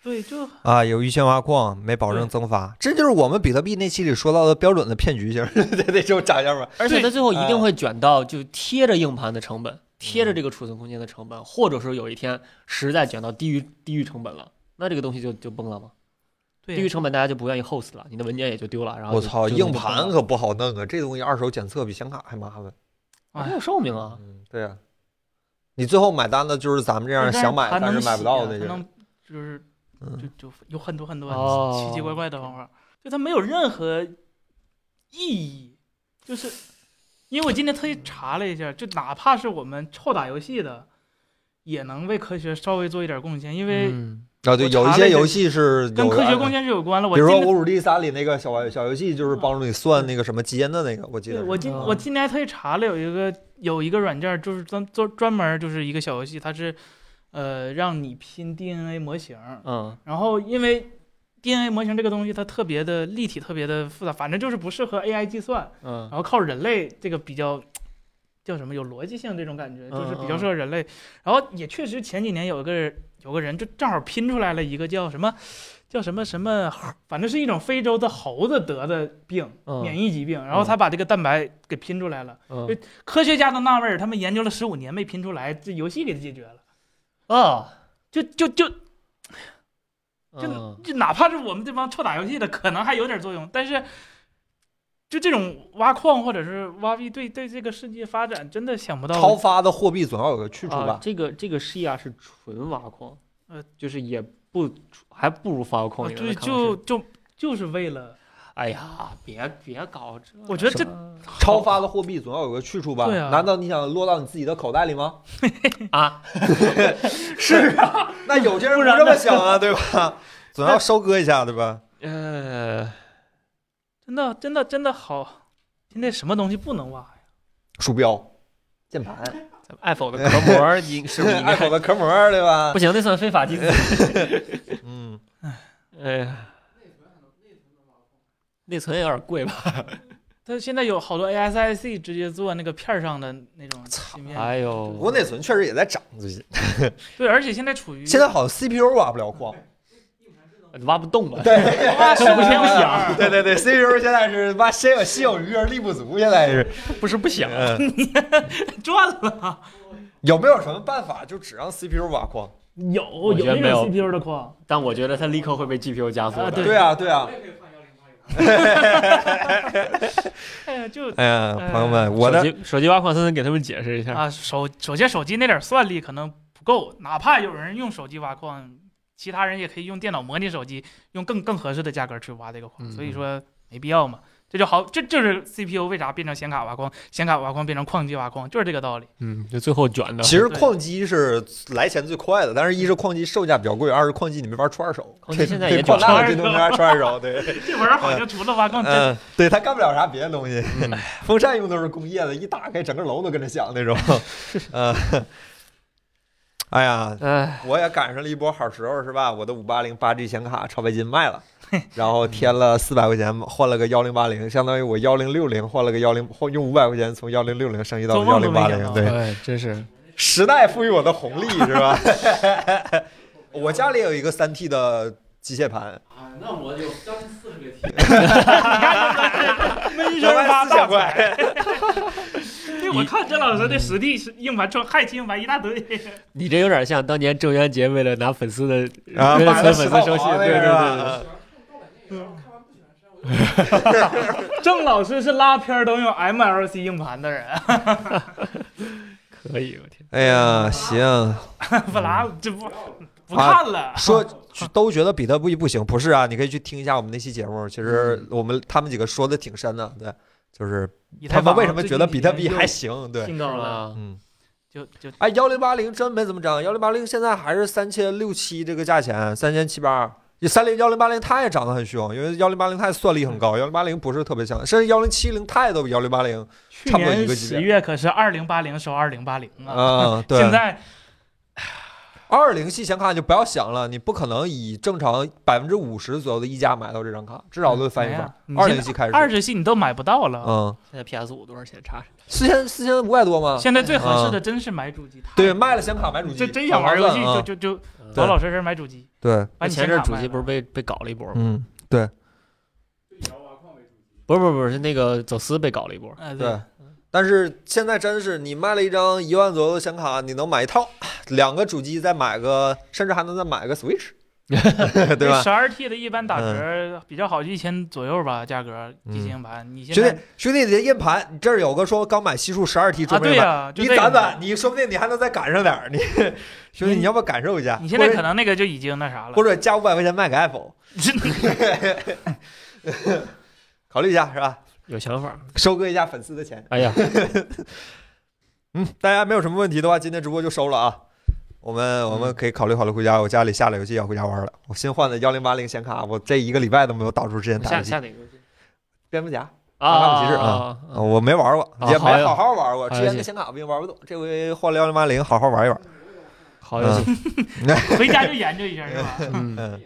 [SPEAKER 3] 对就
[SPEAKER 1] 啊，有预先挖矿，没保证增发，这就是我们比特币那期里说到的标准的骗局 型，得得这种长相吧。
[SPEAKER 2] 而且它最后一
[SPEAKER 1] 哎
[SPEAKER 2] 定会卷到就贴着硬盘的成本，贴着这个储存空间的成本，或者说有一天实在卷到低于低于成本了，那这个东西就就崩了嘛。
[SPEAKER 3] 对啊
[SPEAKER 2] 低于成本大家就不愿意 host 了，你的文件也就丢了。然后
[SPEAKER 1] 我
[SPEAKER 2] 就
[SPEAKER 1] 操，
[SPEAKER 2] 就就
[SPEAKER 1] 硬盘
[SPEAKER 2] 崩了
[SPEAKER 1] 可不好弄啊，这东西二手检测比显卡还麻烦。
[SPEAKER 3] 哎
[SPEAKER 2] 啊还有寿命啊！
[SPEAKER 1] 嗯，对啊，你最后买单的就是咱们这样
[SPEAKER 3] 但是
[SPEAKER 1] 想买
[SPEAKER 3] 它
[SPEAKER 1] 但是
[SPEAKER 3] 能
[SPEAKER 1] 买不到
[SPEAKER 3] 洗
[SPEAKER 1] 的
[SPEAKER 3] 啊它
[SPEAKER 1] 人。
[SPEAKER 3] 能就是
[SPEAKER 1] 嗯
[SPEAKER 3] 就就有很多很多
[SPEAKER 2] 哦
[SPEAKER 3] 奇奇怪怪的方法，就它没有任何意义，就是因为我今天
[SPEAKER 1] 嗯
[SPEAKER 3] 特意查了一下，就哪怕是我们臭打游戏的，也能为科学稍微做一点贡献，因为
[SPEAKER 2] 嗯
[SPEAKER 1] 啊，对，
[SPEAKER 3] 我
[SPEAKER 1] 有一
[SPEAKER 3] 查
[SPEAKER 1] 些
[SPEAKER 3] 了一
[SPEAKER 1] 游
[SPEAKER 3] 下
[SPEAKER 1] 戏是
[SPEAKER 3] 跟
[SPEAKER 1] 有
[SPEAKER 3] 科学
[SPEAKER 1] 按
[SPEAKER 3] 贡献是有关了。我
[SPEAKER 1] 比
[SPEAKER 3] 今
[SPEAKER 1] 如说《
[SPEAKER 3] 天
[SPEAKER 1] 无主地三》里那个小小游戏，就是帮助你算那个什么基因的那个，我记
[SPEAKER 3] 对
[SPEAKER 1] 得。
[SPEAKER 3] 我今
[SPEAKER 2] 嗯
[SPEAKER 3] 我今天还特意查了有一个有一个软件，就是专做专门就是一个小游戏，它是呃让你拼 DNA 模型，
[SPEAKER 2] 嗯
[SPEAKER 3] 然后因为 DNA 模型这个东西它特别的立体，特别的复杂，反正就是不适合 AI 计算，
[SPEAKER 2] 嗯
[SPEAKER 3] 然后靠人类这个比较叫什么有逻辑性这种感
[SPEAKER 2] 嗯
[SPEAKER 3] 觉，就是比较适合人类。然后也确实前几年有一个人有个人就正好拼出来了一个叫什么叫什么什么，反正是一种非洲的猴子得的病，
[SPEAKER 2] 嗯
[SPEAKER 3] 免疫疾病，然后他把这个蛋白给拼出来了。
[SPEAKER 2] 嗯
[SPEAKER 3] 科学家的纳维尔他们研究了十五年没拼出来，这游戏给他解决了，
[SPEAKER 2] 啊，
[SPEAKER 3] 就就就就
[SPEAKER 2] 嗯
[SPEAKER 3] 就哪怕是我们这帮臭打游戏的，可能还有点作用，但是就这种挖矿或者是挖币，对对这个世界发展真的想不
[SPEAKER 1] 超
[SPEAKER 3] 到。
[SPEAKER 1] 发的货币总要有个去处
[SPEAKER 2] 啊
[SPEAKER 1] 吧，？
[SPEAKER 2] 这个这个 Shia 是纯挖矿，
[SPEAKER 3] 呃，
[SPEAKER 2] 就是也不还不如发个
[SPEAKER 3] 啊
[SPEAKER 2] 矿里面
[SPEAKER 3] 对，
[SPEAKER 2] 的 conversation。
[SPEAKER 3] 就就就是为了，
[SPEAKER 2] 哎呀，别别搞这，
[SPEAKER 4] 嗯
[SPEAKER 3] 我觉得这
[SPEAKER 1] 超发的货币总要有个去处吧？
[SPEAKER 3] 对啊
[SPEAKER 1] 难道你想落到你自己的口袋里吗？
[SPEAKER 2] 啊，
[SPEAKER 1] 是啊， 那有些人不这么想 啊，对吧？总要收割一下，对吧？
[SPEAKER 2] 呃，
[SPEAKER 3] 真的真的真的好，现在什么东西不能挖呀？
[SPEAKER 1] 鼠标、键盘、
[SPEAKER 2] 咱们 iPhone 的壳 膜儿，你是不是应
[SPEAKER 1] 爱 p
[SPEAKER 2] 该
[SPEAKER 1] 的壳膜，对吧
[SPEAKER 2] 不？行？那算非法 集资。
[SPEAKER 1] 嗯，
[SPEAKER 2] 哎呀，内存有点贵吧？
[SPEAKER 3] 它现在有好多 ASIC 直接做那个片儿上的那种芯片，
[SPEAKER 2] 哎
[SPEAKER 1] 不过
[SPEAKER 2] 呦，
[SPEAKER 1] 内存确实也在涨，最近
[SPEAKER 3] 对，而且现在处于
[SPEAKER 1] 现在好像 CPU 挖不了矿，
[SPEAKER 2] 挖不动 吧？
[SPEAKER 1] 对
[SPEAKER 3] 挖数不清不 响，
[SPEAKER 1] 对对对，CPU 现在是挖先有先有余而力不足，现在是
[SPEAKER 2] 不是不想
[SPEAKER 1] 嗯，
[SPEAKER 3] 赚了。
[SPEAKER 1] 有没有什么办法就只让 CPU 挖矿？
[SPEAKER 3] 有
[SPEAKER 2] 我觉
[SPEAKER 3] 有
[SPEAKER 2] 得
[SPEAKER 3] 那
[SPEAKER 2] 没有
[SPEAKER 3] 种 CPU 的 框，
[SPEAKER 2] 但我觉得它立刻会被 GPU 加速的。
[SPEAKER 3] 啊对
[SPEAKER 1] 对啊，对啊
[SPEAKER 4] 我。 也可以换幺零八零。
[SPEAKER 3] 哎呀，就
[SPEAKER 1] 哎呀，朋友们，我的
[SPEAKER 2] 手机手机挖矿森森给他们解释一下。
[SPEAKER 3] 啊，首首先手机那点算力可能不够，哪怕有人用手机挖矿，其他人也可以用电脑模拟手机，用更更合适的价格去挖这个矿，所以
[SPEAKER 2] 嗯
[SPEAKER 3] 说没必要嘛。这就好，这就是 CPU 为啥变成显卡挖矿，显卡挖矿变成矿机挖矿，就是这个道理。
[SPEAKER 2] 嗯，就最后卷的。
[SPEAKER 1] 其实矿机是来钱最快的，但是一是矿机售价比较贵，二是矿机你没法出二手。
[SPEAKER 2] 矿机现在
[SPEAKER 1] 对
[SPEAKER 2] 也
[SPEAKER 1] 矿
[SPEAKER 2] 卷
[SPEAKER 1] 大
[SPEAKER 3] 二
[SPEAKER 1] 了这
[SPEAKER 3] 手
[SPEAKER 1] 都没法出二手，对，
[SPEAKER 3] 这玩意儿好像除了挖矿，真
[SPEAKER 1] 嗯，对，它干不了啥别的东西。哎
[SPEAKER 2] 嗯
[SPEAKER 1] 风扇用的是工业的，一打开整个楼都跟着响 那种。呃，哎呀，
[SPEAKER 2] 哎，
[SPEAKER 1] 我也赶上了一波好时候，是吧？我的五八零八 G 显卡超白金卖 了，然后添了四百块钱换了个幺零八零，相当于我幺零六零换了个幺零，换用五百块钱从幺零六零升级到
[SPEAKER 3] 做
[SPEAKER 1] 幺
[SPEAKER 3] 梦
[SPEAKER 1] 零
[SPEAKER 3] 都没
[SPEAKER 1] 八
[SPEAKER 3] 想
[SPEAKER 1] 零，
[SPEAKER 3] 到
[SPEAKER 1] 对，
[SPEAKER 2] 哎，真是
[SPEAKER 1] 时代赋予我的红利是吧？ 我家里也有一个三 T 的机械盘，
[SPEAKER 4] 啊，那我有将近四十个 T，
[SPEAKER 1] 要卖四
[SPEAKER 3] 闷声挖大
[SPEAKER 1] 千
[SPEAKER 3] 块。
[SPEAKER 1] 块，
[SPEAKER 3] 对，我看甄老师这实地是硬盘装氦气硬盘一大堆，
[SPEAKER 2] 你这有点像当年郑渊洁为了拿粉丝的，
[SPEAKER 1] 啊
[SPEAKER 2] 为了
[SPEAKER 1] 买了
[SPEAKER 2] 存
[SPEAKER 1] 十
[SPEAKER 2] 粉
[SPEAKER 1] 套
[SPEAKER 2] 丝收信，
[SPEAKER 1] 房那
[SPEAKER 2] 对对
[SPEAKER 1] 个是吧
[SPEAKER 2] 对对。
[SPEAKER 3] 啊
[SPEAKER 4] 喜欢看盗版电影，然后看完不喜欢删，我就
[SPEAKER 3] 郑老师是拉片儿都用 MLC 硬盘的 人，
[SPEAKER 2] 可以，我天，
[SPEAKER 1] 哎呀，行，
[SPEAKER 3] 不拉这不
[SPEAKER 4] 不要了。
[SPEAKER 3] 不看了。
[SPEAKER 1] 说都觉得比特币不行，不是啊？你可以去听一下我们那期节目，其实
[SPEAKER 3] 嗯
[SPEAKER 1] 我们他们几个说的挺深的，对，就是
[SPEAKER 3] 以太
[SPEAKER 1] 他们
[SPEAKER 3] 坊
[SPEAKER 1] 为什么
[SPEAKER 3] 最
[SPEAKER 1] 觉
[SPEAKER 3] 近
[SPEAKER 1] 得
[SPEAKER 3] 几
[SPEAKER 1] 比特
[SPEAKER 3] 年
[SPEAKER 1] 币
[SPEAKER 3] 又
[SPEAKER 1] 还行，对，
[SPEAKER 3] 新高了，
[SPEAKER 2] 啊，
[SPEAKER 1] 嗯，
[SPEAKER 3] 就就
[SPEAKER 1] 哎，幺零八零真没怎么涨，幺零八零现在还是三千六七这个价钱，三千七百二。三零幺零八零它也涨得很凶，因为幺零八零它算力很高，幺零八零不是特别强，甚至幺零七零它也都比幺零八零
[SPEAKER 3] 去
[SPEAKER 1] 差不多一
[SPEAKER 3] 年
[SPEAKER 1] 个级别
[SPEAKER 3] 十月可是二零八零收二零八零啊，
[SPEAKER 1] 啊。对，
[SPEAKER 3] 现在
[SPEAKER 1] 二零系显卡你就不要想了，你不可能以正常百分之五十左右的溢价买到这张卡，至少都得翻一番。二零系开始，
[SPEAKER 3] 二十系你都买不到了，
[SPEAKER 1] 嗯，
[SPEAKER 2] 现在 PS 五多少钱差？
[SPEAKER 1] 四千四千五百多吗？
[SPEAKER 3] 现在最合适的真是买主机，太
[SPEAKER 1] 嗯对，卖了显卡买主机，
[SPEAKER 3] 哎这真想玩游戏
[SPEAKER 1] 好划
[SPEAKER 3] 就
[SPEAKER 1] 算啊
[SPEAKER 3] 就就
[SPEAKER 1] 对
[SPEAKER 3] 老老实实买主机，
[SPEAKER 1] 对，
[SPEAKER 3] 把你
[SPEAKER 2] 前阵
[SPEAKER 3] 显
[SPEAKER 2] 儿
[SPEAKER 3] 卡
[SPEAKER 2] 主
[SPEAKER 3] 卖
[SPEAKER 2] 机不是
[SPEAKER 3] 了
[SPEAKER 2] 被被搞了一波吗？
[SPEAKER 1] 嗯，
[SPEAKER 4] 就以摇挖矿为主。
[SPEAKER 2] 不是不是不是，是那个走私被搞了一波。
[SPEAKER 3] 呃
[SPEAKER 1] 哎对。但是现在真是，你卖了一张一万左右的显卡，你能买一套，两个主机，再买个，甚至还能再买个 Switch，对吧
[SPEAKER 3] 十？二 T 的一般打折比较好，一千左右吧，价格
[SPEAKER 1] 嗯
[SPEAKER 3] 机型硬盘。你现
[SPEAKER 1] 兄弟
[SPEAKER 3] 在，
[SPEAKER 1] 兄弟，你的硬盘，你这儿有个说刚买西数十二 T
[SPEAKER 3] 啊，
[SPEAKER 1] 准
[SPEAKER 3] 对
[SPEAKER 1] 备买，
[SPEAKER 3] 呀，就
[SPEAKER 1] 你
[SPEAKER 3] 这个
[SPEAKER 1] 攒攒，你说不定你还能再赶上点儿。你兄弟，你要不要感受一下？
[SPEAKER 3] 你现在
[SPEAKER 1] 或者
[SPEAKER 3] 可能那个就已经那啥了
[SPEAKER 1] 或。者加五百块钱卖给 Apple，考虑一下是吧？
[SPEAKER 2] 有想法。
[SPEAKER 1] 收割一下粉丝的钱。
[SPEAKER 2] 哎呀，
[SPEAKER 1] 嗯，大家没有什么问题的话，今天直播就收了啊。我
[SPEAKER 2] 嗯
[SPEAKER 1] 们我们可以考虑考虑回家，我家里下了游戏要回家玩了。我新换的幺零八零显卡，我这一个礼拜都没有打出之前打
[SPEAKER 2] 下
[SPEAKER 1] 游戏。
[SPEAKER 2] 下哪个游戏？
[SPEAKER 1] 蝙蝠侠阿
[SPEAKER 2] 啊，
[SPEAKER 1] 卡姆骑士啊啊，
[SPEAKER 2] 啊，
[SPEAKER 1] 我没玩过，
[SPEAKER 2] 啊
[SPEAKER 1] 也
[SPEAKER 2] 好
[SPEAKER 1] 没
[SPEAKER 2] 呀
[SPEAKER 1] 好好玩过。
[SPEAKER 2] 好
[SPEAKER 1] 之
[SPEAKER 2] 游
[SPEAKER 1] 前
[SPEAKER 2] 戏
[SPEAKER 1] 的显卡不行玩不动，这回换了幺零八零，好好玩一玩。
[SPEAKER 2] 好游戏。
[SPEAKER 3] 回家就研究一下是吧？
[SPEAKER 2] 嗯，
[SPEAKER 1] 嗯，